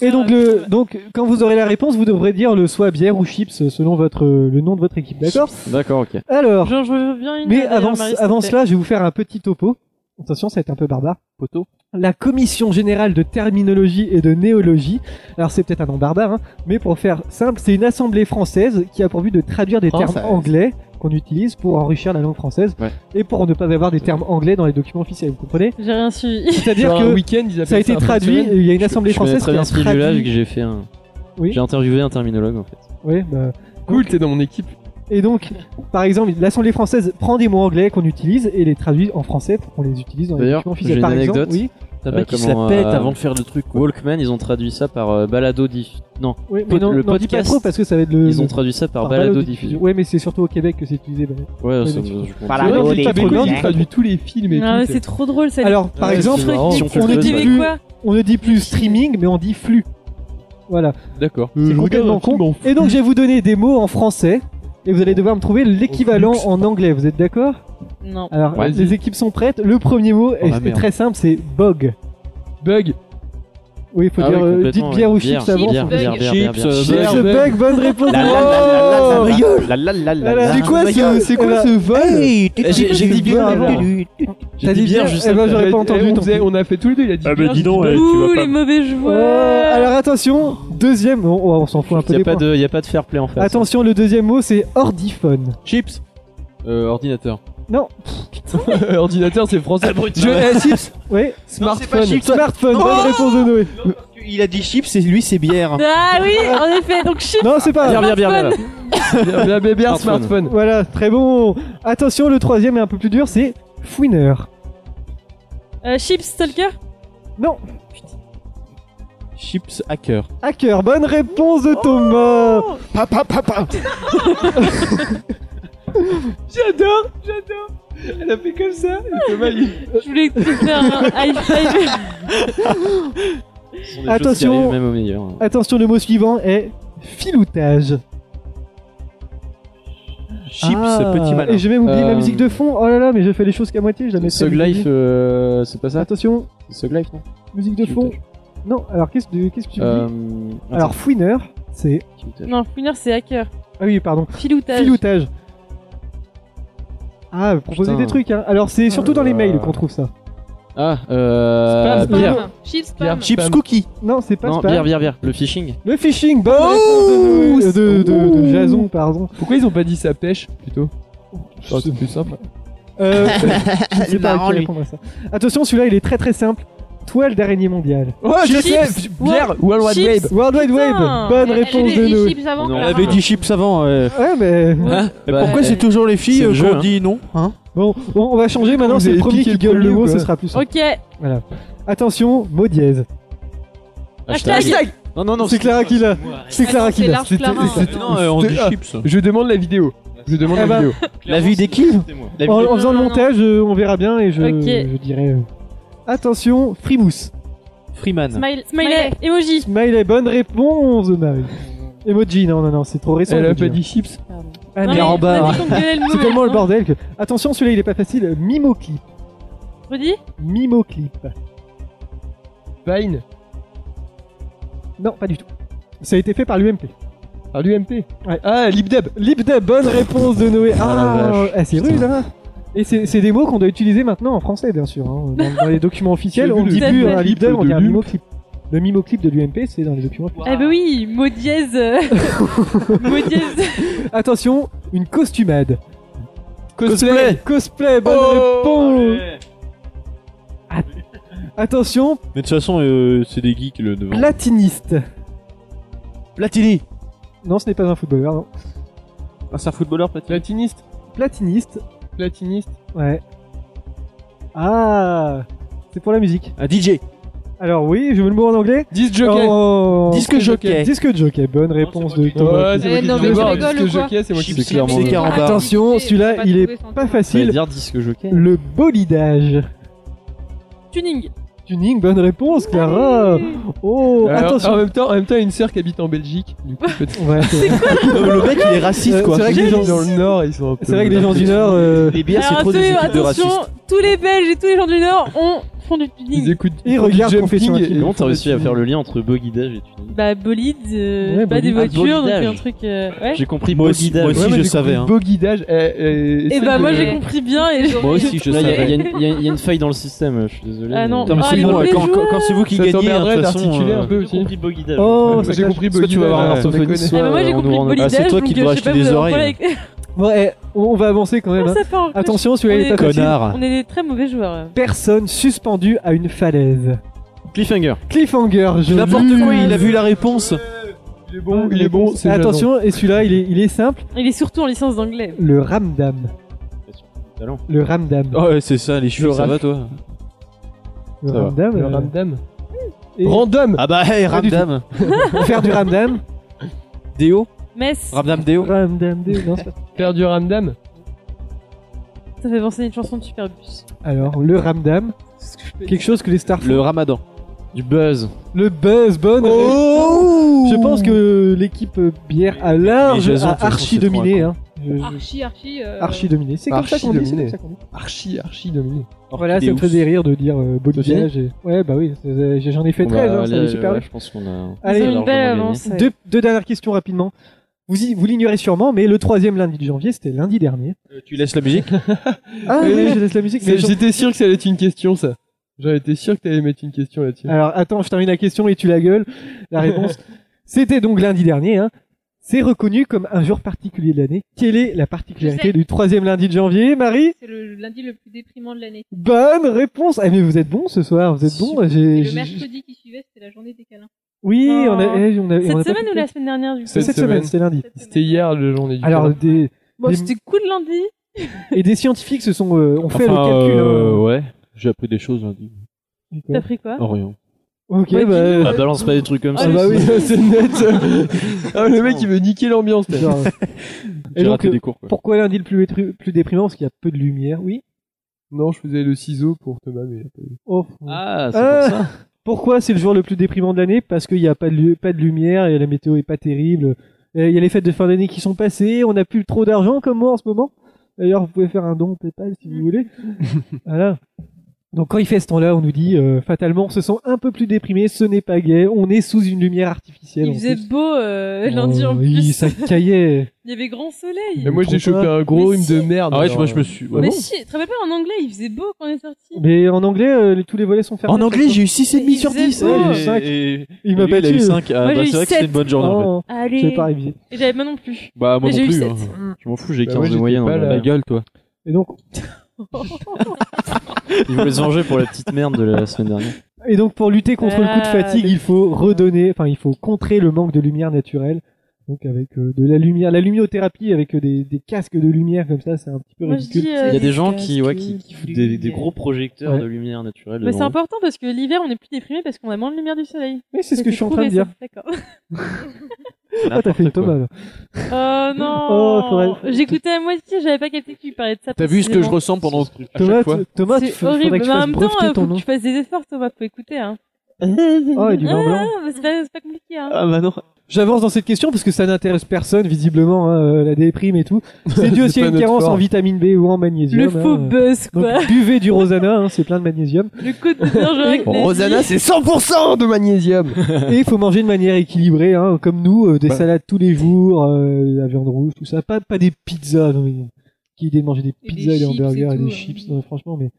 Speaker 2: Et donc,
Speaker 6: euh,
Speaker 2: le, donc, quand vous aurez la réponse, vous devrez dire le soit bière ou chips selon votre, le nom de votre équipe. D'accord
Speaker 8: D'accord, ok.
Speaker 2: Alors.
Speaker 6: Genre, je veux bien une.
Speaker 2: Mais
Speaker 6: d'ailleurs,
Speaker 2: avant,
Speaker 6: Marie, s'il
Speaker 2: avant
Speaker 6: te plaît.
Speaker 2: cela, je vais vous faire un petit topo. Attention, ça va être un peu barbare. Poteau. La Commission Générale de Terminologie et de Néologie. Alors, c'est peut-être un nom barbare, hein, mais pour faire simple, c'est une assemblée française qui a pour but de traduire des
Speaker 9: Française.
Speaker 2: termes anglais qu'on utilise pour enrichir la langue française
Speaker 8: Ouais.
Speaker 2: et pour ne pas avoir des termes anglais dans les documents officiels, vous comprenez
Speaker 6: J'ai rien suivi.
Speaker 2: C'est-à-dire
Speaker 9: Genre un
Speaker 2: que
Speaker 9: week-end, ils appellent
Speaker 2: ça a été
Speaker 9: un fin de
Speaker 2: traduit,
Speaker 9: semaine.
Speaker 2: et il y a une assemblée
Speaker 8: Je connais
Speaker 2: française
Speaker 8: très
Speaker 2: qui
Speaker 8: bien
Speaker 2: a
Speaker 8: ce milieu-là, vu que
Speaker 2: traduit...
Speaker 8: j'ai fait un.
Speaker 2: Oui.
Speaker 8: J'ai interviewé un terminologue en fait.
Speaker 2: Ouais, bah,
Speaker 9: Cool, t'es dans mon équipe.
Speaker 2: Et donc, par exemple, l'Assemblée française prend des mots anglais qu'on utilise et les traduit en français pour qu'on les utilise dans les
Speaker 8: D'ailleurs,
Speaker 2: documents officiels.
Speaker 8: j'ai une
Speaker 2: par
Speaker 8: anecdote.
Speaker 2: exemple, oui.
Speaker 8: Euh,
Speaker 1: T'as pas qui se
Speaker 8: comment,
Speaker 1: la pète
Speaker 8: euh,
Speaker 1: avant de faire le truc, quoi.
Speaker 8: Walkman, ils ont traduit ça par euh, balado diff. Non,
Speaker 2: Oui, mais
Speaker 8: Pod-
Speaker 2: non,
Speaker 8: le
Speaker 2: n'en dis pas
Speaker 8: podcast,
Speaker 2: trop parce que ça va être le.
Speaker 8: ils ont traduit ça par, balado diffusion.
Speaker 2: Ouais, mais c'est surtout au Québec que c'est utilisé. bah.
Speaker 8: Ouais, ça,
Speaker 2: Ouais,
Speaker 8: je- Ah je-
Speaker 9: C'est vrai que les Québécois, ils traduisent tous les films et
Speaker 6: Non, mais
Speaker 9: tout.
Speaker 6: Ah, c'est trop drôle, ça.
Speaker 2: Alors, par
Speaker 8: Ouais,
Speaker 2: exemple,
Speaker 8: c'est marrant,
Speaker 2: on,
Speaker 8: si on fait le
Speaker 2: ne
Speaker 8: test,
Speaker 2: dit
Speaker 8: ouais.
Speaker 2: plus,
Speaker 6: Québécois.
Speaker 2: on ne dit plus streaming, mais on dit flux. Voilà,
Speaker 9: D'accord.
Speaker 2: c'est
Speaker 9: Euh,
Speaker 2: complètement
Speaker 9: regarde un film
Speaker 2: con. Et donc, je vais vous donner des mots en français et vous allez devoir me trouver l'équivalent en anglais. Vous êtes d'accord
Speaker 6: Non.
Speaker 2: Alors,
Speaker 8: Vas-y.
Speaker 2: les équipes sont prêtes. Le premier mot est,
Speaker 1: la
Speaker 2: est
Speaker 1: merde.
Speaker 2: très simple, c'est bog.
Speaker 9: en- Bug.
Speaker 2: Oui, il faut
Speaker 8: Ah
Speaker 2: dire
Speaker 8: oui,
Speaker 2: euh,
Speaker 8: complètement,
Speaker 2: dites
Speaker 8: ouais.
Speaker 2: bière ou
Speaker 8: Bière,
Speaker 2: chips avant.
Speaker 8: bière,
Speaker 6: Bug.
Speaker 8: bière, bière, bière,
Speaker 1: Chips,
Speaker 8: bière.
Speaker 1: euh,
Speaker 2: Chips,
Speaker 9: bière,
Speaker 2: bug, bonne réponse. Oh
Speaker 3: La la la la la rigole. La la la la la.
Speaker 2: C'est quoi ce
Speaker 3: rigole.
Speaker 2: c'est quoi ce vol
Speaker 3: Hey, t'es-
Speaker 8: Eh, j'ai- j'ai
Speaker 3: t'es-
Speaker 8: dit bien
Speaker 3: t'es-
Speaker 8: avant.
Speaker 3: t'es-
Speaker 2: T'as dit bière,
Speaker 8: juste
Speaker 2: eh ben, j'aurais
Speaker 9: Et
Speaker 2: pas
Speaker 9: on
Speaker 2: entendu. tant
Speaker 9: faisait-
Speaker 2: pis.
Speaker 9: On a fait tous les deux, il a dit.
Speaker 1: Ah,
Speaker 9: bière,
Speaker 1: mais dis
Speaker 9: j'ai
Speaker 1: donc,
Speaker 9: dit
Speaker 1: eh,
Speaker 9: bug.
Speaker 1: tu vas
Speaker 6: Ouh,
Speaker 1: pas.
Speaker 6: les mauvais
Speaker 2: Ouais,
Speaker 6: joueurs.
Speaker 2: Oh, Alors attention, deuxième, on, on s'en fout un peu
Speaker 8: Y
Speaker 2: des
Speaker 8: a pas
Speaker 2: points.
Speaker 8: de, y a pas de fair play en fait.
Speaker 2: Attention, le deuxième mot c'est ordiphone.
Speaker 1: Chips. Euh, ordinateur.
Speaker 2: Non,
Speaker 9: Ordinateur, c'est français.
Speaker 8: Oh,
Speaker 9: Je- eh, chips.
Speaker 2: ouais,
Speaker 9: Smartphone.
Speaker 2: smartphone, bonne réponse de Noé.
Speaker 1: Il a dit chips et lui c'est bière.
Speaker 6: Ah oui, en effet. Donc, chip.
Speaker 2: Non, c'est pas grave.
Speaker 8: bière, bière, bière.
Speaker 9: Bière, bière, bière, bière,
Speaker 8: Smartphone.
Speaker 9: smartphone.
Speaker 2: Voilà, très bon. Attention, le troisième est un peu plus dur, c'est fouineur.
Speaker 6: Euh, Chips Stalker
Speaker 2: Non,
Speaker 1: Chips hacker.
Speaker 2: hacker, bonne réponse
Speaker 8: Oh
Speaker 2: de Thomas.
Speaker 3: Papa papa.
Speaker 9: J'adore, j'adore. Elle a fait comme ça. et Thomas, il-
Speaker 6: Je voulais te faire un high five.
Speaker 8: Ce sont des choses qui
Speaker 2: Attention.
Speaker 8: arrivent Même au hein. meilleur.
Speaker 2: Attention, le mot suivant est filoutage.
Speaker 1: Chips,
Speaker 2: Ah,
Speaker 1: petit malin.
Speaker 2: Et j'ai même oublié ma
Speaker 8: Euh,
Speaker 2: musique de fond. Oh là là, mais je fais les choses qu'à moitié, je la mets
Speaker 8: Sug Life, euh, c'est pas ça
Speaker 2: Attention,
Speaker 8: Sug Life, non
Speaker 2: musique de fond. Non, alors qu'est-ce que qu'est-ce que tu me dis
Speaker 8: Euh, attends,
Speaker 2: Alors fouineur, c'est
Speaker 8: Filoutage.
Speaker 6: Non, Fouineur, c'est hacker.
Speaker 2: ah oui pardon,
Speaker 6: Filoutage.
Speaker 2: filoutage. Ah, proposer
Speaker 8: Putain.
Speaker 2: des trucs. Hein. Alors c'est surtout dans les
Speaker 8: Euh,
Speaker 2: mails qu'on trouve ça.
Speaker 8: Ah, euh.
Speaker 9: Spam.
Speaker 8: Bière.
Speaker 6: Spam. Chips Spam.
Speaker 9: Bière.
Speaker 3: Chips
Speaker 9: Spam.
Speaker 3: cookie.
Speaker 2: Non, c'est pas
Speaker 8: Non,
Speaker 2: spam.
Speaker 8: bière, Oh bière, bière. Le phishing.
Speaker 2: Le phishing, bonne réponse de, de, de-
Speaker 8: Oh
Speaker 2: de Jason, pardon.
Speaker 9: Pourquoi ils ont pas dit ça pêche plutôt Oh, C'est plus simple.
Speaker 2: Euh, je sais
Speaker 3: Le
Speaker 2: pas à qui
Speaker 3: marrant, lui.
Speaker 2: répondre à ça. Attention, celui-là il est très très simple. Toile d'araignée mondiale.
Speaker 9: Oh, je
Speaker 6: Chips.
Speaker 9: sais Bière World Wide
Speaker 6: Chips.
Speaker 9: Web
Speaker 2: World Wide Web,
Speaker 6: Putain.
Speaker 2: bonne
Speaker 7: Elle- elle
Speaker 2: réponse
Speaker 7: avait
Speaker 2: de
Speaker 7: dit
Speaker 2: Noé.
Speaker 7: chips avant,
Speaker 8: Non,
Speaker 7: Clara.
Speaker 8: elle
Speaker 1: avait dit chips avant. euh.
Speaker 2: Ouais, mais
Speaker 8: Hein
Speaker 1: Mais
Speaker 8: Bah,
Speaker 1: pourquoi
Speaker 8: eh,
Speaker 1: c'est toujours les filles
Speaker 8: c'est le
Speaker 1: euh,
Speaker 8: jeu,
Speaker 1: qu'on
Speaker 8: hein.
Speaker 1: dit non hein
Speaker 2: bon, on, on va changer maintenant.
Speaker 9: Vous
Speaker 2: C'est le
Speaker 9: avez
Speaker 2: premier qui
Speaker 9: piqué le
Speaker 2: gueule le
Speaker 9: premier,
Speaker 2: mot,
Speaker 9: quoi.
Speaker 2: ce sera plus. simple.
Speaker 6: Ok.
Speaker 2: Attention, mot dièse.
Speaker 6: Hashtag.
Speaker 8: Non, non, non.
Speaker 2: c'est Clara qui l'a. C'est Clara
Speaker 7: Attends,
Speaker 2: qui
Speaker 7: c'est
Speaker 2: l'a.
Speaker 7: large Clara. hein.
Speaker 9: c'était-
Speaker 1: Non, euh, on
Speaker 9: c'était-
Speaker 1: dit
Speaker 9: ah,
Speaker 1: chips.
Speaker 9: Je demande la vidéo. Je demande
Speaker 2: Eh
Speaker 9: la
Speaker 2: ben,
Speaker 9: vidéo.
Speaker 1: La vie des qui La
Speaker 2: En,
Speaker 1: vie
Speaker 2: en faisant
Speaker 6: Non,
Speaker 2: le
Speaker 6: non,
Speaker 2: montage, euh, on verra bien et je,
Speaker 6: Ok.
Speaker 2: je dirai. euh, Attention, Frimousse.
Speaker 1: des Freeman.
Speaker 6: Smile- Smiley. Emoji.
Speaker 2: Smiley, bonne réponse, Marie. Emoji, non, non, non, c'est trop récent.
Speaker 9: Elle a
Speaker 2: emoji,
Speaker 9: pas
Speaker 2: hein.
Speaker 9: dit chips.
Speaker 2: Ah,
Speaker 6: Non,
Speaker 2: mais
Speaker 6: mais
Speaker 2: en bas.
Speaker 6: vas-y, donc, Lionel,
Speaker 2: C'est
Speaker 6: nous,
Speaker 2: tellement le
Speaker 6: maintenant.
Speaker 2: bordel que. Attention, celui-là il est pas facile. Mimo clip.
Speaker 6: Redis
Speaker 2: Mimo clip. Vine. Non, pas du tout. Ça a été fait par l'UMP.
Speaker 9: Par l'UMP
Speaker 2: Ah, LibDub. LibDub, bonne réponse de Noé.
Speaker 9: Ah, la
Speaker 2: Ah,
Speaker 9: vache,
Speaker 2: ah, c'est rude, hein. Et c'est c'est des mots qu'on doit utiliser maintenant en français, bien sûr. hein. Dans, dans les documents officiels,
Speaker 6: J'ai
Speaker 2: on
Speaker 6: vu
Speaker 2: dit
Speaker 6: le
Speaker 2: plus
Speaker 6: clip
Speaker 2: un LibDub,
Speaker 6: de
Speaker 2: on dit un
Speaker 6: Lump.
Speaker 2: mimoclip. Le mimoclip de l'UMP, c'est dans les documents officiels.
Speaker 6: Ah bah oui, mot dièse. euh, mot dièse.
Speaker 2: Attention, une costumade.
Speaker 9: Cosplay.
Speaker 2: Cosplay, bonne
Speaker 1: Oh.
Speaker 2: réponse At- Attention,
Speaker 1: Mais de toute façon, euh, c'est des geeks le devant.
Speaker 2: platiniste. Platini Non, ce n'est pas un footballeur, non.
Speaker 1: Ah, c'est un footballeur platiniste.
Speaker 9: Platiniste
Speaker 2: Platiniste.
Speaker 9: Platiniste
Speaker 2: Ouais. Ah C'est pour la musique. Un DJ Alors oui, je veux le mot en anglais
Speaker 9: Disque jockey.
Speaker 2: Oh,
Speaker 9: Disque jockey.
Speaker 2: Disque jockey, bonne réponse de Thomas.
Speaker 9: Ouais, c'est moi qui Eh, non, dis mais d'abord, tu disque rigoles ou quoi jockey, c'est moi qui dis clairement.
Speaker 2: C'est
Speaker 9: Carambar.
Speaker 2: Attention, celui-là, il est pas facile.
Speaker 8: dire disque jockey.
Speaker 2: Le bolidage.
Speaker 6: Tuning.
Speaker 2: Tuning, bonne réponse, Clara. Oh,
Speaker 9: Alors,
Speaker 2: attention.
Speaker 9: En même temps, en même temps, il y a une sœur qui habite en Belgique. Du coup, peut-être-
Speaker 2: Ouais, c'est-
Speaker 9: le mec, il est raciste,
Speaker 2: Euh,
Speaker 9: quoi.
Speaker 2: C'est vrai que les gens
Speaker 9: dans le Nord, ils sont. un peu-
Speaker 2: C'est vrai que les gens du Nord. euh,
Speaker 6: Alors, attention, attention, tous les Belges et tous les gens du Nord ont font du tuning.
Speaker 9: écoutent.
Speaker 2: Et regarde Confession
Speaker 8: Comment
Speaker 2: intime.
Speaker 8: t'as réussi à faire le lien entre bogidage et tuning
Speaker 6: Bah bolide, euh,
Speaker 2: Ouais,
Speaker 6: pas des
Speaker 8: bolide. Ah,
Speaker 6: voitures, donc
Speaker 8: bolidage.
Speaker 6: un truc. euh, ouais.
Speaker 8: J'ai compris
Speaker 1: Moi aussi-
Speaker 8: bogidage.
Speaker 1: moi aussi,
Speaker 9: Ouais, moi,
Speaker 1: je
Speaker 9: j'ai
Speaker 1: savais,
Speaker 9: compris eh,
Speaker 1: hein.
Speaker 9: beau guidage. Et,
Speaker 6: Et bah moi j'ai compris bien et je-
Speaker 8: Moi aussi, je
Speaker 6: Là,
Speaker 8: savais. Ah,
Speaker 6: il y
Speaker 8: Il y,
Speaker 6: a-
Speaker 8: a une- il y a- il y a une faille dans le système, je suis désolé.
Speaker 6: Ah non.
Speaker 8: mais-
Speaker 6: Putain, mais Ah, c'est les moi, quand- joueurs. quand-
Speaker 1: c'est vous qui
Speaker 8: Ça
Speaker 1: gagnez,
Speaker 8: t'emmerderait
Speaker 1: hein, de toute façon,
Speaker 8: d'articuler
Speaker 1: euh,
Speaker 8: un peu aussi. J'ai compris bogidage.
Speaker 2: Oh, ça
Speaker 9: J'ai
Speaker 2: clash.
Speaker 9: compris
Speaker 8: Parce que tu vas avoir un
Speaker 9: Bolidage,
Speaker 8: orthophoniste,
Speaker 9: on
Speaker 6: Ah,
Speaker 8: soit
Speaker 6: bah, moi j'ai
Speaker 8: euh, on nous
Speaker 6: compris
Speaker 8: rend-
Speaker 6: bolidage,
Speaker 1: Ah, c'est toi
Speaker 6: donc euh,
Speaker 1: qui
Speaker 6: je
Speaker 1: devrais
Speaker 6: sais pas,
Speaker 1: acheter
Speaker 6: vous
Speaker 1: des
Speaker 6: avez un
Speaker 1: oreilles.
Speaker 6: problème avec-
Speaker 2: Bon, eh, on on va avancer quand même.
Speaker 6: Comment
Speaker 2: hein.
Speaker 6: ça part en clash
Speaker 2: Attention,
Speaker 6: On
Speaker 2: celui-là il est
Speaker 6: est-
Speaker 2: pas facile.
Speaker 1: Connard.
Speaker 6: On est des très mauvais joueurs. euh.
Speaker 2: Personne suspendue à une falaise.
Speaker 1: Cliffhanger.
Speaker 2: Cliffhanger, je
Speaker 1: N'importe quoi, il a vu la réponse.
Speaker 9: Il est bon, il est bon. c'est
Speaker 2: Attention, et celui-là, il est, il est simple.
Speaker 6: Il est surtout en licence d'anglais.
Speaker 2: Le ramdam.
Speaker 8: Talent.
Speaker 2: Le ramdam.
Speaker 1: Oh, ouais, c'est ça, les cheveux, ça va toi
Speaker 2: Le
Speaker 1: ça va.
Speaker 2: ramdam.
Speaker 9: Le
Speaker 2: euh,
Speaker 9: ramdam.
Speaker 2: et-
Speaker 9: Random.
Speaker 1: Ah bah, hey,
Speaker 2: Pas du
Speaker 1: Ramdam.
Speaker 2: Faire du ramdam.
Speaker 1: Déo
Speaker 6: Metz,
Speaker 1: Ramdam Déo
Speaker 2: Ramdam. des- non, c'est pas-
Speaker 9: Faire du ramdam.
Speaker 6: ça fait penser à une chanson de Superbus.
Speaker 2: Alors, le ramdam. Quelque chose que les stars. font.
Speaker 1: Le Ramadan.
Speaker 8: Du buzz.
Speaker 2: Le buzz, bonne. Je pense que l'équipe euh, bière a large,
Speaker 1: mais Jason, de toute
Speaker 2: a
Speaker 1: façon,
Speaker 2: archi
Speaker 1: c'est trop
Speaker 2: dominé. Hein.
Speaker 7: Archie, Archie. euh,
Speaker 2: Ah. Archi dominé. C'est comme ça qu'on dit. c'est comme
Speaker 9: Archi-dominé.
Speaker 2: ça qu'on dit.
Speaker 9: Archi, archi dominé.
Speaker 2: Voilà, ça me faisait rire de dire euh, bolidage. Et... Ouais, bah oui, c'est- j'en ai fait
Speaker 8: On va
Speaker 2: 13, hein,
Speaker 1: bah,
Speaker 2: ça
Speaker 8: aller-
Speaker 2: allait super
Speaker 8: ouais,
Speaker 2: vite.
Speaker 8: Je pense qu'on a.
Speaker 2: Allez,
Speaker 6: Ils ont
Speaker 8: on a
Speaker 6: une belle
Speaker 8: largement
Speaker 6: avance. ouais.
Speaker 2: Deux, deux dernières questions rapidement. Vous, y- vous l'ignorez sûrement, mais le troisième lundi de janvier, c'était lundi dernier.
Speaker 1: Tu laisses la musique
Speaker 2: Ah oui,
Speaker 9: Oui, oui.
Speaker 2: je laisse la musique.
Speaker 9: C'est-
Speaker 2: mais j'en-
Speaker 9: J'étais sûr que ça allait être une question, ça. J'en étais sûr que t'allais mettre une question là-dessus.
Speaker 2: Alors attends, je termine la question et tu la gueules. La réponse, c'était donc lundi dernier. Hein. C'est reconnu comme un jour particulier de l'année. Quelle est la
Speaker 7: Je
Speaker 2: particularité
Speaker 7: sais.
Speaker 2: du troisième lundi de janvier, Marie
Speaker 7: C'est le lundi le plus déprimant de l'année.
Speaker 2: Bonne réponse. Ah mais vous êtes bon ce soir, vous êtes bon.
Speaker 7: Et
Speaker 2: J'ai,
Speaker 7: le
Speaker 2: j'ai-
Speaker 7: mercredi qui suivait, c'était la journée des câlins.
Speaker 2: Oui, on a, eh, on a.
Speaker 6: Cette
Speaker 2: on a pas
Speaker 6: semaine
Speaker 2: fait-
Speaker 6: ou la semaine dernière du coup
Speaker 2: C'est cette, semaine, c'est lundi.
Speaker 7: Cette
Speaker 9: C'était
Speaker 7: semaine.
Speaker 9: hier le journée du
Speaker 2: Alors
Speaker 9: calendrier.
Speaker 2: des
Speaker 6: Bon,
Speaker 2: des-
Speaker 6: c'était coup de lundi.
Speaker 2: et des scientifiques se sont euh, ont fait le
Speaker 1: Enfin,
Speaker 2: calcul.
Speaker 1: euh,
Speaker 2: hein.
Speaker 1: ouais. J'ai appris des choses lundi.
Speaker 6: T'as pris quoi
Speaker 1: Orient.
Speaker 2: Ok,
Speaker 6: Ouais,
Speaker 2: bah,
Speaker 8: Ah, balance pas des trucs comme
Speaker 6: Ah,
Speaker 8: ça.
Speaker 1: Oh,
Speaker 6: bah oui.
Speaker 9: c'est net. ah, le mec, il veut niquer l'ambiance. t'as-
Speaker 2: genre,
Speaker 1: J'ai
Speaker 2: donc,
Speaker 1: raté
Speaker 2: euh,
Speaker 1: des cours, quoi.
Speaker 2: pourquoi lundi le plus, étru- plus déprimant Parce qu'il y a peu de lumière, oui.
Speaker 9: Non, je faisais le ciseau pour Thomas, mais il a pas eu.
Speaker 2: Oh.
Speaker 8: Ah, c'est
Speaker 2: Ah,
Speaker 8: pour ça.
Speaker 2: Pourquoi c'est le jour le plus déprimant de l'année Parce qu'il n'y a pas de, lu- pas de lumière et la météo est pas terrible. Euh, Il y a les fêtes de fin d'année qui sont passées. On n'a plus trop d'argent comme moi en ce moment. D'ailleurs, vous pouvez faire un don PayPal si vous voulez. voilà. Donc quand il fait ce temps-là, on nous dit euh, fatalement, on se sent un peu plus déprimé. Ce n'est pas gay. On est sous une lumière artificielle. en
Speaker 6: Il faisait
Speaker 2: plus.
Speaker 6: beau euh, lundi en
Speaker 2: Oh,
Speaker 6: plus.
Speaker 2: oui, ça caillait.
Speaker 6: Il y avait grand soleil.
Speaker 9: Mais moi, j'ai
Speaker 2: Pourquoi
Speaker 9: chopé un gros
Speaker 6: Mais
Speaker 9: rhume
Speaker 6: si.
Speaker 9: de merde.
Speaker 1: Ah ouais,
Speaker 9: alors,
Speaker 1: moi je me suis.
Speaker 6: Mais
Speaker 1: ouais.
Speaker 6: si, tu te rappelles pas en anglais, il faisait beau quand on est sorti.
Speaker 2: Mais en anglais, euh, les- tous les volets sont fermés.
Speaker 1: En anglais, j'ai eu 6,5 sur
Speaker 6: Il faisait
Speaker 1: 10.
Speaker 6: beau.
Speaker 1: hein.
Speaker 2: Ouais, j'ai cinq.
Speaker 1: Et-
Speaker 2: Il m'a
Speaker 1: et lui, Il a eu
Speaker 2: battu.
Speaker 1: 5. Ah, bah,
Speaker 6: Moi, j'ai eu
Speaker 1: c'est vrai que
Speaker 6: sept.
Speaker 1: c'était une bonne journée en fait.
Speaker 2: Oh,
Speaker 6: Allez.
Speaker 2: j'avais pas révisé.
Speaker 6: Et j'avais pas non plus.
Speaker 1: Bah, moi
Speaker 6: Mais j'ai
Speaker 1: non
Speaker 6: eu
Speaker 1: plus.
Speaker 6: sept.
Speaker 1: hein. Je m'en fous, j'ai
Speaker 9: Bah,
Speaker 1: 15
Speaker 9: moi,
Speaker 1: de
Speaker 9: j'étais
Speaker 1: moyenne.
Speaker 9: pas
Speaker 1: hein.
Speaker 9: là.
Speaker 1: Ta gueule, toi.
Speaker 2: Et donc,
Speaker 8: Il voulait se venger pour la petite merde de la semaine dernière.
Speaker 2: Et donc pour lutter contre le coup de
Speaker 6: Ah,
Speaker 2: fatigue, il faut redonner, enfin il faut contrer le manque de lumière naturelle. Donc avec euh, de la lumière, la lumiothérapie avec euh, des, des casques de lumière comme ça, c'est un petit peu
Speaker 6: Moi, je
Speaker 2: ridicule.
Speaker 6: dis, euh,
Speaker 8: Il y a des gens qui, ouais, qui, qui foutent des, des gros projecteurs
Speaker 2: Ouais.
Speaker 8: de lumière naturelle.
Speaker 6: Mais c'est
Speaker 8: devant eux.
Speaker 6: important parce que l'hiver on est plus déprimé parce qu'on a moins de lumière du soleil.
Speaker 2: Mais c'est ce que je suis en train de
Speaker 6: Trouvé ça,
Speaker 2: dire.
Speaker 6: D'accord.
Speaker 2: Ah t'as fait Thomas. là.
Speaker 6: Oh non
Speaker 2: Oh, faudrait-
Speaker 6: J'écoutais à moitié, j'avais pas capté que tu parlais de ça.
Speaker 1: T'as vu ce que je
Speaker 6: précisément.
Speaker 1: ressens pendant ce truc à
Speaker 2: Thomas,
Speaker 1: chaque fois
Speaker 2: tu- Thomas, tu
Speaker 6: C'est
Speaker 2: fais- faudrait
Speaker 6: horrible,
Speaker 2: que je
Speaker 6: mais en
Speaker 2: fasse
Speaker 6: même temps,
Speaker 2: breveter
Speaker 6: euh,
Speaker 2: ton
Speaker 6: faut que
Speaker 2: nom.
Speaker 6: tu fasses des efforts, Thomas, faut écouter. Hein.
Speaker 2: Oh, il est blanc blanc.
Speaker 6: Ah, mais c'est pas, c'est pas compliqué. Hein.
Speaker 1: Ah bah non.
Speaker 2: J'avance dans cette question parce que ça n'intéresse personne, visiblement, hein, euh, la déprime et tout. C'est dû aussi à
Speaker 9: pas
Speaker 2: une
Speaker 9: notre
Speaker 2: carence
Speaker 9: fort.
Speaker 2: en vitamine B ou en magnésium.
Speaker 6: Le faux
Speaker 2: hein.
Speaker 6: buzz,
Speaker 2: Donc,
Speaker 6: quoi.
Speaker 2: buvez du rosana, hein, c'est plein de magnésium.
Speaker 6: Le code de Bergerac.
Speaker 2: Bon,
Speaker 6: l'a
Speaker 9: Rosana,
Speaker 6: dit.
Speaker 9: c'est 100% de magnésium.
Speaker 2: Et il faut manger de manière équilibrée, hein, comme nous, euh, des
Speaker 9: Bah.
Speaker 2: salades tous les jours, euh, la viande rouge, tout ça. Pas, pas des pizzas, non, mais qui idée de manger des pizzas et des
Speaker 4: chips et
Speaker 2: hamburgers et,
Speaker 4: tout,
Speaker 2: des
Speaker 4: hein.
Speaker 2: chips, non, franchement, mais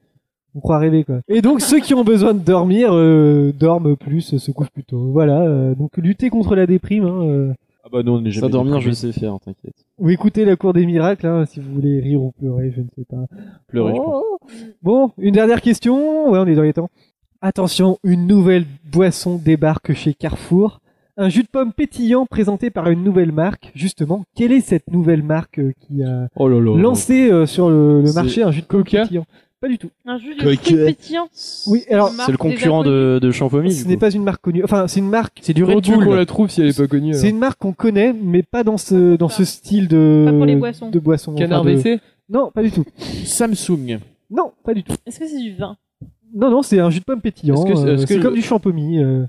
Speaker 2: on croit rêver, quoi. Et donc, ceux qui ont besoin de dormir, euh, dorment plus, se couchent plus tôt. Voilà, euh, donc lutter contre la déprime, hein, euh,
Speaker 1: Ah bah non, on n'est
Speaker 8: Ça
Speaker 1: jamais.
Speaker 8: dormir, je
Speaker 1: déprimé.
Speaker 8: sais faire, t'inquiète.
Speaker 2: ou écouter la cour des miracles, hein, si vous voulez rire ou pleurer, je ne sais pas.
Speaker 8: Pleurer, je
Speaker 2: Oh. Bon, une dernière question. Ouais, on est dans les temps. Attention, une nouvelle boisson débarque chez Carrefour. Un jus de pomme pétillant présenté par une nouvelle marque. Justement, quelle est cette nouvelle marque euh, qui a
Speaker 1: Oh là là.
Speaker 2: lancé euh, sur le, le
Speaker 8: C'est
Speaker 2: marché un jus de pomme pétillant Pas du tout.
Speaker 6: Un jus de
Speaker 8: Coquet.
Speaker 6: fruits pétillants.
Speaker 2: Oui, alors
Speaker 6: Marque
Speaker 8: C'est le concurrent de, de Champomis.
Speaker 2: ce n'est pas une marque connue. Enfin, c'est une marque. C'est
Speaker 9: Comment tu veux qu'on la trouve si elle est pas connue
Speaker 2: C'est une marque qu'on connaît, mais pas dans ce dans ce style de
Speaker 6: Pas pour les boissons.
Speaker 2: de boisson. enfin,
Speaker 9: Canard
Speaker 2: de-
Speaker 9: WC
Speaker 2: Non, pas du tout.
Speaker 1: Samsung.
Speaker 2: Non, pas du tout.
Speaker 6: Est-ce que c'est du vin
Speaker 2: Non, non, c'est un jus de pomme pétillant.
Speaker 1: Est-ce que-
Speaker 2: euh,
Speaker 1: est-ce que
Speaker 2: c'est
Speaker 1: le-
Speaker 2: comme du champomis. euh,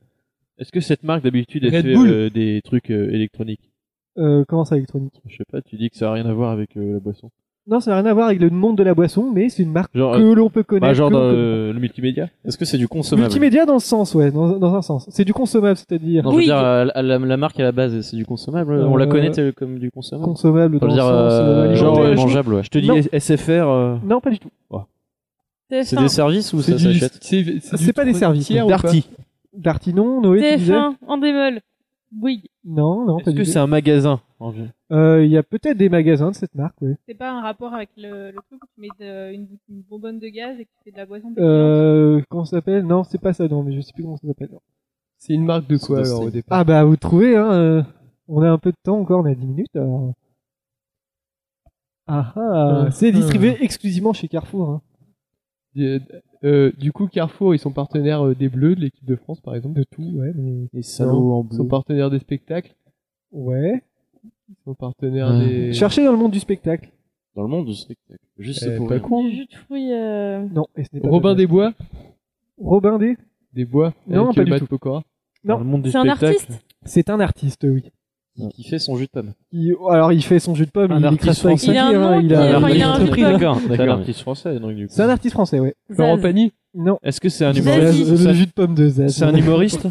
Speaker 1: Est-ce que cette marque d'habitude elle
Speaker 9: Red
Speaker 1: fait
Speaker 9: Bull.
Speaker 1: euh, des trucs euh, électroniques
Speaker 2: euh, comment ça électronique
Speaker 1: Je sais pas, tu dis que ça a rien à voir avec euh, la boisson.
Speaker 2: Non, ça n'a rien à voir avec le monde de la boisson, mais c'est une marque
Speaker 1: Genre,
Speaker 2: que
Speaker 1: euh,
Speaker 2: l'on peut connaître.
Speaker 1: Bah, genre
Speaker 2: que l'on
Speaker 1: dans
Speaker 2: peut-
Speaker 1: euh, le multimédia
Speaker 8: Est-ce que c'est du consommable
Speaker 2: Multimédia dans le sens, ouais, dans, dans un sens. C'est du consommable, c'est-à-dire
Speaker 8: Non, je veux dire, euh, la, la- la marque à la base, c'est du consommable. On la
Speaker 2: Euh,
Speaker 8: connaît euh, comme du consommable.
Speaker 2: consommable
Speaker 8: Enfin,
Speaker 2: dans
Speaker 8: je veux
Speaker 2: le
Speaker 8: dire,
Speaker 2: sens
Speaker 8: euh,
Speaker 2: euh,
Speaker 8: genre euh,
Speaker 2: alimentaire.
Speaker 8: mangeable, ouais.
Speaker 1: Je te dis
Speaker 2: Non.
Speaker 1: S- SFR. euh,
Speaker 2: Non, pas du tout.
Speaker 8: C'est
Speaker 6: TF1.
Speaker 8: des services ou ça
Speaker 9: du-
Speaker 8: s'achète
Speaker 9: c'est-
Speaker 2: C'est pas des services.
Speaker 9: tiers
Speaker 2: non.
Speaker 9: ou pas
Speaker 1: Darty.
Speaker 2: Darty, non. Noé, tu disais
Speaker 6: TF1 en démol. Bouygues.
Speaker 2: Non, non, pas
Speaker 1: Est-ce
Speaker 2: du
Speaker 1: que
Speaker 2: tout.
Speaker 1: c'est un magasin en vrai
Speaker 2: Euh, Il y a peut-être des magasins de cette marque, oui.
Speaker 7: C'est pas un rapport avec le, le truc où tu mets de- une, bou- une bonbonne de gaz et que tu fais de la boisson pétillante
Speaker 2: Euh, comment ça s'appelle Non, c'est pas ça, non, mais je sais plus comment ça s'appelle.
Speaker 9: C'est une marque de quoi
Speaker 8: C'est de
Speaker 9: alors au
Speaker 8: style.
Speaker 9: départ
Speaker 2: Ah bah, vous trouvez, hein. euh, On a un peu de temps encore, on a 10 minutes, alors. Ah ah,
Speaker 9: Ah,
Speaker 2: c'est
Speaker 9: ah.
Speaker 2: distribué exclusivement chez Carrefour, hein.
Speaker 9: Euh, euh, Du coup, Carrefour, ils sont partenaires euh, des Bleus, de l'équipe de France par exemple, de tout, ouais. Mais...
Speaker 1: Les
Speaker 9: salauds Ils sont partenaires des spectacles,
Speaker 2: Ouais.
Speaker 9: ils sont partenaires
Speaker 8: Ouais.
Speaker 9: des.
Speaker 2: Cherchez dans le monde du spectacle.
Speaker 8: Dans le monde du spectacle. Juste
Speaker 9: Euh,
Speaker 8: pour
Speaker 9: pas
Speaker 8: rire.
Speaker 9: con.
Speaker 6: Du jus de fruits. euh,
Speaker 2: Non, et ce n'est pas
Speaker 9: Robin des Bois
Speaker 2: Robin des
Speaker 9: Des Bois
Speaker 2: Non,
Speaker 9: avec
Speaker 2: pas
Speaker 9: euh,
Speaker 2: du
Speaker 9: Matt
Speaker 2: tout.
Speaker 9: Pokora.
Speaker 2: Non.
Speaker 1: Dans le monde du
Speaker 6: C'est un
Speaker 1: spectacle.
Speaker 6: artiste.
Speaker 2: C'est un artiste, oui.
Speaker 8: Qui- Qui fait son jus de pomme.
Speaker 2: Il- alors il fait son jus de pomme,
Speaker 1: Un
Speaker 2: il
Speaker 1: artiste
Speaker 2: écrase pas avec sa
Speaker 6: français.
Speaker 2: vie,
Speaker 6: Il a un
Speaker 2: hein,
Speaker 6: nom
Speaker 2: il
Speaker 6: qui est
Speaker 2: a
Speaker 6: relié
Speaker 2: il
Speaker 6: à
Speaker 2: a
Speaker 6: un
Speaker 2: une entreprise.
Speaker 6: jeu de
Speaker 8: D'accord,
Speaker 1: C'est un
Speaker 8: d'accord.
Speaker 1: artiste français donc du coup.
Speaker 2: C'est un artiste français, ouais.
Speaker 9: Laurent
Speaker 6: Zaz.
Speaker 9: Pagny
Speaker 2: Non.
Speaker 1: Est-ce que c'est un
Speaker 6: Zazie.
Speaker 1: humoriste
Speaker 2: Le jus de pomme de Z.
Speaker 1: C'est un humoriste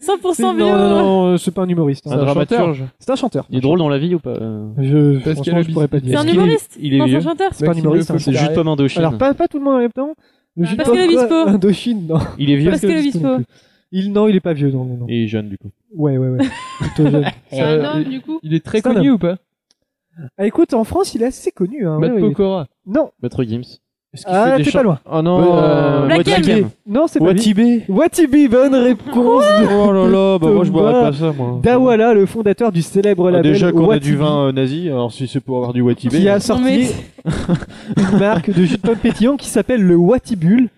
Speaker 6: 100%
Speaker 2: Non,
Speaker 6: bio.
Speaker 2: non, non, euh, c'est pas un humoriste. hein.
Speaker 8: Un dramaturge.
Speaker 2: C'est un chanteur.
Speaker 8: Il est drôle dans la vie ou pas euh,
Speaker 2: Je,
Speaker 9: Pascal
Speaker 2: franchement, je
Speaker 9: Obispo.
Speaker 2: pourrais pas
Speaker 6: C'est
Speaker 2: dire.
Speaker 6: un
Speaker 1: Est-ce qu'il est-
Speaker 6: humoriste.
Speaker 1: il est
Speaker 6: Non, c'est un
Speaker 1: vieux
Speaker 6: chanteur.
Speaker 2: C'est pas un
Speaker 9: Maxime
Speaker 2: humoriste,
Speaker 9: Le
Speaker 2: hein,
Speaker 9: Faux
Speaker 8: C'est juste
Speaker 9: Carré.
Speaker 8: pomme Indochine.
Speaker 2: Alors pas, pas tout le monde en même temps. Le jus de
Speaker 6: Pascal
Speaker 2: pomme, quoi,
Speaker 6: Obispo.
Speaker 2: Indochine, non.
Speaker 8: Il est vieux
Speaker 6: Pascal Obispo.
Speaker 2: non plus. Il, non, il est pas vieux, non, non, non.
Speaker 1: et jeune du coup.
Speaker 2: Ouais, ouais, ouais. Plutôt jeune.
Speaker 7: C'est un
Speaker 9: Euh,
Speaker 7: homme,
Speaker 9: il-
Speaker 7: du coup
Speaker 9: Il est très
Speaker 2: C'est un
Speaker 9: connu ou pas
Speaker 2: Ah, écoute, en France, il est assez connu, hein.
Speaker 9: Matt
Speaker 2: ouais, ouais.
Speaker 9: Pokora.
Speaker 2: Non.
Speaker 8: Maître Gims.
Speaker 1: Est-ce qu'il
Speaker 2: Ah,
Speaker 1: fait des
Speaker 2: t'es
Speaker 1: chants
Speaker 2: pas loin.
Speaker 1: Oh non.
Speaker 9: Euh,
Speaker 1: euh,
Speaker 6: Black M.
Speaker 1: Watibé.
Speaker 2: Non, c'est pas lui.
Speaker 1: Watibé.
Speaker 2: Watibi, bonne réponse.
Speaker 1: Oh là là, bah moi je boirais
Speaker 2: Thomas
Speaker 1: pas ça moi.
Speaker 2: Dawala, le fondateur du célèbre
Speaker 1: Ah,
Speaker 2: label
Speaker 1: déjà qu'on a
Speaker 2: Watibi,
Speaker 1: du vin euh, nazi, alors si c'est pour avoir du Watibé.
Speaker 2: qui a
Speaker 6: Non,
Speaker 2: sorti
Speaker 6: mais-
Speaker 2: une marque de jus de pomme pétillant qui s'appelle le Watibul.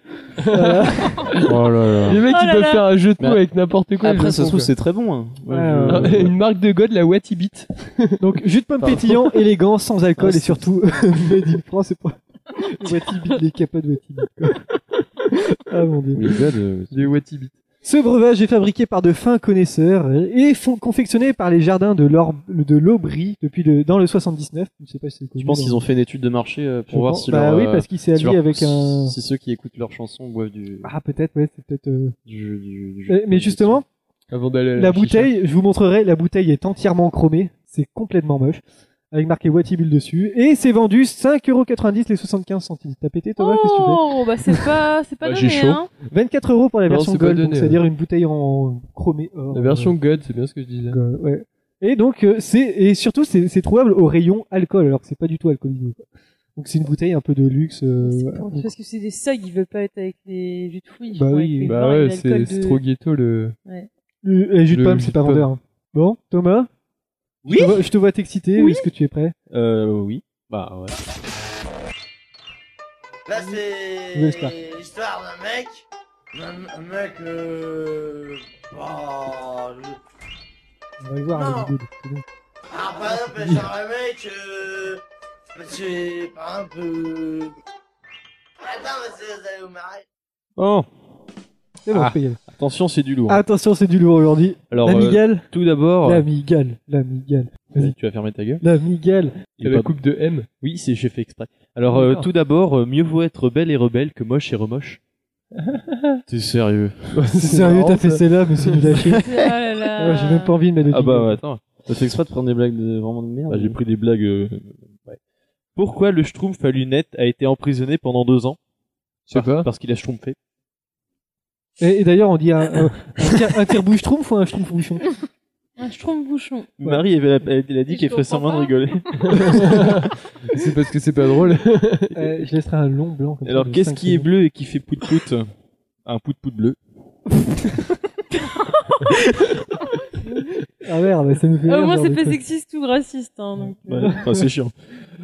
Speaker 2: Euh,
Speaker 1: Oh là là.
Speaker 9: Les mecs,
Speaker 6: Oh
Speaker 9: ils
Speaker 6: là
Speaker 9: peuvent
Speaker 6: là.
Speaker 9: faire un jeu de mots
Speaker 8: Mais
Speaker 9: avec n'importe quoi. ils
Speaker 8: Après,
Speaker 9: le
Speaker 8: ça
Speaker 9: font,
Speaker 8: se trouve,
Speaker 9: quoi.
Speaker 8: c'est très bon. hein. Moi,
Speaker 2: Ouais,
Speaker 8: je-
Speaker 9: Une marque de god, la Watibit.
Speaker 2: donc jus de pomme
Speaker 8: Pardon.
Speaker 2: pétillant, élégant, sans alcool
Speaker 8: Ouais,
Speaker 2: et
Speaker 8: c'est-
Speaker 2: surtout made in France. C'est pas Watibi, les capas de Watibi. quoi. ah mon dieu.
Speaker 8: Oui, les gars
Speaker 1: euh,
Speaker 8: de-
Speaker 9: Les Watibit.
Speaker 2: Ce breuvage est fabriqué par de fins connaisseurs et fon- confectionné par les jardins de l'Or- de l'Aubry depuis le, dans le 79. Je sais pas si c'est
Speaker 8: Je pense qu'ils ont fait une étude de marché euh, pour voir si
Speaker 2: Bah
Speaker 8: leur,
Speaker 2: oui,
Speaker 8: euh,
Speaker 2: parce qu'il s'est
Speaker 8: si
Speaker 2: allié
Speaker 8: leur-
Speaker 2: avec un.
Speaker 8: si ceux qui écoutent leurs chansons boivent du.
Speaker 2: Ah peut-être, ouais, c'est peut-être. euh,
Speaker 8: du, du- du-
Speaker 2: Mais mais justement,
Speaker 9: Avant
Speaker 6: Euh,
Speaker 9: d'aller à
Speaker 2: la
Speaker 9: chicha.
Speaker 2: bouteille, je vous montrerai, la bouteille est entièrement chromée, c'est complètement moche, avec marqué Watibull dessus, et c'est vendu 5,90€ les 75 centimes. T'as pété Thomas, qu'est-ce que tu fais
Speaker 6: Oh, bah c'est pas, c'est pas
Speaker 1: Bah, j'ai
Speaker 6: donné,
Speaker 1: chaud.
Speaker 6: hein.
Speaker 2: 24 euros pour la
Speaker 9: Non,
Speaker 2: version
Speaker 9: c'est pas
Speaker 2: gold, donc
Speaker 9: donné,
Speaker 2: c'est-à-dire une bouteille en chromé or.
Speaker 9: La version god, c'est bien ce que je disais.
Speaker 2: Euh, gold, ouais. Et donc, euh, c'est, et surtout, c'est c'est trouvable au rayon alcool, alors que c'est pas du tout alcoolisé. quoi. Donc c'est une bouteille un peu de luxe. euh,
Speaker 6: C'est pour- Parce que c'est des sags, ils veulent pas être avec les jus de fruits. ils
Speaker 2: Bah
Speaker 6: vont
Speaker 2: oui,
Speaker 6: avec les
Speaker 9: Bah
Speaker 6: vins et
Speaker 9: ouais,
Speaker 6: l'alcool
Speaker 9: c'est
Speaker 6: de-
Speaker 9: c'est trop ghetto le.
Speaker 2: le, le Euh, jus de
Speaker 9: Le
Speaker 2: pomme,
Speaker 9: jus
Speaker 2: c'est
Speaker 9: de
Speaker 2: pas
Speaker 9: pomme.
Speaker 2: vendeur. Bon, Thomas
Speaker 1: Oui
Speaker 2: Je te vois- Je te vois t'exciter,
Speaker 6: Oui.
Speaker 2: est-ce que tu es prêt
Speaker 1: Euh, oui. Bah ouais.
Speaker 11: Là, c'est
Speaker 2: Oui, c'est ça.
Speaker 11: l'histoire d'un mec. Un, un mec. Euh... Oh, le...
Speaker 2: On va y voir,
Speaker 11: Non.
Speaker 2: la vidéo, c'est bon.
Speaker 11: Alors, par exemple, c'est un mec. Euh... C'est par exemple. euh, Attends, mais c'est- vous allez vous marrer.
Speaker 1: Oh.
Speaker 2: C'est bon, je peux y aller.
Speaker 1: Attention, c'est du lourd.
Speaker 2: Attention, c'est du lourd aujourd'hui.
Speaker 1: Alors,
Speaker 2: Ah, la
Speaker 1: euh, oh.
Speaker 2: migale.
Speaker 1: tout d'abord, euh,
Speaker 2: La migale. La migale. Vas-y.
Speaker 1: tu vas fermer ta gueule.
Speaker 2: La migale.
Speaker 1: Il est
Speaker 9: la
Speaker 1: pas-
Speaker 9: coupe de M.
Speaker 1: Oui, c'est j'ai fait exprès. Alors, euh,
Speaker 2: D'accord.
Speaker 1: tout d'abord, euh, mieux vaut être belle et rebelle que moche et remoche. T'es sérieux
Speaker 2: Sérieux, t'as fait celle-là, mais c'est du lâcher.
Speaker 6: Oh là là.
Speaker 2: J'ai même pas envie de mettre de
Speaker 1: Ah bah ouais,
Speaker 2: jingle.
Speaker 1: attends.
Speaker 8: Ça fait exprès de prendre des blagues de- vraiment de merde.
Speaker 1: Bah, j'ai pris des blagues. euh, ouais. Pourquoi le Schtroumpf à lunettes a été emprisonné pendant deux ans
Speaker 9: sais pas.
Speaker 1: Parce qu'il a schtroumpfé.
Speaker 2: Et, et d'ailleurs, on dit un, un, un tire- un tire-bouche schtroumpf ou un schtroumpf bouchon
Speaker 6: Un schtroumpf-bouchon.
Speaker 1: Marie, elle, elle- elle a dit
Speaker 6: Je
Speaker 1: qu'elle ferait semblant
Speaker 6: comprends pas.
Speaker 1: de rigoler.
Speaker 9: C'est parce que c'est pas drôle.
Speaker 2: Euh, Je laisserai un long blanc. Comme ça,
Speaker 1: Alors,
Speaker 2: de
Speaker 1: qu'est-ce
Speaker 2: cinq
Speaker 1: qui est
Speaker 2: secondes.
Speaker 1: bleu et qui fait pout-pout Un pout-pout bleu.
Speaker 2: Ah merde, ça me fait.
Speaker 6: Ah,
Speaker 2: rire,
Speaker 6: au moins,
Speaker 2: genre
Speaker 6: c'est
Speaker 2: de
Speaker 6: pas
Speaker 2: truc.
Speaker 6: sexiste ou raciste. Hein, donc, euh,
Speaker 1: Ouais, enfin, c'est chiant.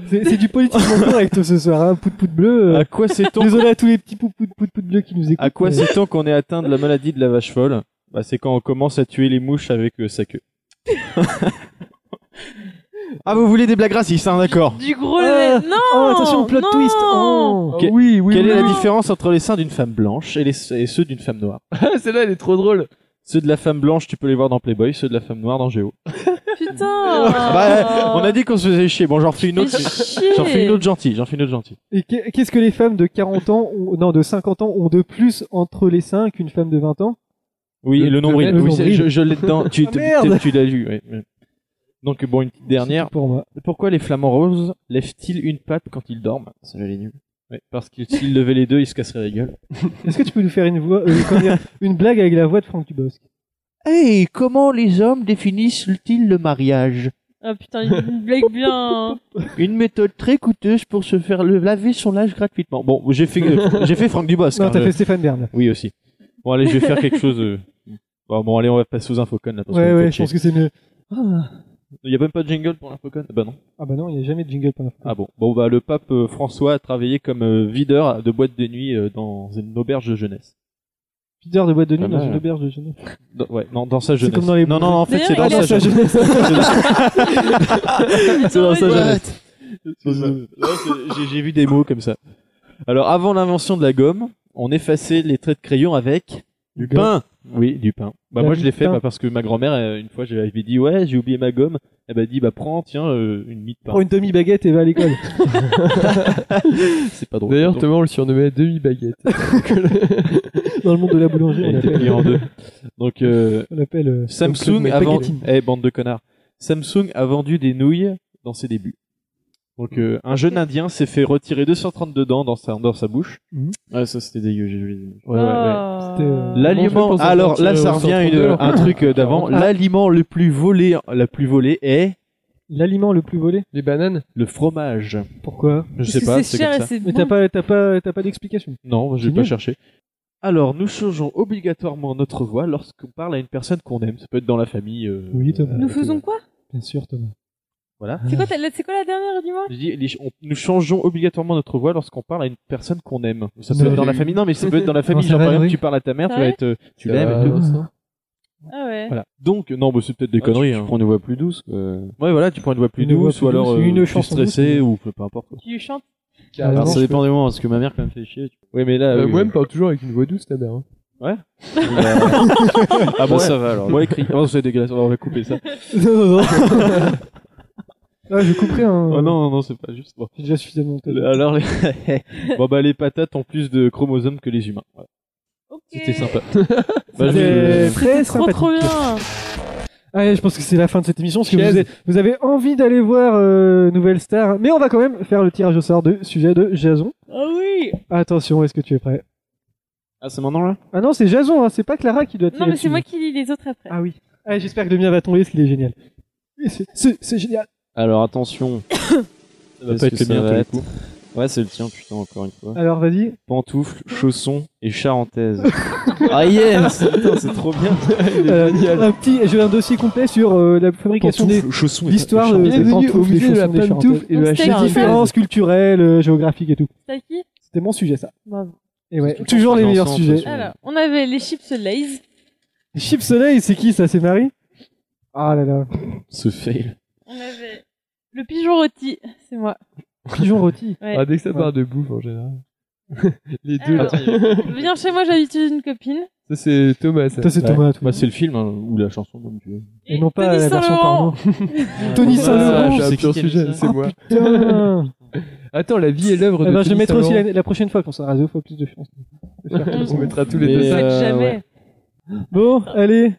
Speaker 2: C'est c'est du politiquement correct ce soir, hein. Pout pout bleu. euh.
Speaker 1: À quoi sait-on
Speaker 2: Désolé à tous les petits pout pout pout pout bleus qui nous écoutent. euh,
Speaker 1: À quoi
Speaker 2: mais-
Speaker 1: sait-on qu'on est atteint de la maladie de la vache folle bah, C'est quand on commence à tuer les mouches avec euh, sa queue. ah, vous voulez des blagues racistes, hein, d'accord.
Speaker 6: Du gros
Speaker 2: Ah.
Speaker 6: level. Non
Speaker 2: Oh, attention, plot
Speaker 6: non
Speaker 2: twist. Oh.
Speaker 1: Que-
Speaker 9: oui, oui.
Speaker 1: Quelle est la
Speaker 6: non.
Speaker 1: différence entre les seins d'une femme blanche et, les- et ceux d'une femme noire
Speaker 9: Celle-là, elle est trop drôle.
Speaker 1: Ceux de la femme blanche, tu peux les voir dans Playboy, ceux de la femme noire dans Géo.
Speaker 6: Putain
Speaker 1: Bah,
Speaker 9: Ah.
Speaker 1: on a dit qu'on se faisait chier. Bon, j'en refais une autre.
Speaker 6: Mais chier.
Speaker 1: J'en fais une autre gentille, j'en fais une autre gentille.
Speaker 2: Et qu'est- qu'est-ce que les femmes de 40 ans, ont- non de 50 ans, ont de plus entre les seins qu'une femme de 20 ans
Speaker 1: Oui,
Speaker 9: Le-
Speaker 1: le, nombril.
Speaker 2: le
Speaker 1: Oui, c'est-
Speaker 2: nombril.
Speaker 1: je, je l'ai dedans. Tu,
Speaker 2: Ah,
Speaker 1: tu-
Speaker 2: merde.
Speaker 1: tu l'as lu. oui, oui. Donc, bon, une petite dernière.
Speaker 2: C'est Pour moi.
Speaker 1: Pourquoi les flamants roses lèvent-ils une patte quand ils dorment Ça, j'allais nul. Ouais, parce que s'ils levaient les deux, ils se casseraient la gueule.
Speaker 2: Est-ce que tu peux nous faire une voix, euh, comment dire, une blague avec la voix de Franck Dubosc
Speaker 1: Hey, comment les hommes définissent-ils le mariage
Speaker 6: Ah putain, il blague bien.
Speaker 1: Une méthode très coûteuse pour se faire laver son linge gratuitement. Bon, j'ai fait, j'ai fait Franck Dubosc.
Speaker 2: Non,
Speaker 1: hein,
Speaker 2: t'as
Speaker 1: je-
Speaker 2: fait Stéphane Bern.
Speaker 1: Oui, aussi. Bon, allez, je vais faire quelque chose. euh, Bon, bon, allez, on va passer aux infocons là. parce
Speaker 2: Ouais,
Speaker 1: que vous
Speaker 2: ouais,
Speaker 1: faites
Speaker 2: je pense
Speaker 1: chier.
Speaker 2: que c'est mieux. Ah,
Speaker 1: Il y a même pas de jingle pour l'infocon Bah non.
Speaker 2: Ah bah non, il n'y a jamais de jingle pour la
Speaker 1: Ah bon. Bon, bah, le pape euh, François a travaillé comme euh, videur de boîte de nuit euh, dans une auberge de jeunesse.
Speaker 2: Videur de boîte de nuit
Speaker 1: Ah
Speaker 8: Pas
Speaker 2: dans
Speaker 1: bah.
Speaker 8: mal.
Speaker 2: une auberge de jeunesse.
Speaker 1: Dans- ouais, non, dans sa jeunesse.
Speaker 2: comme dans les-
Speaker 1: Non, non, en fait, c'est
Speaker 6: D'ailleurs,
Speaker 1: dans
Speaker 6: il est
Speaker 1: sa
Speaker 6: dans
Speaker 1: jeunesse.
Speaker 6: C'est
Speaker 1: dans sa jeunesse. Là, c'est- j'ai- J'ai vu des mots comme ça. Alors, avant l'invention de la gomme, on effaçait les traits de crayon avec du pain. Oui, du pain. Bah,
Speaker 2: La
Speaker 1: moi, je l'ai fait
Speaker 2: pain.
Speaker 1: bah, parce que ma grand-mère, euh, une fois, j'avais dit, ouais, j'ai oublié ma gomme. Elle m'a dit, bah, prends, tiens, euh, une mie de pain.
Speaker 2: Prends une demi-baguette et va à l'école.
Speaker 1: C'est pas drôle.
Speaker 9: D'ailleurs,
Speaker 1: Donc,
Speaker 9: Thomas, on le surnommait demi-baguette.
Speaker 2: dans le monde de la boulangerie,
Speaker 1: elle
Speaker 2: on
Speaker 1: était pliée en
Speaker 2: l'appelle.
Speaker 1: deux. Donc, euh,
Speaker 2: On l'appelle. euh,
Speaker 1: Samsung
Speaker 2: donc,
Speaker 1: a vendu.
Speaker 2: baguettine.
Speaker 1: Eh, bande de connards. Samsung a vendu des nouilles dans ses débuts. Donc, euh, un jeune indien s'est fait retirer 232 dents dans sa, dans sa bouche.
Speaker 2: Mhm.
Speaker 1: Ouais, ça c'était dégueu, j'ai vu. Ouais, ouais, ouais.
Speaker 6: Ah.
Speaker 2: C'était, euh,
Speaker 1: L'aliment,
Speaker 9: Comment je vais penser à
Speaker 1: alors là
Speaker 9: sortir
Speaker 1: ça
Speaker 9: au
Speaker 1: revient à
Speaker 9: 132,
Speaker 1: une-
Speaker 9: alors
Speaker 1: un truc euh, d'avant.
Speaker 2: Ah.
Speaker 1: L'aliment le plus volé, la plus volée est
Speaker 2: L'aliment le plus volé.
Speaker 9: Les bananes
Speaker 1: le fromage.
Speaker 2: Pourquoi
Speaker 1: Je
Speaker 6: Parce
Speaker 1: sais
Speaker 6: que
Speaker 1: pas,
Speaker 6: C'est
Speaker 1: c'est
Speaker 6: cher
Speaker 1: comme
Speaker 6: et
Speaker 1: ça.
Speaker 6: c'est
Speaker 2: Mais
Speaker 6: bon.
Speaker 2: t'as pas, t'as pas, t'as pas d'explication.
Speaker 1: Non, j'ai
Speaker 2: C'est
Speaker 1: pas
Speaker 2: nul.
Speaker 1: cherché. Alors, nous changeons obligatoirement notre voix lorsqu'on parle à une personne qu'on aime. Ça peut être dans la famille. euh,
Speaker 2: Oui, Thomas.
Speaker 6: Nous faisons quoi
Speaker 2: Bien sûr, Thomas.
Speaker 1: Voilà.
Speaker 6: C'est quoi, ta- la- c'est quoi la dernière, dis-moi
Speaker 1: Je dis, les- on- nous changeons obligatoirement notre voix lorsqu'on parle à une personne qu'on aime. Ça peut
Speaker 2: Non.
Speaker 1: être dans la famille. Non, mais ça peut être dans la famille.
Speaker 2: Non, ça
Speaker 1: Genre,
Speaker 2: va,
Speaker 1: par exemple,
Speaker 2: oui.
Speaker 1: tu parles à ta mère, tu
Speaker 6: Ah
Speaker 1: vas
Speaker 6: ouais
Speaker 1: être, euh, tu
Speaker 9: Ça
Speaker 1: l'aimes
Speaker 9: va.
Speaker 1: et tout.
Speaker 6: Ah ouais.
Speaker 1: Voilà. Donc, non, bah, c'est peut-être des conneries. hein.
Speaker 8: On ne voit plus douce.
Speaker 1: Ouais, voilà, tu prends euh. une voix plus
Speaker 2: Une voix
Speaker 1: douce
Speaker 2: plus
Speaker 1: ou alors
Speaker 2: douce,
Speaker 1: euh,
Speaker 2: une
Speaker 1: plus
Speaker 2: chanson
Speaker 1: stressée ou peu peu importe.
Speaker 6: Tu lui chantes
Speaker 1: Ah,
Speaker 2: Alors,
Speaker 8: ça
Speaker 2: je
Speaker 8: dépend des moments, parce que ma mère, quand même, fait chier. tu
Speaker 1: Oui, mais là,
Speaker 9: Euh,
Speaker 1: oui,
Speaker 9: Moi, elle
Speaker 1: oui.
Speaker 9: me parle toujours avec une voix douce, ta mère. hein.
Speaker 1: ah bon, ça va alors. Moi, écrit. Oh, c'est dégueulasse. On va couper ça.
Speaker 2: non, non, non. ah, je couperai un.
Speaker 1: Oh, non, non, c'est pas juste. Bon.
Speaker 2: J'ai déjà suffisamment.
Speaker 1: Le- Alors, les... bon, bah, les patates ont plus de chromosomes que les humains. Voilà.
Speaker 6: Ok.
Speaker 1: C'était sympa. Bah,
Speaker 2: C'est
Speaker 1: je-
Speaker 2: très
Speaker 6: Trop
Speaker 2: sympathique.
Speaker 6: trop bien.
Speaker 2: Allez, Ah, je pense que c'est la fin de cette émission. Si vous,
Speaker 9: Chaise.
Speaker 2: avez, vous avez envie d'aller voir euh, Nouvelle Star, mais on va quand même faire le tirage au sort de sujet de Jason.
Speaker 6: Ah oui.
Speaker 2: Attention, est-ce que tu es prêt
Speaker 8: Ah, c'est maintenant, là
Speaker 2: Ah non, c'est Jason, hein, c'est pas Clara qui doit tirer.
Speaker 6: Non, mais
Speaker 2: dessus.
Speaker 6: c'est moi qui lis les autres après.
Speaker 2: Ah oui. Ah, J'espère que le mien va tomber parce qu'il est génial. C'est- C'est c'est génial.
Speaker 8: Alors, attention.
Speaker 1: Ça va
Speaker 8: Est-ce
Speaker 1: pas être
Speaker 8: que
Speaker 1: le
Speaker 8: ça
Speaker 1: mien,
Speaker 8: va
Speaker 1: tous les
Speaker 8: être
Speaker 1: coups.
Speaker 8: Ouais, c'est le tien, putain, encore une fois.
Speaker 2: Alors vas-y.
Speaker 8: Pantoufles, chaussons et charentaise. ah yes Putain, c'est trop bien.
Speaker 2: Euh, un petit, j'ai un dossier complet sur euh, la fabrication des
Speaker 1: chaussons
Speaker 2: l'histoire de
Speaker 9: Bienvenue
Speaker 2: des
Speaker 9: au
Speaker 2: pantoufles, des
Speaker 9: musée de la
Speaker 2: chaussons, des
Speaker 9: pantoufle
Speaker 2: charentaises.
Speaker 9: et de la
Speaker 6: Donc,
Speaker 2: Les
Speaker 6: Charentaise.
Speaker 2: différences culturelles, euh, géographiques et tout.
Speaker 6: T'as qui
Speaker 2: C'était mon sujet ça.
Speaker 6: Bravo.
Speaker 2: Et ouais,
Speaker 8: Surtout
Speaker 2: toujours
Speaker 8: qu'on
Speaker 2: les
Speaker 8: fait
Speaker 2: meilleurs
Speaker 8: ensemble,
Speaker 2: sujets.
Speaker 8: de toute
Speaker 6: Alors, on avait les chips Lay's.
Speaker 2: Chip Soleil, c'est qui ça C'est Marie Ah là là.
Speaker 1: Ce fail.
Speaker 6: On avait le pigeon rôti. C'est moi.
Speaker 2: Pigeon rôti.
Speaker 6: Ouais.
Speaker 9: Ah, dès que ça
Speaker 2: Ouais.
Speaker 9: part de bouffe, en général. Les deux.
Speaker 6: Alors, viens chez moi, j'habite chez une copine.
Speaker 9: Ça, c'est Thomas. Ça,
Speaker 2: c'est Thomas.
Speaker 8: Bah, c'est le film hein, ou la chanson, comme tu veux.
Speaker 2: Et non pas
Speaker 9: Tony
Speaker 2: la version par
Speaker 9: Saint-Laurent.
Speaker 2: nom. Tony
Speaker 9: Ah,
Speaker 2: Saint-Laurent.
Speaker 9: j'ai un
Speaker 2: qui
Speaker 9: pur
Speaker 2: qui a
Speaker 9: sujet,
Speaker 2: mis ça
Speaker 9: c'est
Speaker 2: Ah,
Speaker 9: moi.
Speaker 6: bah,
Speaker 2: putain.
Speaker 9: Attends, la vie et l'œuvre
Speaker 2: Eh
Speaker 9: de
Speaker 2: ben, je
Speaker 9: Tony
Speaker 2: mettrai aussi la,
Speaker 9: Saint-Laurent.
Speaker 2: la prochaine fois qu'on sera radio, faut plus de chance.
Speaker 9: On mettra tous les deux ça.
Speaker 1: euh,
Speaker 6: Jamais.
Speaker 2: Bon, allez,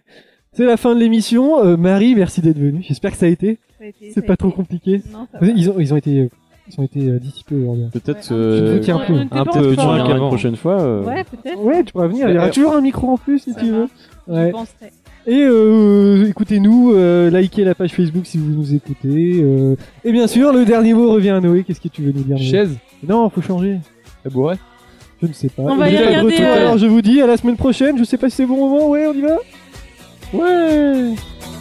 Speaker 2: c'est la fin de l'émission. Euh, Marie, merci d'être venue. J'espère que ça a été.
Speaker 6: Ça a été,
Speaker 2: C'est
Speaker 6: ça a
Speaker 2: pas trop
Speaker 6: été.
Speaker 2: compliqué.
Speaker 6: Non, ça va.
Speaker 2: ils, ont, ils ont été, euh, ils ont été euh, dissipés aujourd'hui.
Speaker 8: Peut-être
Speaker 2: Je
Speaker 8: euh,
Speaker 2: te tiens un peu.
Speaker 8: un
Speaker 2: Peut-être
Speaker 8: peu
Speaker 2: tu euh,
Speaker 8: moins
Speaker 2: reviendras
Speaker 8: qu'avant.
Speaker 2: une
Speaker 8: une
Speaker 2: prochaine
Speaker 8: prochaine fois.
Speaker 6: hein. Ouais, peut-être.
Speaker 2: Ouais, tu pourras venir. Il y
Speaker 9: Euh,
Speaker 2: aura
Speaker 8: Ouais.
Speaker 2: toujours un micro en plus si tu veux. Ouais.
Speaker 6: penserai.
Speaker 2: Et euh, écoutez-nous, euh, likez la page Facebook si vous nous écoutez. euh, et bien sûr, le dernier mot revient à Noé. Qu'est-ce que tu veux nous dire Noé
Speaker 9: Chaise
Speaker 2: Non, faut changer.
Speaker 9: La bourrée
Speaker 2: Je ne sais pas.
Speaker 9: On
Speaker 2: Et
Speaker 9: va aller
Speaker 2: vous êtes de
Speaker 9: regarder,
Speaker 2: retour.
Speaker 9: euh,
Speaker 2: Alors je vous dis à la semaine prochaine. Je sais pas si c'est bon moment. Ouais, on y va Ouais